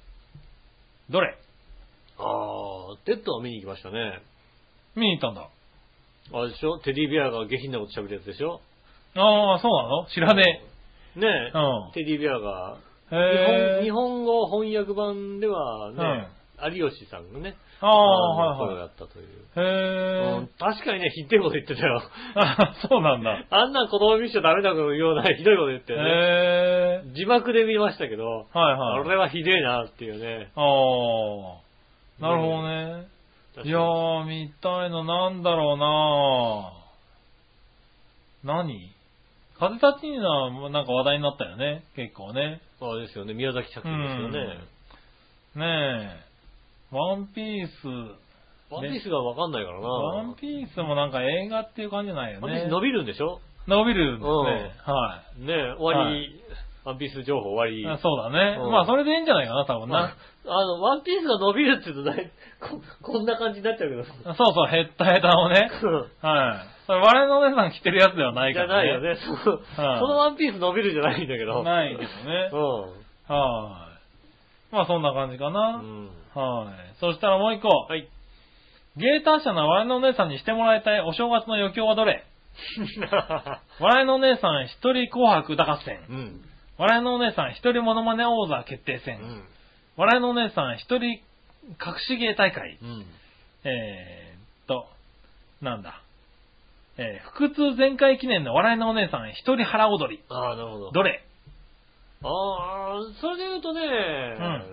[SPEAKER 3] どれ
[SPEAKER 2] あー、テッドは見に行きましたね。
[SPEAKER 3] 見に行ったんだ。
[SPEAKER 2] あれでしょテディベアが下品なこと喋るやつでしょ
[SPEAKER 3] ああ、そうなの知らね
[SPEAKER 2] ね
[SPEAKER 3] え。
[SPEAKER 2] え
[SPEAKER 3] う。ん。
[SPEAKER 2] テディベアが、
[SPEAKER 3] へえ。
[SPEAKER 2] 日本日本語翻訳版ではね、有吉さんがね、
[SPEAKER 3] あ
[SPEAKER 2] あ
[SPEAKER 3] あ、
[SPEAKER 2] の
[SPEAKER 3] はい
[SPEAKER 2] 声
[SPEAKER 3] は
[SPEAKER 2] だ
[SPEAKER 3] い。
[SPEAKER 2] ったという。う
[SPEAKER 3] へえ
[SPEAKER 2] ん。確かにね、ひってること言ってたよ。
[SPEAKER 3] あ そうなんだ。
[SPEAKER 2] あんな子供見しちゃダメだようなひどいこと言ってね。
[SPEAKER 3] へえ。
[SPEAKER 2] 字幕で見ましたけど、
[SPEAKER 3] はい
[SPEAKER 2] あ
[SPEAKER 3] はい。
[SPEAKER 2] れはひでえなっていうね。
[SPEAKER 3] ああ。なるほどね。いや
[SPEAKER 2] 確か
[SPEAKER 3] ー、見たいのなんだろうな何風立ちぬはなんか話題になったよね、結構ね。
[SPEAKER 2] にあれですよね、宮崎作品ですよね。
[SPEAKER 3] ねえ。ワンピース。
[SPEAKER 2] ワンピースがわかんないからな。
[SPEAKER 3] ワンピースもなんか映画っていう感じじゃないよ
[SPEAKER 2] ワンピー
[SPEAKER 3] ね
[SPEAKER 2] ス。伸びるんでしょ
[SPEAKER 3] 伸びるんですね。
[SPEAKER 2] うん
[SPEAKER 3] は
[SPEAKER 2] ねえ終わり、ワンピース情報終わり。
[SPEAKER 3] あそうだね。
[SPEAKER 2] うん
[SPEAKER 3] まあ、それでいいんじゃないかな、多分
[SPEAKER 2] ま
[SPEAKER 3] な。
[SPEAKER 2] あ、あの、ワンピースが伸びるって言うとね、 こ、こんな感じになっちゃうけ ど。
[SPEAKER 3] そうそう、ヘッタヘタをね。はい。それ、我々のお姉さん着てるやつではない
[SPEAKER 2] じ
[SPEAKER 3] か
[SPEAKER 2] ゃな
[SPEAKER 3] ら
[SPEAKER 2] い
[SPEAKER 3] ね。
[SPEAKER 2] よね。そう
[SPEAKER 3] はい
[SPEAKER 2] そのワンピース伸びるじゃないんだけど。
[SPEAKER 3] ないけどね
[SPEAKER 2] う。
[SPEAKER 3] はい。まあ、そんな感じか
[SPEAKER 2] ん。
[SPEAKER 3] な
[SPEAKER 2] う。ん。
[SPEAKER 3] はい。そしたらもう一個。
[SPEAKER 2] はい。
[SPEAKER 3] 芸達者な笑いのお姉さんにしてもらいたいお正月の余興はどれ笑いのお姉さん一人紅白歌合戦。
[SPEAKER 2] うん。
[SPEAKER 3] 笑いのお姉さん一人モノマネ王座決定
[SPEAKER 2] う
[SPEAKER 3] 戦。
[SPEAKER 2] ん。
[SPEAKER 3] 笑いのお姉さん一人隠し芸大会。
[SPEAKER 2] うん。
[SPEAKER 3] えーっと、なんだ。えー、腹痛全開記念の笑いのお姉さん一人腹踊り。
[SPEAKER 2] ああ、なるほど。
[SPEAKER 3] ど れ
[SPEAKER 2] ああ、それで言うとね、
[SPEAKER 3] ん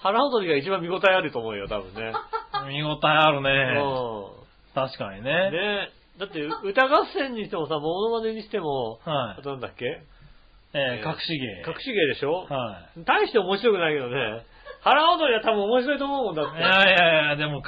[SPEAKER 2] 腹踊りが一番見応えあると思うよ、多分ね。
[SPEAKER 3] 見応えあるね。
[SPEAKER 2] うん。
[SPEAKER 3] 確かにね。
[SPEAKER 2] ねだって、歌合戦にしてもさ、モノマネにしても、
[SPEAKER 3] はい
[SPEAKER 2] あとなんだっけ
[SPEAKER 3] え
[SPEAKER 2] え
[SPEAKER 3] ー
[SPEAKER 2] ー
[SPEAKER 3] 隠し芸。
[SPEAKER 2] 隠し芸でしょ
[SPEAKER 3] はい。
[SPEAKER 2] 大して面白くないけどね。腹踊りは多分面白いと思うもんだっ
[SPEAKER 3] い
[SPEAKER 2] て。
[SPEAKER 3] やいやいや、でも隠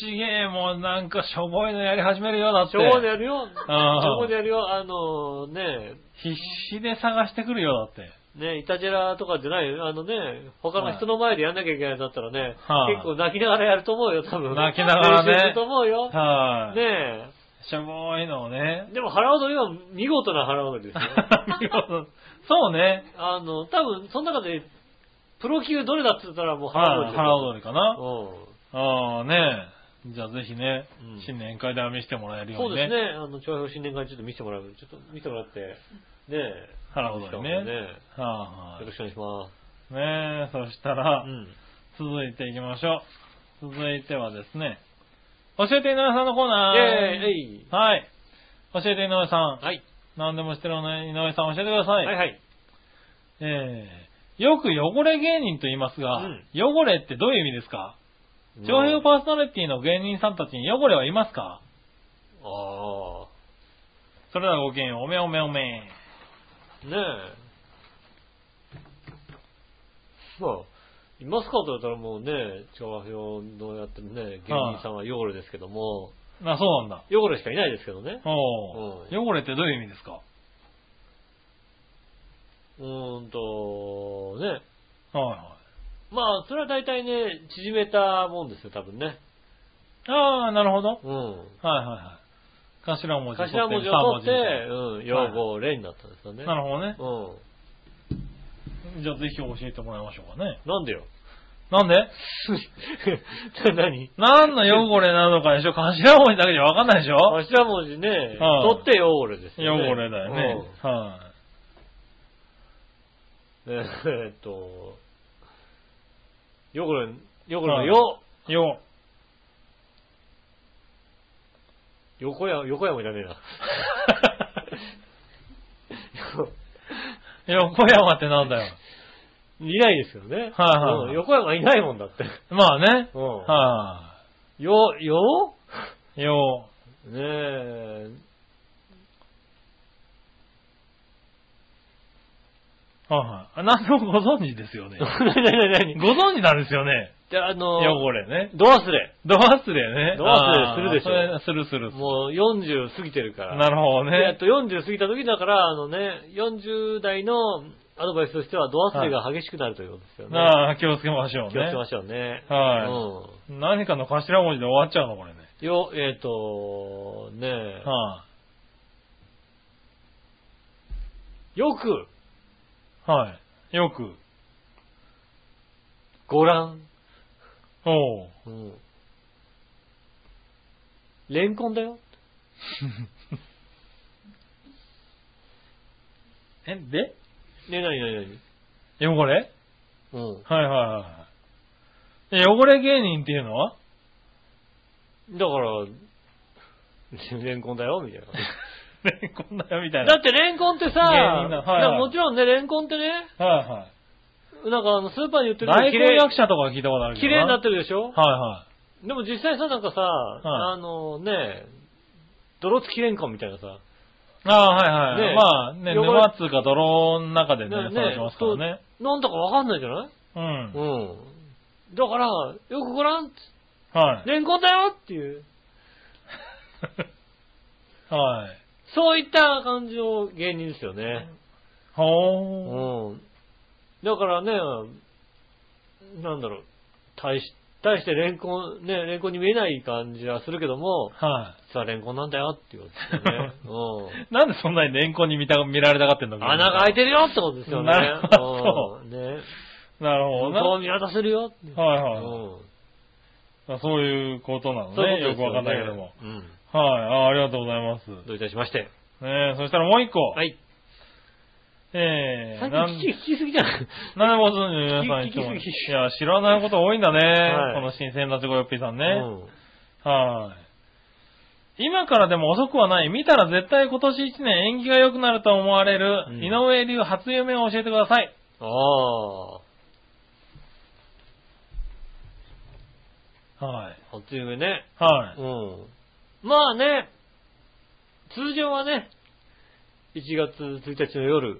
[SPEAKER 3] し芸もなんかしょぼいのやり始めるよ、だって。
[SPEAKER 2] しょぼでやるよ。し
[SPEAKER 3] あー
[SPEAKER 2] ょぼでやるよ。あのね、
[SPEAKER 3] 必死で探してくるよ、だって。
[SPEAKER 2] ね、イタジェラとかじゃないよ。あのね、他の人の前でやんなきゃいけないんだったらね、
[SPEAKER 3] はい
[SPEAKER 2] 結構泣きながらやると思うよ、多分。
[SPEAKER 3] 泣きながらね
[SPEAKER 2] 練習すると思うよ。
[SPEAKER 3] はい。
[SPEAKER 2] ね
[SPEAKER 3] しょぼいのをね
[SPEAKER 2] え。。でも腹踊りは見事な腹踊りですよ。
[SPEAKER 3] 見事そうね。
[SPEAKER 2] あの、多分、その中で、プロ級どれだって言ったらもう腹踊
[SPEAKER 3] は
[SPEAKER 2] りで
[SPEAKER 3] い、
[SPEAKER 2] すよ。
[SPEAKER 3] 腹踊りかな。
[SPEAKER 2] うん。
[SPEAKER 3] ああ、ねえ。じゃあぜひね
[SPEAKER 2] うん、
[SPEAKER 3] 新年会では見せてもらえるよ
[SPEAKER 2] そうう
[SPEAKER 3] に
[SPEAKER 2] で
[SPEAKER 3] ね。
[SPEAKER 2] すね。あの、長表新年会ちょっと見せてもらう。ちょっと見てもらって。ねえ。
[SPEAKER 3] 腹踊りね
[SPEAKER 2] ね
[SPEAKER 3] は
[SPEAKER 2] よろしくお願いします。
[SPEAKER 3] いはい。ねえ、そしたら、
[SPEAKER 2] うん。
[SPEAKER 3] 続いていきましょう。続いてはですね、教えて井上さんのコーナー。
[SPEAKER 2] ええい
[SPEAKER 3] はい。教えて井上さん。
[SPEAKER 2] はい。
[SPEAKER 3] 何でも知ってるね井上さん教えてくださ
[SPEAKER 2] はいはい。
[SPEAKER 3] えー、よく汚れ芸人と言いますが、
[SPEAKER 2] うん
[SPEAKER 3] 汚れってどういう意味ですか長編パーソナリティの芸人さんたちに汚れはいますか
[SPEAKER 2] あ
[SPEAKER 3] それではごきげんようおめおめおめ。
[SPEAKER 2] あ。ねえ。まあ、いますかと言ったらもうね、長編のやってるね、芸人さんは汚れですけども、
[SPEAKER 3] あ、そうなんだ。
[SPEAKER 2] 汚れしかいないですけどね。
[SPEAKER 3] おー汚れってどういう意味ですか
[SPEAKER 2] うーんと、ね。
[SPEAKER 3] はいは
[SPEAKER 2] まあ、それは大体ね、縮めたもんですよ、多分ね。
[SPEAKER 3] い。ああ、なるほど。はい
[SPEAKER 2] うん。
[SPEAKER 3] はいはい。頭文字取って
[SPEAKER 2] 頭文字を取って、
[SPEAKER 3] 三文
[SPEAKER 2] うん、用語例になったんですよ
[SPEAKER 3] 字
[SPEAKER 2] ね。
[SPEAKER 3] なるほどね。
[SPEAKER 2] うん。
[SPEAKER 3] じゃあぜひ教えてもらいましょうかね。
[SPEAKER 2] なんでよ。
[SPEAKER 3] なんで
[SPEAKER 2] 何
[SPEAKER 3] 何の汚れなのかでしょ頭文字だけじゃわかんないでしょ
[SPEAKER 2] 頭文字ね、
[SPEAKER 3] はい
[SPEAKER 2] 取って汚れですよね。
[SPEAKER 3] 汚れだよね。は
[SPEAKER 2] う
[SPEAKER 3] い。
[SPEAKER 2] ん。えーっと、汚れ、汚れの
[SPEAKER 3] は
[SPEAKER 2] よ、
[SPEAKER 3] よ。
[SPEAKER 2] 横山、横山じゃねえな。
[SPEAKER 3] 横山ってなんだよ。
[SPEAKER 2] いない ですよね。
[SPEAKER 3] はいはい
[SPEAKER 2] うん横山いないもんだって。
[SPEAKER 3] まあね。
[SPEAKER 2] うん
[SPEAKER 3] は
[SPEAKER 2] よ、よ
[SPEAKER 3] い。よ。
[SPEAKER 2] ねえ、
[SPEAKER 3] はいはい。あなんでもご存知ですよね。
[SPEAKER 2] なになになに
[SPEAKER 3] ご存知なんですよね。
[SPEAKER 2] じゃあ、あの、
[SPEAKER 3] 汚れね。
[SPEAKER 2] ド忘れ。
[SPEAKER 3] ド忘れね。
[SPEAKER 2] ド忘れするでしょ
[SPEAKER 3] あーそれするする。
[SPEAKER 2] もう40過ぎてるから。
[SPEAKER 3] なるほど
[SPEAKER 2] でえっ
[SPEAKER 3] ね。
[SPEAKER 2] と、40過ぎた時だから、あのね、40代のアドバイスとしては、ド忘れが激しくなるということですよね。
[SPEAKER 3] なあ、気をつけましょうね。
[SPEAKER 2] 気をつけましょうね。
[SPEAKER 3] は何かの頭文字で終わっちゃうの、これね。
[SPEAKER 2] うん。よ、えっ、と、ねえ、
[SPEAKER 3] は
[SPEAKER 2] よく
[SPEAKER 3] い。はい。よく。
[SPEAKER 2] ご覧。
[SPEAKER 3] おう。
[SPEAKER 2] うん。レンコンだよ。
[SPEAKER 3] え、で
[SPEAKER 2] ね、なになに
[SPEAKER 3] 汚れ
[SPEAKER 2] なにう
[SPEAKER 3] はいはいはいえ。汚れ芸人っていう のは
[SPEAKER 2] ん。だから、 レンコンだよ、みたい
[SPEAKER 3] ねこんなよみた
[SPEAKER 2] な。
[SPEAKER 3] い
[SPEAKER 2] だ
[SPEAKER 3] な。
[SPEAKER 2] ってレンコンってさ、
[SPEAKER 3] 芸人だはいはい
[SPEAKER 2] だからもちろんね、レンコンってね、
[SPEAKER 3] はいはい。
[SPEAKER 2] なんかあの、スーパーに売ってる
[SPEAKER 3] 大
[SPEAKER 2] 綺
[SPEAKER 3] 根
[SPEAKER 2] 麗
[SPEAKER 3] 役者とかは聞いたことあるけど
[SPEAKER 2] 綺麗になってるでしょ
[SPEAKER 3] はいは
[SPEAKER 2] でも実際さ、なんかさ、あのね、泥付きレンコンみたいなさ、
[SPEAKER 3] い。ああ、はいはい。
[SPEAKER 2] ね
[SPEAKER 3] まあね、
[SPEAKER 2] 汚れ
[SPEAKER 3] 沼っつうか泥の中でね、
[SPEAKER 2] ね
[SPEAKER 3] 育ちますからね。
[SPEAKER 2] なんだかわかんないじゃない
[SPEAKER 3] うん。
[SPEAKER 2] うん。だから、よくご覧、
[SPEAKER 3] はい。
[SPEAKER 2] レンコンだよっていう、
[SPEAKER 3] はい。
[SPEAKER 2] そういった感じの芸人ですよね。
[SPEAKER 3] は
[SPEAKER 2] う
[SPEAKER 3] ほー。
[SPEAKER 2] ん。だからね、なんだろう、大し、大してレンコン、ね、レンコンに見えない感じはするけども、
[SPEAKER 3] は
[SPEAKER 2] 実はレンコンなんだよっていうことですよ ね。うん。
[SPEAKER 3] い。なんでそんなに年功に見た見られたがってんの
[SPEAKER 2] 穴が開いてるよってことですよね。
[SPEAKER 3] なるほど
[SPEAKER 2] うんね。
[SPEAKER 3] なるほどな。
[SPEAKER 2] そう見渡せるよって。
[SPEAKER 3] はいはい
[SPEAKER 2] うん
[SPEAKER 3] まあそういうことなのね。
[SPEAKER 2] そういう
[SPEAKER 3] よくわかんないけども。
[SPEAKER 2] ことですよね。
[SPEAKER 3] はいあ。ありがとうございます。
[SPEAKER 2] うん。どういたしまして。
[SPEAKER 3] ねえ、そしたらもう一個。
[SPEAKER 2] はい。
[SPEAKER 3] えー、
[SPEAKER 2] 最
[SPEAKER 3] なん、
[SPEAKER 2] 近聞き、聞きすぎじゃない
[SPEAKER 3] なんでご存知の皆さんい
[SPEAKER 2] 聞き
[SPEAKER 3] つも。
[SPEAKER 2] 聞き聞き
[SPEAKER 3] いや、知らないこと多いんだね。
[SPEAKER 2] はい
[SPEAKER 3] この新鮮なチョコヨッピーさんね。
[SPEAKER 2] うん
[SPEAKER 3] はい。今からでも遅くはない。見たら絶対今年一年縁起が良くなると思われる、
[SPEAKER 2] うん
[SPEAKER 3] 井上流初夢を教えてください。
[SPEAKER 2] ああ。
[SPEAKER 3] はい。
[SPEAKER 2] 初夢ね。
[SPEAKER 3] は
[SPEAKER 2] うん。まあね、通常はね、1月1日の夜、1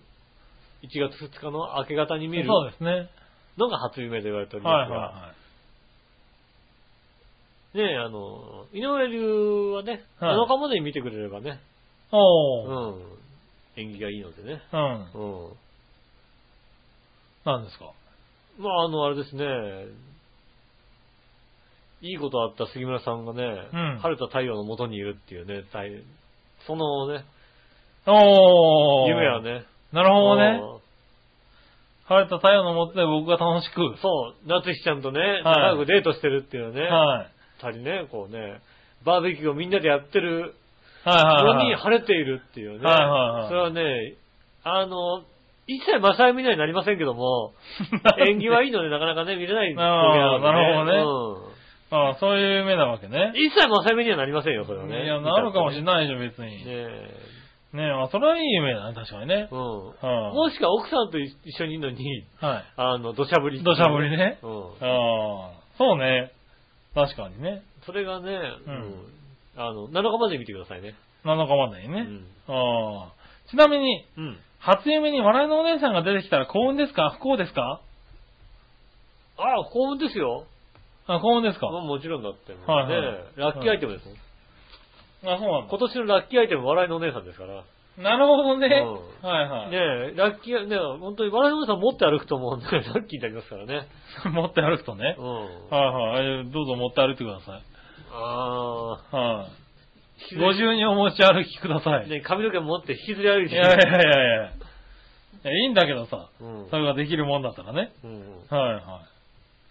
[SPEAKER 2] 月2日の明け方に見
[SPEAKER 3] い。
[SPEAKER 2] る
[SPEAKER 3] そうですね。
[SPEAKER 2] のが初夢と言われておりま
[SPEAKER 3] は
[SPEAKER 2] す
[SPEAKER 3] い
[SPEAKER 2] が、
[SPEAKER 3] は
[SPEAKER 2] ねあの、井上流はね、
[SPEAKER 3] はい
[SPEAKER 2] 7日までに見てくれればね、
[SPEAKER 3] いはい。おー。
[SPEAKER 2] うん。縁起がいいのでね。
[SPEAKER 3] うん。
[SPEAKER 2] うん。
[SPEAKER 3] なんですか。
[SPEAKER 2] まあ、あの、あれですね、いいことあった杉村さんがね、
[SPEAKER 3] うん
[SPEAKER 2] 晴れた太陽の元にいるっていうね、大そのね、
[SPEAKER 3] おー。
[SPEAKER 2] 夢は。ね、
[SPEAKER 3] なるほどね。
[SPEAKER 2] うん
[SPEAKER 3] 晴れた太陽の下で僕が楽しく。
[SPEAKER 2] そう、夏日ちゃんとね、
[SPEAKER 3] はい
[SPEAKER 2] 仲良くデートしてるっていうね、
[SPEAKER 3] はい。
[SPEAKER 2] 二人ね、こうね、バーベキューをみんなでやってる
[SPEAKER 3] はい
[SPEAKER 2] の
[SPEAKER 3] はい、
[SPEAKER 2] に
[SPEAKER 3] はい。
[SPEAKER 2] 晴れているっていうね、
[SPEAKER 3] はいはいはい
[SPEAKER 2] それはね、あの、一切正夢みないになりませんけど も、縁起はいいのでなかなかね、見れない光景ので
[SPEAKER 3] あーなる ああ、そういう夢なわけね
[SPEAKER 2] うん。一切正夢にはなりませんよ、それはね。
[SPEAKER 3] いや、なるかもしれ
[SPEAKER 2] な
[SPEAKER 3] ないでしょ、別に。
[SPEAKER 2] ね
[SPEAKER 3] ね
[SPEAKER 2] え
[SPEAKER 3] え、あ、それはいい夢だね、確かにね
[SPEAKER 2] う。ん。
[SPEAKER 3] はあ
[SPEAKER 2] もしくは奥さんと一緒にいるのに、
[SPEAKER 3] は
[SPEAKER 2] あの、土砂降り。
[SPEAKER 3] い。土砂降りね。
[SPEAKER 2] うん。
[SPEAKER 3] ああ、そうね。確かにね。
[SPEAKER 2] それがね、う
[SPEAKER 3] うん
[SPEAKER 2] ん。あの、7日まで見てくださいね。
[SPEAKER 3] 7日までに
[SPEAKER 2] う
[SPEAKER 3] ね。
[SPEAKER 2] ん。
[SPEAKER 3] ああ。ちなみに、
[SPEAKER 2] うん。
[SPEAKER 3] 初夢に笑いのお姉さんが出てきたら幸運ですか不幸ですか
[SPEAKER 2] ああ、幸運ですよ。
[SPEAKER 3] あ、幸運ですか
[SPEAKER 2] まあもちろんだって。ね
[SPEAKER 3] はいはい
[SPEAKER 2] ラッキーアイテムですもん。
[SPEAKER 3] あ、そうなん
[SPEAKER 2] 今年のラッキーアイテム、笑いのお姉さんですから。
[SPEAKER 3] だ。なるほどね。
[SPEAKER 2] う
[SPEAKER 3] はいはい。
[SPEAKER 2] ねえ、ラッキー、ねえ、本当に笑いのお姉さん持って歩くと思うんで、 ラッキーになりますからね。
[SPEAKER 3] 持って歩くとね
[SPEAKER 2] う。ん。
[SPEAKER 3] はいはい。えどうぞ持って歩いてください。
[SPEAKER 2] ああ。
[SPEAKER 3] はい。ご自由にお持ち歩きください。
[SPEAKER 2] ねえ髪の毛持って引きずり歩い
[SPEAKER 3] い
[SPEAKER 2] て。
[SPEAKER 3] やいやいやいやいや。いいんだけどさ、
[SPEAKER 2] うん
[SPEAKER 3] そ。れができるもんだったらね。
[SPEAKER 2] うん。
[SPEAKER 3] はいは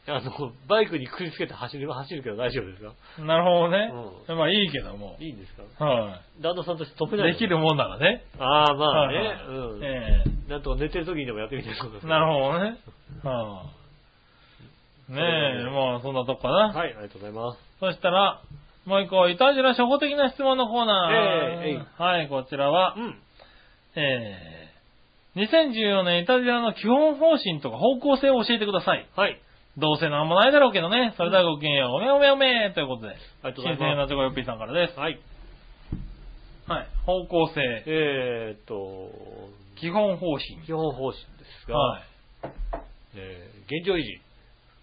[SPEAKER 2] あの、バイクにくりつけて走る、走るけど大丈夫ですか
[SPEAKER 3] い。なるほどね。まあいいけども。
[SPEAKER 2] いいんですか
[SPEAKER 3] は
[SPEAKER 2] 旦那さんとして
[SPEAKER 3] い。
[SPEAKER 2] 止めない
[SPEAKER 3] できるもんならね。
[SPEAKER 2] ああ、まあね。
[SPEAKER 3] はいはい
[SPEAKER 2] うん。
[SPEAKER 3] え
[SPEAKER 2] なんとか寝てる時にでもやってみたいことです
[SPEAKER 3] え
[SPEAKER 2] ね
[SPEAKER 3] なるほどね。はあ、ねえ、まあそんなとこかな。
[SPEAKER 2] はい、ありがとうございます。
[SPEAKER 3] そしたら、もう一個、いたじら初歩的な質問のコーナー。
[SPEAKER 2] えええ
[SPEAKER 3] はい、こちらは
[SPEAKER 2] う、ん。
[SPEAKER 3] えー、2014年イタジラの基本方針とか方向性を教えてください。
[SPEAKER 2] はい。
[SPEAKER 3] どうせなんもないだろうけどね。それではごきげんよう。おめおめおめということで。
[SPEAKER 2] ありがとうござ
[SPEAKER 3] 新
[SPEAKER 2] います
[SPEAKER 3] 鮮。なチョコヨッピーさんからです。
[SPEAKER 2] はい。
[SPEAKER 3] はい。方向性。
[SPEAKER 2] えーっと、
[SPEAKER 3] 基本方針。
[SPEAKER 2] 基本方針ですが、
[SPEAKER 3] はい。
[SPEAKER 2] えー現状維持。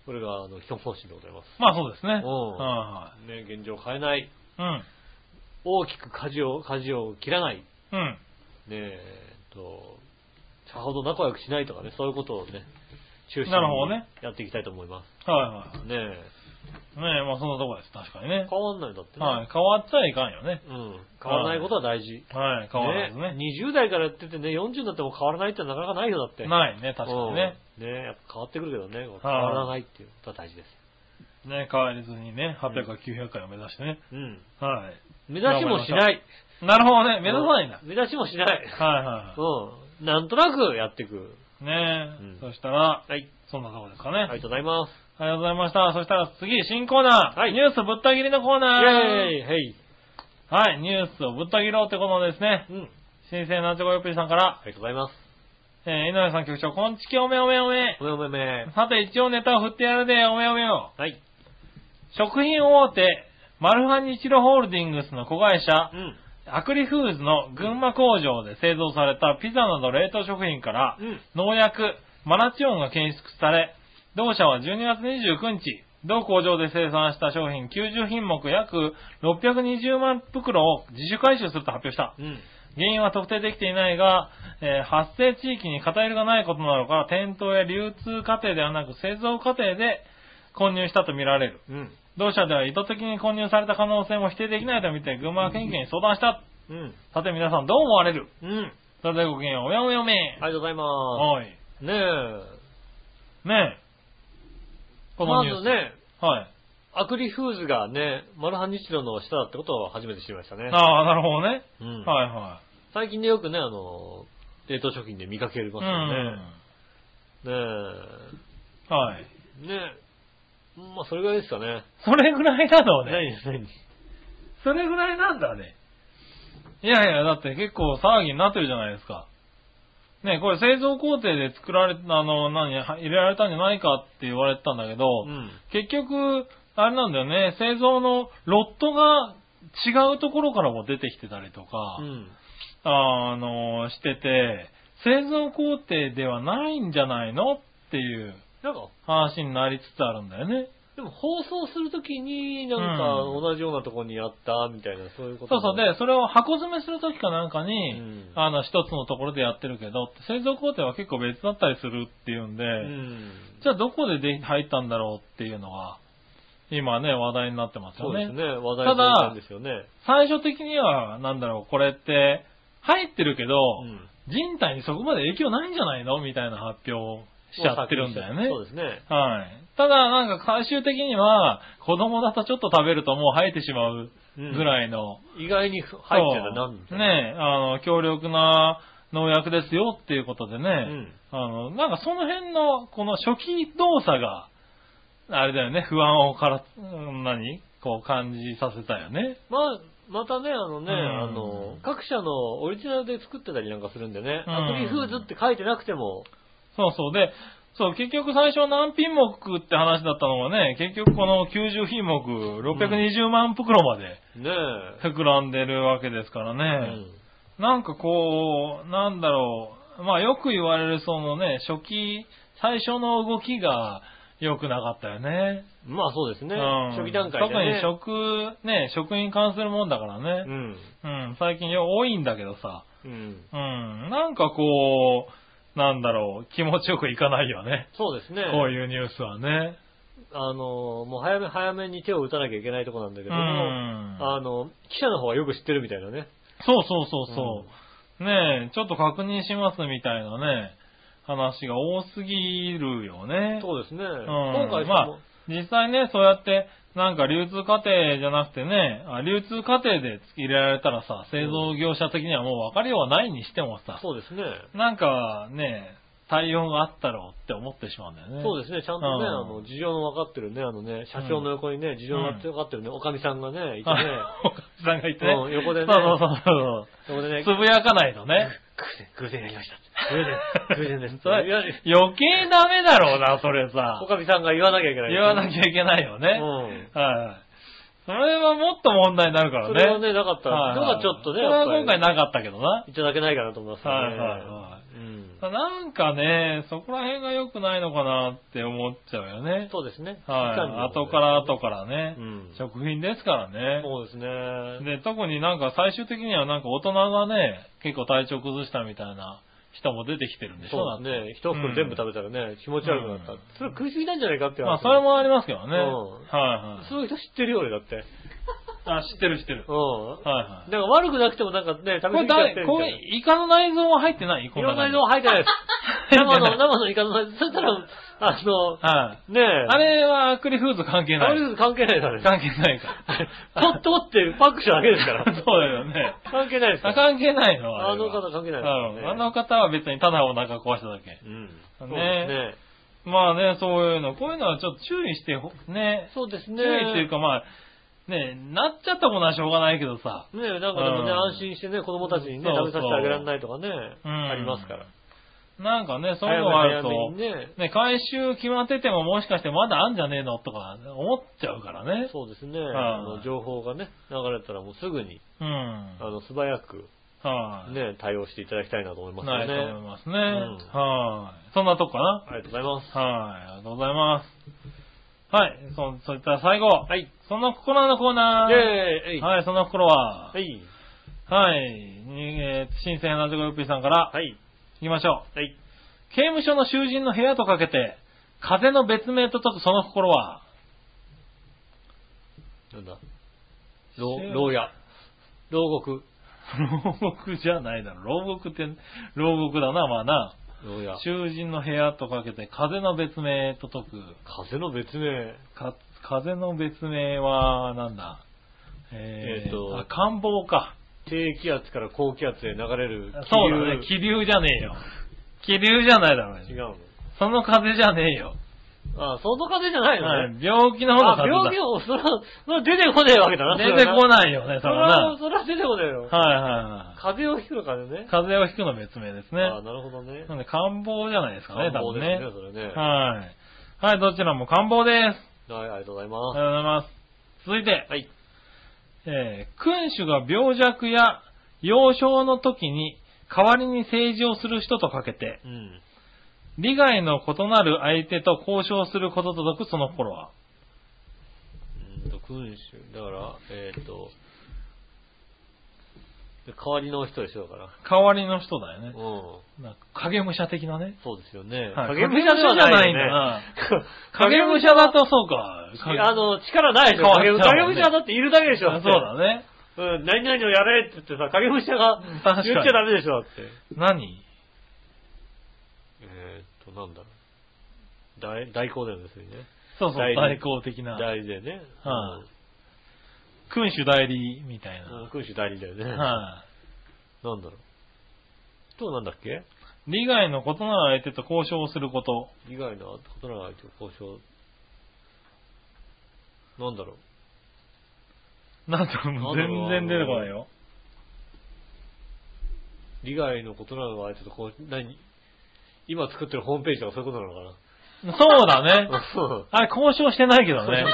[SPEAKER 2] これがあの基本方針でございます。
[SPEAKER 3] まあそうですね。
[SPEAKER 2] うん
[SPEAKER 3] は
[SPEAKER 2] ね、現状を変えない。
[SPEAKER 3] いはい。
[SPEAKER 2] 大きく舵を、舵を切らない。ね
[SPEAKER 3] うん。うん。
[SPEAKER 2] えーっと、さほど仲良くしないとかね、そういうことをね、中心に
[SPEAKER 3] なるほどね
[SPEAKER 2] やっていきたいと思いま
[SPEAKER 3] はいは
[SPEAKER 2] す。ねえ
[SPEAKER 3] い。ねえ、まあそんなとこです。確かにね。
[SPEAKER 2] 変わんないんだってね。
[SPEAKER 3] はい。変わっちゃいかんよね。
[SPEAKER 2] うん。変わらないことは大事。
[SPEAKER 3] はい。変わらずね。
[SPEAKER 2] 20代からやっててね、40になっても変わらないってなかなかないよ、だって。
[SPEAKER 3] ないね、確かにね。
[SPEAKER 2] うん。ねやっぱ変わってくるけどね、変わらないっていうことは大事です。
[SPEAKER 3] ね、変わりずにね、800か900回を目指してね。
[SPEAKER 2] うん。
[SPEAKER 3] は
[SPEAKER 2] 目指しもしない。
[SPEAKER 3] い。なるほどね、目指さないんだ
[SPEAKER 2] う。目指しもしない。
[SPEAKER 3] はいは
[SPEAKER 2] うん。なんとなくやっていく。
[SPEAKER 3] い。ねえ、
[SPEAKER 2] うん
[SPEAKER 3] そしたら、
[SPEAKER 2] はい。
[SPEAKER 3] そんなとこですかね。
[SPEAKER 2] ありがとうございます。
[SPEAKER 3] ありがとうございました。そしたら次、新コーナー。
[SPEAKER 2] はい
[SPEAKER 3] ニュースぶった切りの
[SPEAKER 2] イ
[SPEAKER 3] コー
[SPEAKER 2] ェー
[SPEAKER 3] ナー。
[SPEAKER 2] イはい。
[SPEAKER 3] はい、ニュースをぶった切ろうってことですね。
[SPEAKER 2] うん。
[SPEAKER 3] 新生なチョコヨッピーさんから
[SPEAKER 2] あ、りがとうございます。
[SPEAKER 3] えー、井上さん局長、こんちきおめおめおめ
[SPEAKER 2] お。めおめおめ。
[SPEAKER 3] さて、一応ネタを振ってやるで、おめおめよ。
[SPEAKER 2] はい。
[SPEAKER 3] 食品大手、マルハニチロホールディングスの子会社
[SPEAKER 2] う、ん。
[SPEAKER 3] アクリフーズの群馬工場で製造されたピザなど冷凍食品から、
[SPEAKER 2] うん。
[SPEAKER 3] 農薬、マナチオンが検出され、同社は12月29日、同工場で生産した商品90品目約620万袋を自主回収すると発表した。
[SPEAKER 2] うん。
[SPEAKER 3] 原因は特定できていないが、えー発生地域に偏りがないことなのか、店頭や流通過程ではなく製造過程で混入したとみられる。
[SPEAKER 2] うん。
[SPEAKER 3] 同社では意図的に混入された可能性も否定できないとみて、群馬県警に相談した。
[SPEAKER 2] うん。
[SPEAKER 3] さて皆さんどう思われる
[SPEAKER 2] うん。
[SPEAKER 3] それではごきげんよう、おやおやめ。
[SPEAKER 2] ありがとうございま
[SPEAKER 3] はい。
[SPEAKER 2] す。ねえ。
[SPEAKER 3] ねえ。この
[SPEAKER 2] ま
[SPEAKER 3] ニュース。
[SPEAKER 2] ずね、
[SPEAKER 3] はい。
[SPEAKER 2] アクリフーズがね、マルハニチロの下だってことを初めて知りましたね。
[SPEAKER 3] ああ、なるほどね。
[SPEAKER 2] うん
[SPEAKER 3] はいは
[SPEAKER 2] 最近でよくね、あの、冷凍食品で見かけます
[SPEAKER 3] い。う
[SPEAKER 2] よ
[SPEAKER 3] ん。
[SPEAKER 2] ね。ねえ。ね
[SPEAKER 3] はい。
[SPEAKER 2] え。まあ、それぐらいですかね。
[SPEAKER 3] それぐらいなのね。
[SPEAKER 2] 何何
[SPEAKER 3] それぐらいなんだね。いやいや、だって結構騒ぎになってるじゃないですか。ねこれ製造工程で作られ、あの、何、入れられたんじゃないかって言われてたんだけど、
[SPEAKER 2] うん。
[SPEAKER 3] 結局、あれなんだよね、製造のロットが違うところからも出てきてたりとか、
[SPEAKER 2] うん。
[SPEAKER 3] あの、してて、製造工程ではないんじゃないのっていう
[SPEAKER 2] なんか、
[SPEAKER 3] 話になりつつあるんだよね。
[SPEAKER 2] でも放送するときに、なんか
[SPEAKER 3] うん
[SPEAKER 2] 同じようなとこにあった、みたいな、そういうこと。
[SPEAKER 3] そうそう、で、それを箱詰めするときかなんかに、
[SPEAKER 2] うん
[SPEAKER 3] あの、一つのところでやってるけど、製造工程は結構別だったりするっていうんで、
[SPEAKER 2] うん。
[SPEAKER 3] じゃあどこでで入ったんだろうっていうのが、今ね、話題になってます
[SPEAKER 2] そ
[SPEAKER 3] よ
[SPEAKER 2] うですね。話題
[SPEAKER 3] ただ
[SPEAKER 2] なんですよね。
[SPEAKER 3] 最終的には、なんだろう、これって、入ってるけど、
[SPEAKER 2] うん。
[SPEAKER 3] 人体にそこまで影響ないんじゃないのみたいな発表をしちゃってるんだよね。
[SPEAKER 2] そうですね。
[SPEAKER 3] はい。ただ、なんか最終的には、子供だとちょっと食べるともう生えてしまうぐらいの、
[SPEAKER 2] 意外に入ってたな、みた
[SPEAKER 3] そ
[SPEAKER 2] いうな。
[SPEAKER 3] ねえ、あの、強力な農薬ですよっていうことでね、
[SPEAKER 2] うん
[SPEAKER 3] あの、なんかその辺の、この初期動作が、あれだよね、不安をから、うん何こう感じさせたよね。
[SPEAKER 2] まあ、またね、あのね、
[SPEAKER 3] うん
[SPEAKER 2] あの、各社のオリジナルで作ってたりなんかするんでね、
[SPEAKER 3] うん
[SPEAKER 2] アクリフーズって書いてなくても、
[SPEAKER 3] そうそう。で、そう、結局最初何品目って話だったのがね、結局この90品目、620万袋まで
[SPEAKER 2] ねえ。
[SPEAKER 3] 膨らんでるわけですから
[SPEAKER 2] う
[SPEAKER 3] ね。
[SPEAKER 2] ん
[SPEAKER 3] なんかこう、なんだろう、まあよく言われるそのね、初期、最初の動きが良くなかったよね。
[SPEAKER 2] まあそうですね。
[SPEAKER 3] うん
[SPEAKER 2] 初期段階でね。
[SPEAKER 3] 特に食、ね、食に関するもんだから
[SPEAKER 2] う
[SPEAKER 3] ね。
[SPEAKER 2] ん。
[SPEAKER 3] うん、最近よ多いんだけどさ。
[SPEAKER 2] うん。
[SPEAKER 3] うん、なんかこう、なんだろう、気持ちよくいかないよね。
[SPEAKER 2] そうですね。
[SPEAKER 3] こういうニュースはね。
[SPEAKER 2] あの、もう早め早めに手を打たなきゃいけないとこなんだけ
[SPEAKER 3] う
[SPEAKER 2] ども、
[SPEAKER 3] ん。
[SPEAKER 2] あの、記者の方はよく知ってるみたいなね。
[SPEAKER 3] そうそうそうそう。ねえ、ちょっと確認しますみたいなね、話が多すぎるよね。
[SPEAKER 2] そうですね。
[SPEAKER 3] うん
[SPEAKER 2] 今回
[SPEAKER 3] まあ、実際ね、そうやって、なんか流通過程じゃなくてね、あ流通過程で入れられたらさ、製造業者的にはもう分かりようはないにしてもさ、
[SPEAKER 2] そうですね。
[SPEAKER 3] なんかね、対応があったろうって思ってしまうんだよね。
[SPEAKER 2] そう
[SPEAKER 3] う
[SPEAKER 2] ですね、ちゃんとね、
[SPEAKER 3] うん
[SPEAKER 2] あの、事情の分かってるね、あのね、社長の横にね、事情の分かってるね、おかみさんがね、いてね、
[SPEAKER 3] おかみさんが言ってね。
[SPEAKER 2] うん横でね
[SPEAKER 3] そうそうそう
[SPEAKER 2] そこでね、
[SPEAKER 3] そう。つぶやかないとね。
[SPEAKER 2] 偶然、偶然やりました。偶然、偶然 です。
[SPEAKER 3] それ
[SPEAKER 2] いや
[SPEAKER 3] 余計ダメだろうな、それさ
[SPEAKER 2] お。かみさんが言わなきゃいけない。
[SPEAKER 3] 言わな
[SPEAKER 2] ゃ。
[SPEAKER 3] きゃいけないよね。
[SPEAKER 2] うん。
[SPEAKER 3] はい。それはもっと問題になるから
[SPEAKER 2] そ
[SPEAKER 3] ね。
[SPEAKER 2] れはね、なかった
[SPEAKER 3] は
[SPEAKER 2] ら、
[SPEAKER 3] い
[SPEAKER 2] の
[SPEAKER 3] はい
[SPEAKER 2] がちょっとね、
[SPEAKER 3] それは
[SPEAKER 2] やっぱり
[SPEAKER 3] 今回なかったけどな。
[SPEAKER 2] いただけないかなと思いますね。
[SPEAKER 3] はいはいは
[SPEAKER 2] うん。
[SPEAKER 3] なんかね、そこら辺が良くないのかなって思っちゃうよね。
[SPEAKER 2] そうですね。期間に
[SPEAKER 3] はい。
[SPEAKER 2] よってね
[SPEAKER 3] 後から後からね。
[SPEAKER 2] うん
[SPEAKER 3] 食品ですからね。
[SPEAKER 2] そうですね。
[SPEAKER 3] で、特になんか最終的にはなんか大人がね、結構体調崩したみたいな人も出てきてるんでしょ
[SPEAKER 2] そうですね。一袋全部食べたらね、気持ち悪くなった
[SPEAKER 3] うん。
[SPEAKER 2] それ食いすぎなんじゃないかって
[SPEAKER 3] だ
[SPEAKER 2] 話
[SPEAKER 3] ってまあそれ。もありますけど
[SPEAKER 2] う
[SPEAKER 3] ね。
[SPEAKER 2] ん
[SPEAKER 3] はいはい。
[SPEAKER 2] そういう人知ってるよ、俺だって。
[SPEAKER 3] あ、知ってる知ってる。
[SPEAKER 2] う
[SPEAKER 3] はいは
[SPEAKER 2] ん。なんか悪くなくてもなんかね、
[SPEAKER 3] い。
[SPEAKER 2] 食
[SPEAKER 3] こ
[SPEAKER 2] べ過
[SPEAKER 3] れ
[SPEAKER 2] ぎちゃって
[SPEAKER 3] 誰、
[SPEAKER 2] るみた
[SPEAKER 3] これ
[SPEAKER 2] いな。、
[SPEAKER 3] イカの内臓は入ってないこ
[SPEAKER 2] いろんな色
[SPEAKER 3] は
[SPEAKER 2] 入ってないです。生の、生のイカの内臓。そしたら、あの、
[SPEAKER 3] はい。
[SPEAKER 2] ねえ。
[SPEAKER 3] あれはアクリフーズ関係
[SPEAKER 2] あ
[SPEAKER 3] な
[SPEAKER 2] れ
[SPEAKER 3] い。
[SPEAKER 2] 関係ないからね。
[SPEAKER 3] 関係ないか。
[SPEAKER 2] 取っ取ってパックしただけですから
[SPEAKER 3] そう
[SPEAKER 2] ら。
[SPEAKER 3] だよね。
[SPEAKER 2] 関係ないですか
[SPEAKER 3] あ、
[SPEAKER 2] ら。
[SPEAKER 3] 関係ないの
[SPEAKER 2] あ
[SPEAKER 3] れ
[SPEAKER 2] の
[SPEAKER 3] は
[SPEAKER 2] 方関係ないです
[SPEAKER 3] うん。
[SPEAKER 2] からね
[SPEAKER 3] あの方は別にただお腹壊しただけ。
[SPEAKER 2] うん。そう
[SPEAKER 3] ね
[SPEAKER 2] ですね。
[SPEAKER 3] まあね、そういうの、こういうのはちょっと注意してほ、ね。
[SPEAKER 2] そうです
[SPEAKER 3] 注
[SPEAKER 2] ね。
[SPEAKER 3] 意っていうかまあ、ね、なっちゃったものはしょうがないけどさ。
[SPEAKER 2] ねえ、なんかでもね、
[SPEAKER 3] うん
[SPEAKER 2] 安心してね、子供たちにね、
[SPEAKER 3] そ
[SPEAKER 2] 食
[SPEAKER 3] う
[SPEAKER 2] べさ
[SPEAKER 3] そう
[SPEAKER 2] せてあげられないとかね、
[SPEAKER 3] ん
[SPEAKER 2] ありますから。
[SPEAKER 3] なんかね、そういうのがあると、
[SPEAKER 2] 早めに早めにね
[SPEAKER 3] ね、回収決まっててももしかしてまだあんじゃねえのとか思っちゃうからね。
[SPEAKER 2] そうですね、
[SPEAKER 3] ん
[SPEAKER 2] あの情報がね、流れたらもうすぐに、
[SPEAKER 3] うん。
[SPEAKER 2] あの、素早く
[SPEAKER 3] はい、
[SPEAKER 2] ね、対応していただきたいなと思います
[SPEAKER 3] な
[SPEAKER 2] よ
[SPEAKER 3] いと
[SPEAKER 2] ね。
[SPEAKER 3] 思いますね。
[SPEAKER 2] ん
[SPEAKER 3] はい、そんなとこかな。
[SPEAKER 2] ありがとうございます。
[SPEAKER 3] はい、ありがとうございます。はい、そ、そいったら最後。
[SPEAKER 2] はい。
[SPEAKER 3] その心のコーナ
[SPEAKER 2] イェー
[SPEAKER 3] ー。
[SPEAKER 2] イえい
[SPEAKER 3] はい、その心は、
[SPEAKER 2] はい。
[SPEAKER 3] はい。にえー新鮮なジョコヨッピーさんから、
[SPEAKER 2] はい。
[SPEAKER 3] 行きましょう。
[SPEAKER 2] はい。
[SPEAKER 3] 刑務所の囚人の部屋とかけて、風の別名と解くその心は、
[SPEAKER 2] なんだ
[SPEAKER 3] 知ら
[SPEAKER 2] 牢、
[SPEAKER 3] ん
[SPEAKER 2] 牢屋。牢獄。
[SPEAKER 3] 牢獄じゃないだろ。牢獄って、牢獄だな、まあな。
[SPEAKER 2] 牢屋。
[SPEAKER 3] 囚人の部屋とかけて、風の別名と解く。
[SPEAKER 2] 風の別名。
[SPEAKER 3] か風の別名は、なんだ。え
[SPEAKER 2] え
[SPEAKER 3] ー
[SPEAKER 2] ーと
[SPEAKER 3] あ、官房か。
[SPEAKER 2] 低気圧から高気圧へ流れる
[SPEAKER 3] そう
[SPEAKER 2] 気
[SPEAKER 3] だね。気流じゃねえよ。気流じゃないだろう
[SPEAKER 2] 流。違う
[SPEAKER 3] よ。
[SPEAKER 2] の。
[SPEAKER 3] その風邪じゃねえよ。
[SPEAKER 2] ああ、その風じゃない
[SPEAKER 3] は
[SPEAKER 2] の
[SPEAKER 3] い
[SPEAKER 2] ね。
[SPEAKER 3] 病気の方が
[SPEAKER 2] あ、
[SPEAKER 3] 風
[SPEAKER 2] 病
[SPEAKER 3] 邪
[SPEAKER 2] 気
[SPEAKER 3] だ。
[SPEAKER 2] を、そら、そら出てこねえわけだな。
[SPEAKER 3] 出てこ
[SPEAKER 2] い。
[SPEAKER 3] ないよね、
[SPEAKER 2] そ
[SPEAKER 3] そ
[SPEAKER 2] れ
[SPEAKER 3] れは
[SPEAKER 2] は、
[SPEAKER 3] な。
[SPEAKER 2] そら出てこないよ。
[SPEAKER 3] はいはいはい。
[SPEAKER 2] 風邪をひくのかでね。
[SPEAKER 3] 風邪をひくの別名ですね。
[SPEAKER 2] ああ、なるほどね。
[SPEAKER 3] なんで、感冒じゃないですかね、
[SPEAKER 2] 感
[SPEAKER 3] 多
[SPEAKER 2] 冒
[SPEAKER 3] 分
[SPEAKER 2] です
[SPEAKER 3] ね。
[SPEAKER 2] それね。はい、
[SPEAKER 3] はい。はい、どちらも感冒です。
[SPEAKER 2] ありがとうござい
[SPEAKER 3] ありが
[SPEAKER 2] ます。
[SPEAKER 3] とうございます。続いて、
[SPEAKER 2] はい。
[SPEAKER 3] えー、君主が病弱や幼少の時に代わりに政治をする人とかけて、
[SPEAKER 2] うん。
[SPEAKER 3] 利害の異なる相手と交渉することと解くその頃は。
[SPEAKER 2] うーんと、君主。だから、えっ、と、で代わりの人でしょ、だから。
[SPEAKER 3] 代わりの人だよ
[SPEAKER 2] うん
[SPEAKER 3] ね。。なんか影武者的なね。
[SPEAKER 2] そうですよね。
[SPEAKER 3] はい
[SPEAKER 2] 武者ではないよね
[SPEAKER 3] 影武者じゃないんだな
[SPEAKER 2] 影
[SPEAKER 3] 影
[SPEAKER 2] 武
[SPEAKER 3] 武
[SPEAKER 2] 者
[SPEAKER 3] 者
[SPEAKER 2] だ
[SPEAKER 3] だ
[SPEAKER 2] と、
[SPEAKER 3] とそうか。影
[SPEAKER 2] あの、力ないでしょ。影
[SPEAKER 3] 変
[SPEAKER 2] 武
[SPEAKER 3] わ
[SPEAKER 2] 者
[SPEAKER 3] っちゃうもんね
[SPEAKER 2] はだっているだけでしょ。
[SPEAKER 3] あそうだね。
[SPEAKER 2] うん、何々をやれって言ってさ、影武者が
[SPEAKER 3] 確かに
[SPEAKER 2] 言っちゃダメでしょ、だって。
[SPEAKER 3] 何
[SPEAKER 2] えーっと、なんだろう。大、大行だよね、それね。
[SPEAKER 3] そうそう、
[SPEAKER 2] 代理
[SPEAKER 3] 代行的な。
[SPEAKER 2] 大事だよね。
[SPEAKER 3] はい君主代理みたい
[SPEAKER 2] うん。う
[SPEAKER 3] な。
[SPEAKER 2] ん君主代理だよね。な
[SPEAKER 3] は
[SPEAKER 2] んだろう。と、なんだっけ
[SPEAKER 3] い。利害の異なる相手と交渉をすること。
[SPEAKER 2] 以外のことなら相手を交渉。なんだろう。
[SPEAKER 3] なんだろう、
[SPEAKER 2] なんだろう
[SPEAKER 3] 全然出てこないよ。
[SPEAKER 2] 利害のことなら相手とこう、何今作ってるホームページとかそういうことなのかな
[SPEAKER 3] そうだね。あれ、交渉してないけどね。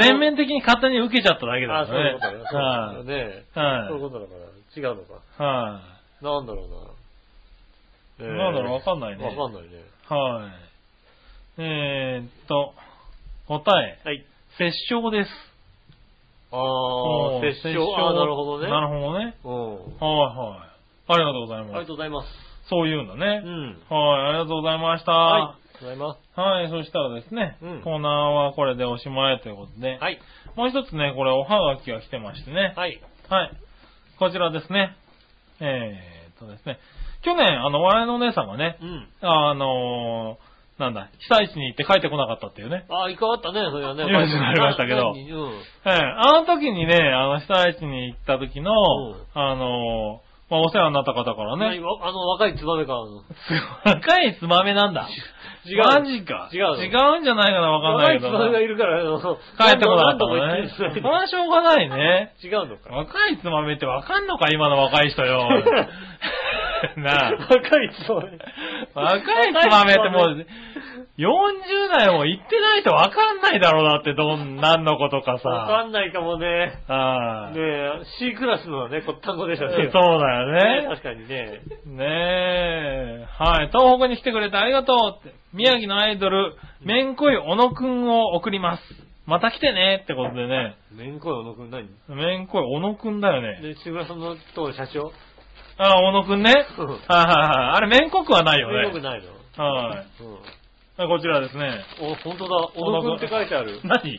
[SPEAKER 3] 全面的に勝手に受けちゃっただけだ
[SPEAKER 2] あ、
[SPEAKER 3] よ
[SPEAKER 2] そういうことだ
[SPEAKER 3] ね。
[SPEAKER 2] ね。
[SPEAKER 3] は
[SPEAKER 2] そうだね。
[SPEAKER 3] い。は
[SPEAKER 2] そういうこ
[SPEAKER 3] い。
[SPEAKER 2] とだから、違うのか。
[SPEAKER 3] は
[SPEAKER 2] なんだろうな。えー
[SPEAKER 3] なんだろうわかんないね
[SPEAKER 2] わかんないね。
[SPEAKER 3] い。はい。えーっと、答え、
[SPEAKER 2] はい。
[SPEAKER 3] 殺傷です。
[SPEAKER 2] あ
[SPEAKER 3] うん
[SPEAKER 2] ー、接触。あー、なるほどね。
[SPEAKER 3] なるほどね。
[SPEAKER 2] ほ
[SPEAKER 3] はいはい。ありがとうござい
[SPEAKER 2] うん。ありが
[SPEAKER 3] ます。
[SPEAKER 2] とうございます。
[SPEAKER 3] そういうんだ
[SPEAKER 2] う
[SPEAKER 3] ね。
[SPEAKER 2] ん。
[SPEAKER 3] はい、ありがとうございました。
[SPEAKER 2] はい。ありがとうございま
[SPEAKER 3] はい、そしたらですね、
[SPEAKER 2] うん
[SPEAKER 3] コーナーはこれでおしまいということで、
[SPEAKER 2] す。はい。
[SPEAKER 3] もう一つね、これおはがきが来てましてね、
[SPEAKER 2] はい。
[SPEAKER 3] はい、こちらですね、えー、っとですね、去年、あの、笑いのお姉さんがね、
[SPEAKER 2] うん。
[SPEAKER 3] あのーなんだ、被災地に行って帰ってこなかったっていうね、
[SPEAKER 2] あー、一回あったね、それはね。
[SPEAKER 3] ニュースになりましたけど
[SPEAKER 2] 何うん。
[SPEAKER 3] ええあの時にね、あの、被災地に行った時の、
[SPEAKER 2] うん
[SPEAKER 3] あのーまあ、お世話になった方から
[SPEAKER 2] 何
[SPEAKER 3] ね、
[SPEAKER 2] わあの、若いツバメからの。
[SPEAKER 3] 若いツバメなんだ。
[SPEAKER 2] 違う
[SPEAKER 3] マジか。
[SPEAKER 2] 違うの
[SPEAKER 3] 違うんじゃないかな、わかんないけどな。
[SPEAKER 2] 若いツバメがいるから、あの、
[SPEAKER 3] 帰ってこなかったの
[SPEAKER 2] 何度も言
[SPEAKER 3] ね。
[SPEAKER 2] って
[SPEAKER 3] そ
[SPEAKER 2] る
[SPEAKER 3] れはしょうがないね。
[SPEAKER 2] 違うのか。
[SPEAKER 3] 若いつまめってわかんのか、今の若い 人よ。 なあ。
[SPEAKER 2] 若いツバメ。
[SPEAKER 3] 若いつまめってもう、40代も行ってないとわかんないだろうなって、どん、なんのことか
[SPEAKER 2] わか
[SPEAKER 3] さ。
[SPEAKER 2] んないかもね。
[SPEAKER 3] ああ。
[SPEAKER 2] ねえ、C クラスのね、こ単語でした
[SPEAKER 3] そう
[SPEAKER 2] ね。
[SPEAKER 3] だ
[SPEAKER 2] ね。
[SPEAKER 3] よね。
[SPEAKER 2] 確かにね。
[SPEAKER 3] ねえ。はい。東北に来てくれてありがとうって。宮城のアイドル、めんこい小野くんを送ります。また来てねってことでね。
[SPEAKER 2] めんこい小野くん何
[SPEAKER 3] めんこい小野くんだよね。
[SPEAKER 2] で、志村さんのとこの社長
[SPEAKER 3] あ、小野くんね。はい
[SPEAKER 2] そう
[SPEAKER 3] はいはい。あれ、面国はないよ
[SPEAKER 2] よく
[SPEAKER 3] ね。
[SPEAKER 2] ないの。
[SPEAKER 3] はい。
[SPEAKER 2] うん。
[SPEAKER 3] あこちらですね。
[SPEAKER 2] お、本当だ。小野くんって書いてある。
[SPEAKER 3] 何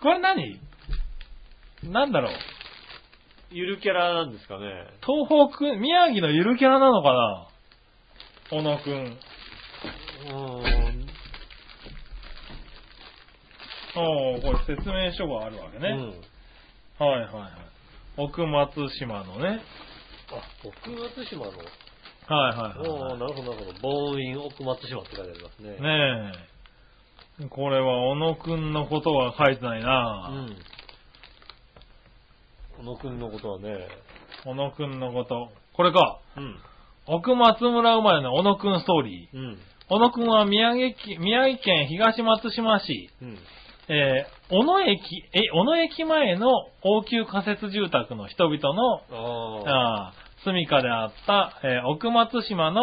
[SPEAKER 3] これ何なんだろう。
[SPEAKER 2] ゆるキャラなんですかね。
[SPEAKER 3] 東北、宮城のゆるキャラなのかな小野くん。
[SPEAKER 2] うーん。
[SPEAKER 3] おー、これ説明書があるわけね。
[SPEAKER 2] うん。
[SPEAKER 3] はいはいはい。奥松島のね。
[SPEAKER 2] あ、奥松島の。
[SPEAKER 3] はいはい
[SPEAKER 2] お
[SPEAKER 3] は
[SPEAKER 2] おなるほど、なるほど。凡員奥松島って書いてありますね。
[SPEAKER 3] い。はい。ねえ。これは小野くんのことは書いてないな、
[SPEAKER 2] うん。小野くんのことはね。
[SPEAKER 3] 小野くんのこと。これか。
[SPEAKER 2] うん。
[SPEAKER 3] 奥松村生まれの小野くんストーリー。
[SPEAKER 2] うん。
[SPEAKER 3] 小野くんは宮城県宮城県東松島市、
[SPEAKER 2] うん。
[SPEAKER 3] えー小野駅、え、小野駅前の応急仮設住宅の人々の、
[SPEAKER 2] ああ。
[SPEAKER 3] あー住みかであった、えー奥松島の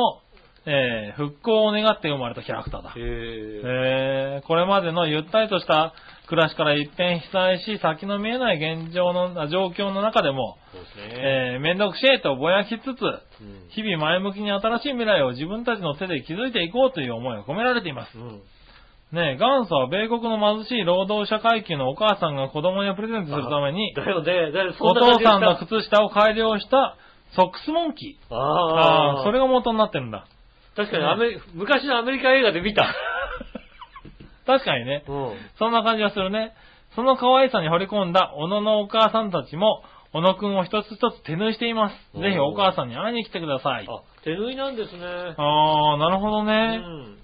[SPEAKER 3] えー復興を願って生まれたキャラクターだ。
[SPEAKER 2] えー、
[SPEAKER 3] えーこれまでのゆったりとした暮らしから一変被災し、先の見えない現状の、あ状況の中でも、
[SPEAKER 2] そうですね。
[SPEAKER 3] えー、めんどくしえとぼやきつつ、
[SPEAKER 2] うん
[SPEAKER 3] 日々前向きに新しい未来を自分たちの手で築いていこうという思いが込められています。
[SPEAKER 2] うん。
[SPEAKER 3] ねえ、元祖は米国の貧しい労働者階級のお母さんが子供にプレゼントするために、
[SPEAKER 2] だよね、だよね、そ
[SPEAKER 3] お
[SPEAKER 2] んな感
[SPEAKER 3] 父
[SPEAKER 2] じで
[SPEAKER 3] さんの
[SPEAKER 2] した
[SPEAKER 3] 靴下を改良したソックスモンキー。
[SPEAKER 2] あ
[SPEAKER 3] あ
[SPEAKER 2] あ、
[SPEAKER 3] あ、それが元になってるんだ。
[SPEAKER 2] 確かにアメリ、昔のアメリカ映画で見た。
[SPEAKER 3] 確かにね。
[SPEAKER 2] うん。
[SPEAKER 3] そんな感じがするね。その可愛さに惚れ込んだ小野のお母さんたちも、小野くんを一つ一つ手縫いしています。
[SPEAKER 2] おー
[SPEAKER 3] ぜひお母さんに会いに来てください。
[SPEAKER 2] あ、手縫いなんですね。
[SPEAKER 3] ああ、なるほど
[SPEAKER 2] う
[SPEAKER 3] ね。
[SPEAKER 2] ん。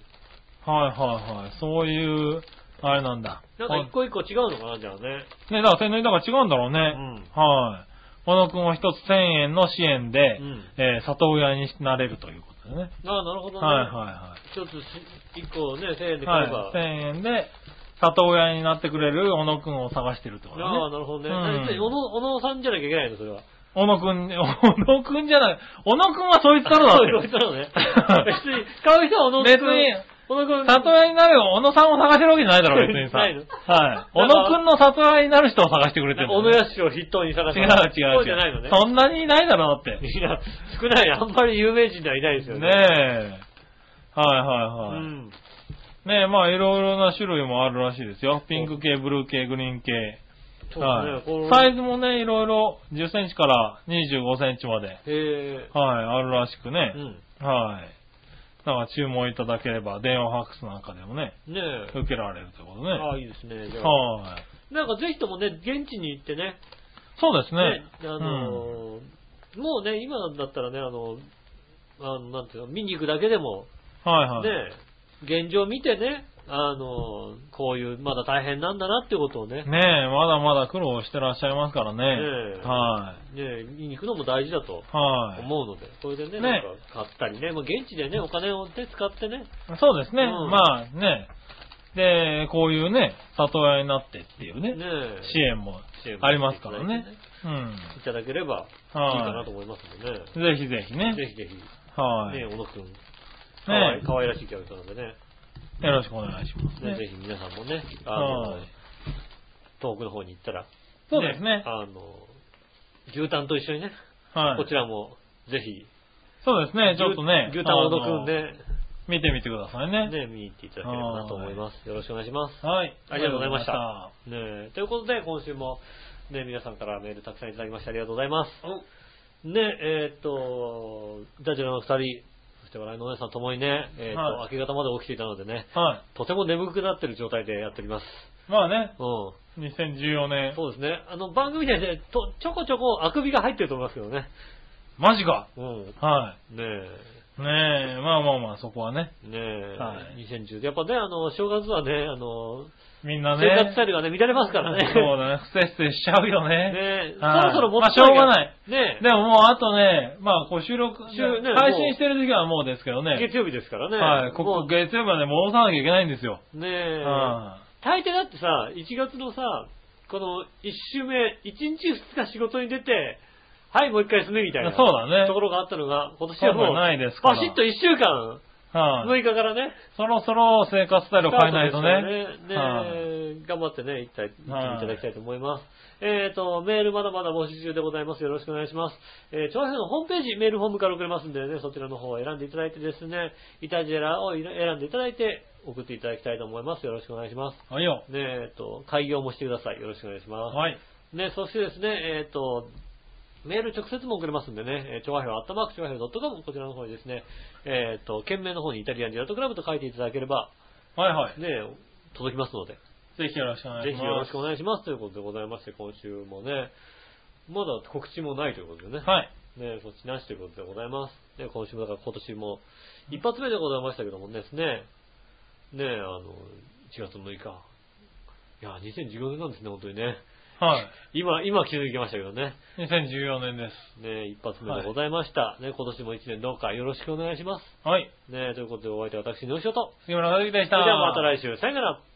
[SPEAKER 3] はいはいはい。そういう、あれなんだ。
[SPEAKER 2] なんか一個一個違うのかな、じゃあね。
[SPEAKER 3] ね、だから手縫いだから違うんだろうね。
[SPEAKER 2] ん
[SPEAKER 3] はい。小野くんは一つ1000円の支援で、
[SPEAKER 2] うん
[SPEAKER 3] えー里親になれるということでね。
[SPEAKER 2] ああ、なるほどね。
[SPEAKER 3] はいは
[SPEAKER 2] 一つし、一個ね、1000円
[SPEAKER 3] い
[SPEAKER 2] で
[SPEAKER 3] は
[SPEAKER 2] 買
[SPEAKER 3] い。
[SPEAKER 2] えば。
[SPEAKER 3] はい、1000円で、里親になってくれる小野くんを探してるってことね。
[SPEAKER 2] ああ、なるほどね。
[SPEAKER 3] うん
[SPEAKER 2] え小野、小野さんじゃなきゃいけないの、それは。
[SPEAKER 3] 小野くん、小野くんじゃない、小野くんはそいつからだ
[SPEAKER 2] そういう
[SPEAKER 3] っ。
[SPEAKER 2] ことなのね別に、買う人は小野君。
[SPEAKER 3] 別に、
[SPEAKER 2] 小野
[SPEAKER 3] て。
[SPEAKER 2] 君。
[SPEAKER 3] 里親になるよ、小野さんを探してるわけじゃないだろ、別にさ。
[SPEAKER 2] ないの
[SPEAKER 3] はい。小野くんの里親になる人を探してくれてるんだ
[SPEAKER 2] 小
[SPEAKER 3] よ
[SPEAKER 2] 野
[SPEAKER 3] ね、
[SPEAKER 2] 康を筆頭に探す。
[SPEAKER 3] 違う違う違う。
[SPEAKER 2] そうじゃないのね。
[SPEAKER 3] そんなにいないだろ、だって。ね
[SPEAKER 2] いや、少ない。あんまり有名人ではいないですよ
[SPEAKER 3] え。
[SPEAKER 2] ね。
[SPEAKER 3] はいは
[SPEAKER 2] う
[SPEAKER 3] いはい。
[SPEAKER 2] ん。
[SPEAKER 3] ねえ、まあいろいろな種類もあるらしいですよ。ピンク系、ブルー系、グリーン系。
[SPEAKER 2] そうです
[SPEAKER 3] は
[SPEAKER 2] ね。この
[SPEAKER 3] い。サイズもね、いろいろ10センチから25センチまで。
[SPEAKER 2] へ
[SPEAKER 3] はい、あるらしくね
[SPEAKER 2] え。。うん。
[SPEAKER 3] はい。だから注文いただければ、電話ファックスなんかでもね、
[SPEAKER 2] ねえ。
[SPEAKER 3] 受けられるということね。
[SPEAKER 2] ああ、いいですね。じゃあ。
[SPEAKER 3] はい。
[SPEAKER 2] なんかぜひともね、現地に行ってね。
[SPEAKER 3] そうですね。
[SPEAKER 2] あのー、もうね、今だったらね、あの、あの、なんていうの、見に行くだけでも、
[SPEAKER 3] うん、はいはい。
[SPEAKER 2] ねえ、現状見てね、あの、こういう、まだ大変なんだなってことをね、ね
[SPEAKER 3] ねえ、まだまだ苦労してらっしゃいますからね。
[SPEAKER 2] え
[SPEAKER 3] は
[SPEAKER 2] え見に行くのも大事だと
[SPEAKER 3] い。はい。
[SPEAKER 2] 思うので、それでね、
[SPEAKER 3] ね
[SPEAKER 2] なんか買ったりね、まあ、現地でね、お金を手使ってね、
[SPEAKER 3] そうですね。
[SPEAKER 2] うん
[SPEAKER 3] まあね。で、こういうね、里親になってっていうね、
[SPEAKER 2] ね
[SPEAKER 3] 支援も
[SPEAKER 2] 支援も
[SPEAKER 3] ありますからね。うん。
[SPEAKER 2] いただければ、いいかな
[SPEAKER 3] は
[SPEAKER 2] と思いますのでね。
[SPEAKER 3] い。ぜひぜひね。
[SPEAKER 2] ぜひぜひ、
[SPEAKER 3] はい、
[SPEAKER 2] ね、小野くん、かわ
[SPEAKER 3] ね
[SPEAKER 2] いかわいらしいキャラクターなんでね、
[SPEAKER 3] よろしくお願いします
[SPEAKER 2] ね
[SPEAKER 3] ね。
[SPEAKER 2] ぜひ皆さんもね、あの
[SPEAKER 3] はい、
[SPEAKER 2] 遠くの方に行ったら、
[SPEAKER 3] そうですね
[SPEAKER 2] あの、牛タンと一緒にね、
[SPEAKER 3] はい。
[SPEAKER 2] こちらも、ぜひ、
[SPEAKER 3] そうですね、ちょっとね。
[SPEAKER 2] 牛牛タンをのくん
[SPEAKER 3] あ
[SPEAKER 2] で、
[SPEAKER 3] の見てみてくださいね。
[SPEAKER 2] ね、見に行っていただければなと思います。よろしくお願いします。
[SPEAKER 3] はい。
[SPEAKER 2] ありがとうございました
[SPEAKER 3] あ
[SPEAKER 2] ねえということで、今週も、ね、皆さんからメールたくさんいただきましてありがとうございます。ね、えーっと、ダジャレの二人、そして笑いのお姉さんともにね、えーっと、
[SPEAKER 3] はい
[SPEAKER 2] 明け方まで起きていたのでね、
[SPEAKER 3] りがとうございました。はい。
[SPEAKER 2] とても眠くなってる状態でやっております。
[SPEAKER 3] まあね、
[SPEAKER 2] うん。
[SPEAKER 3] 2014年。
[SPEAKER 2] そうですね。あの、番組ではね、とちょこちょこあくびが入ってると思いますけどね。
[SPEAKER 3] マジか。
[SPEAKER 2] うん。
[SPEAKER 3] は
[SPEAKER 2] ねえ。
[SPEAKER 3] い。ねえ、まあまあまあ、そこはね。
[SPEAKER 2] ねえ、
[SPEAKER 3] はい
[SPEAKER 2] 2010。やっぱね、あの、正月はね、あの、
[SPEAKER 3] みんなね。
[SPEAKER 2] 生活スタイルがね、乱れますからね。
[SPEAKER 3] そうだね、不摂生しちゃうよね。
[SPEAKER 2] ねえ、そ
[SPEAKER 3] はい
[SPEAKER 2] ろそろもっ
[SPEAKER 3] まあ
[SPEAKER 2] と
[SPEAKER 3] しょうがない。
[SPEAKER 2] ねえ、
[SPEAKER 3] でももうあとね、まあこう収録、
[SPEAKER 2] 収ね
[SPEAKER 3] 配信してる時はもうですけどね。
[SPEAKER 2] 月曜日ですからね。
[SPEAKER 3] はい。こ
[SPEAKER 2] も
[SPEAKER 3] こ月曜日まで戻さなきゃいけないんですよ。
[SPEAKER 2] うねえ、
[SPEAKER 3] は
[SPEAKER 2] 大抵だってさ、1月のさ、この1週目、1日2日仕事に出て、はい、もう一回休めみたいな。
[SPEAKER 3] そうだね
[SPEAKER 2] ところがあったのが、今年は
[SPEAKER 3] そう
[SPEAKER 2] も
[SPEAKER 3] いう
[SPEAKER 2] う、
[SPEAKER 3] のないですから
[SPEAKER 2] パシッと1週間、
[SPEAKER 3] い。は
[SPEAKER 2] 6
[SPEAKER 3] い。
[SPEAKER 2] 日からね、
[SPEAKER 3] そろそろ生活スタイルを変えないと
[SPEAKER 2] スター
[SPEAKER 3] ね。
[SPEAKER 2] トですからね。ね頑張ってね、一体、一気にいただきたいと思います。えっ、と、メールまだまだ募集中でございます。よろしくお願いします。えー、調和表のホームページ、メールフォームから送れますんでね、そちらの方を選んでいただいてですね、イタジェラを選んでいただいて、送っていただきたいと思います。よろしくお願いします。
[SPEAKER 3] はいよ。
[SPEAKER 2] ねえっ、と、開業もしてください。よろしくお願いします。
[SPEAKER 3] はい。
[SPEAKER 2] ね、そしてですね、えっ、と、メール直接も送れますんでね、えー、調和表、アットマーク調和表 .com、こちらの方にですね、えっ、と、件名の方にイタリアンジェラートクラブと書いていただければ、
[SPEAKER 3] はいはい。
[SPEAKER 2] ね、届きますので、
[SPEAKER 3] ぜひよろしくお願いし
[SPEAKER 2] ぜ
[SPEAKER 3] ます。
[SPEAKER 2] ひよろしくお願いしますということでございまして、今週もね、まだ告知もないということでね、
[SPEAKER 3] はい。
[SPEAKER 2] ね、そっちなしということでございます。ね、今週もだから今年も一発目でございましたけどもですね、ね、あの、1月6日、いや、2014年なんですね、本当にね。
[SPEAKER 3] はい。
[SPEAKER 2] 今、今気づきましたけどね。
[SPEAKER 3] 2014年です。
[SPEAKER 2] ね、一発目でございました。ね、今年も一年どうかよろしくお願いします。
[SPEAKER 3] はい。
[SPEAKER 2] ね、ということでお相手は私、のしおと。
[SPEAKER 3] 杉村和樹でし
[SPEAKER 2] そ
[SPEAKER 3] た。
[SPEAKER 2] れではまた来週、さよなら。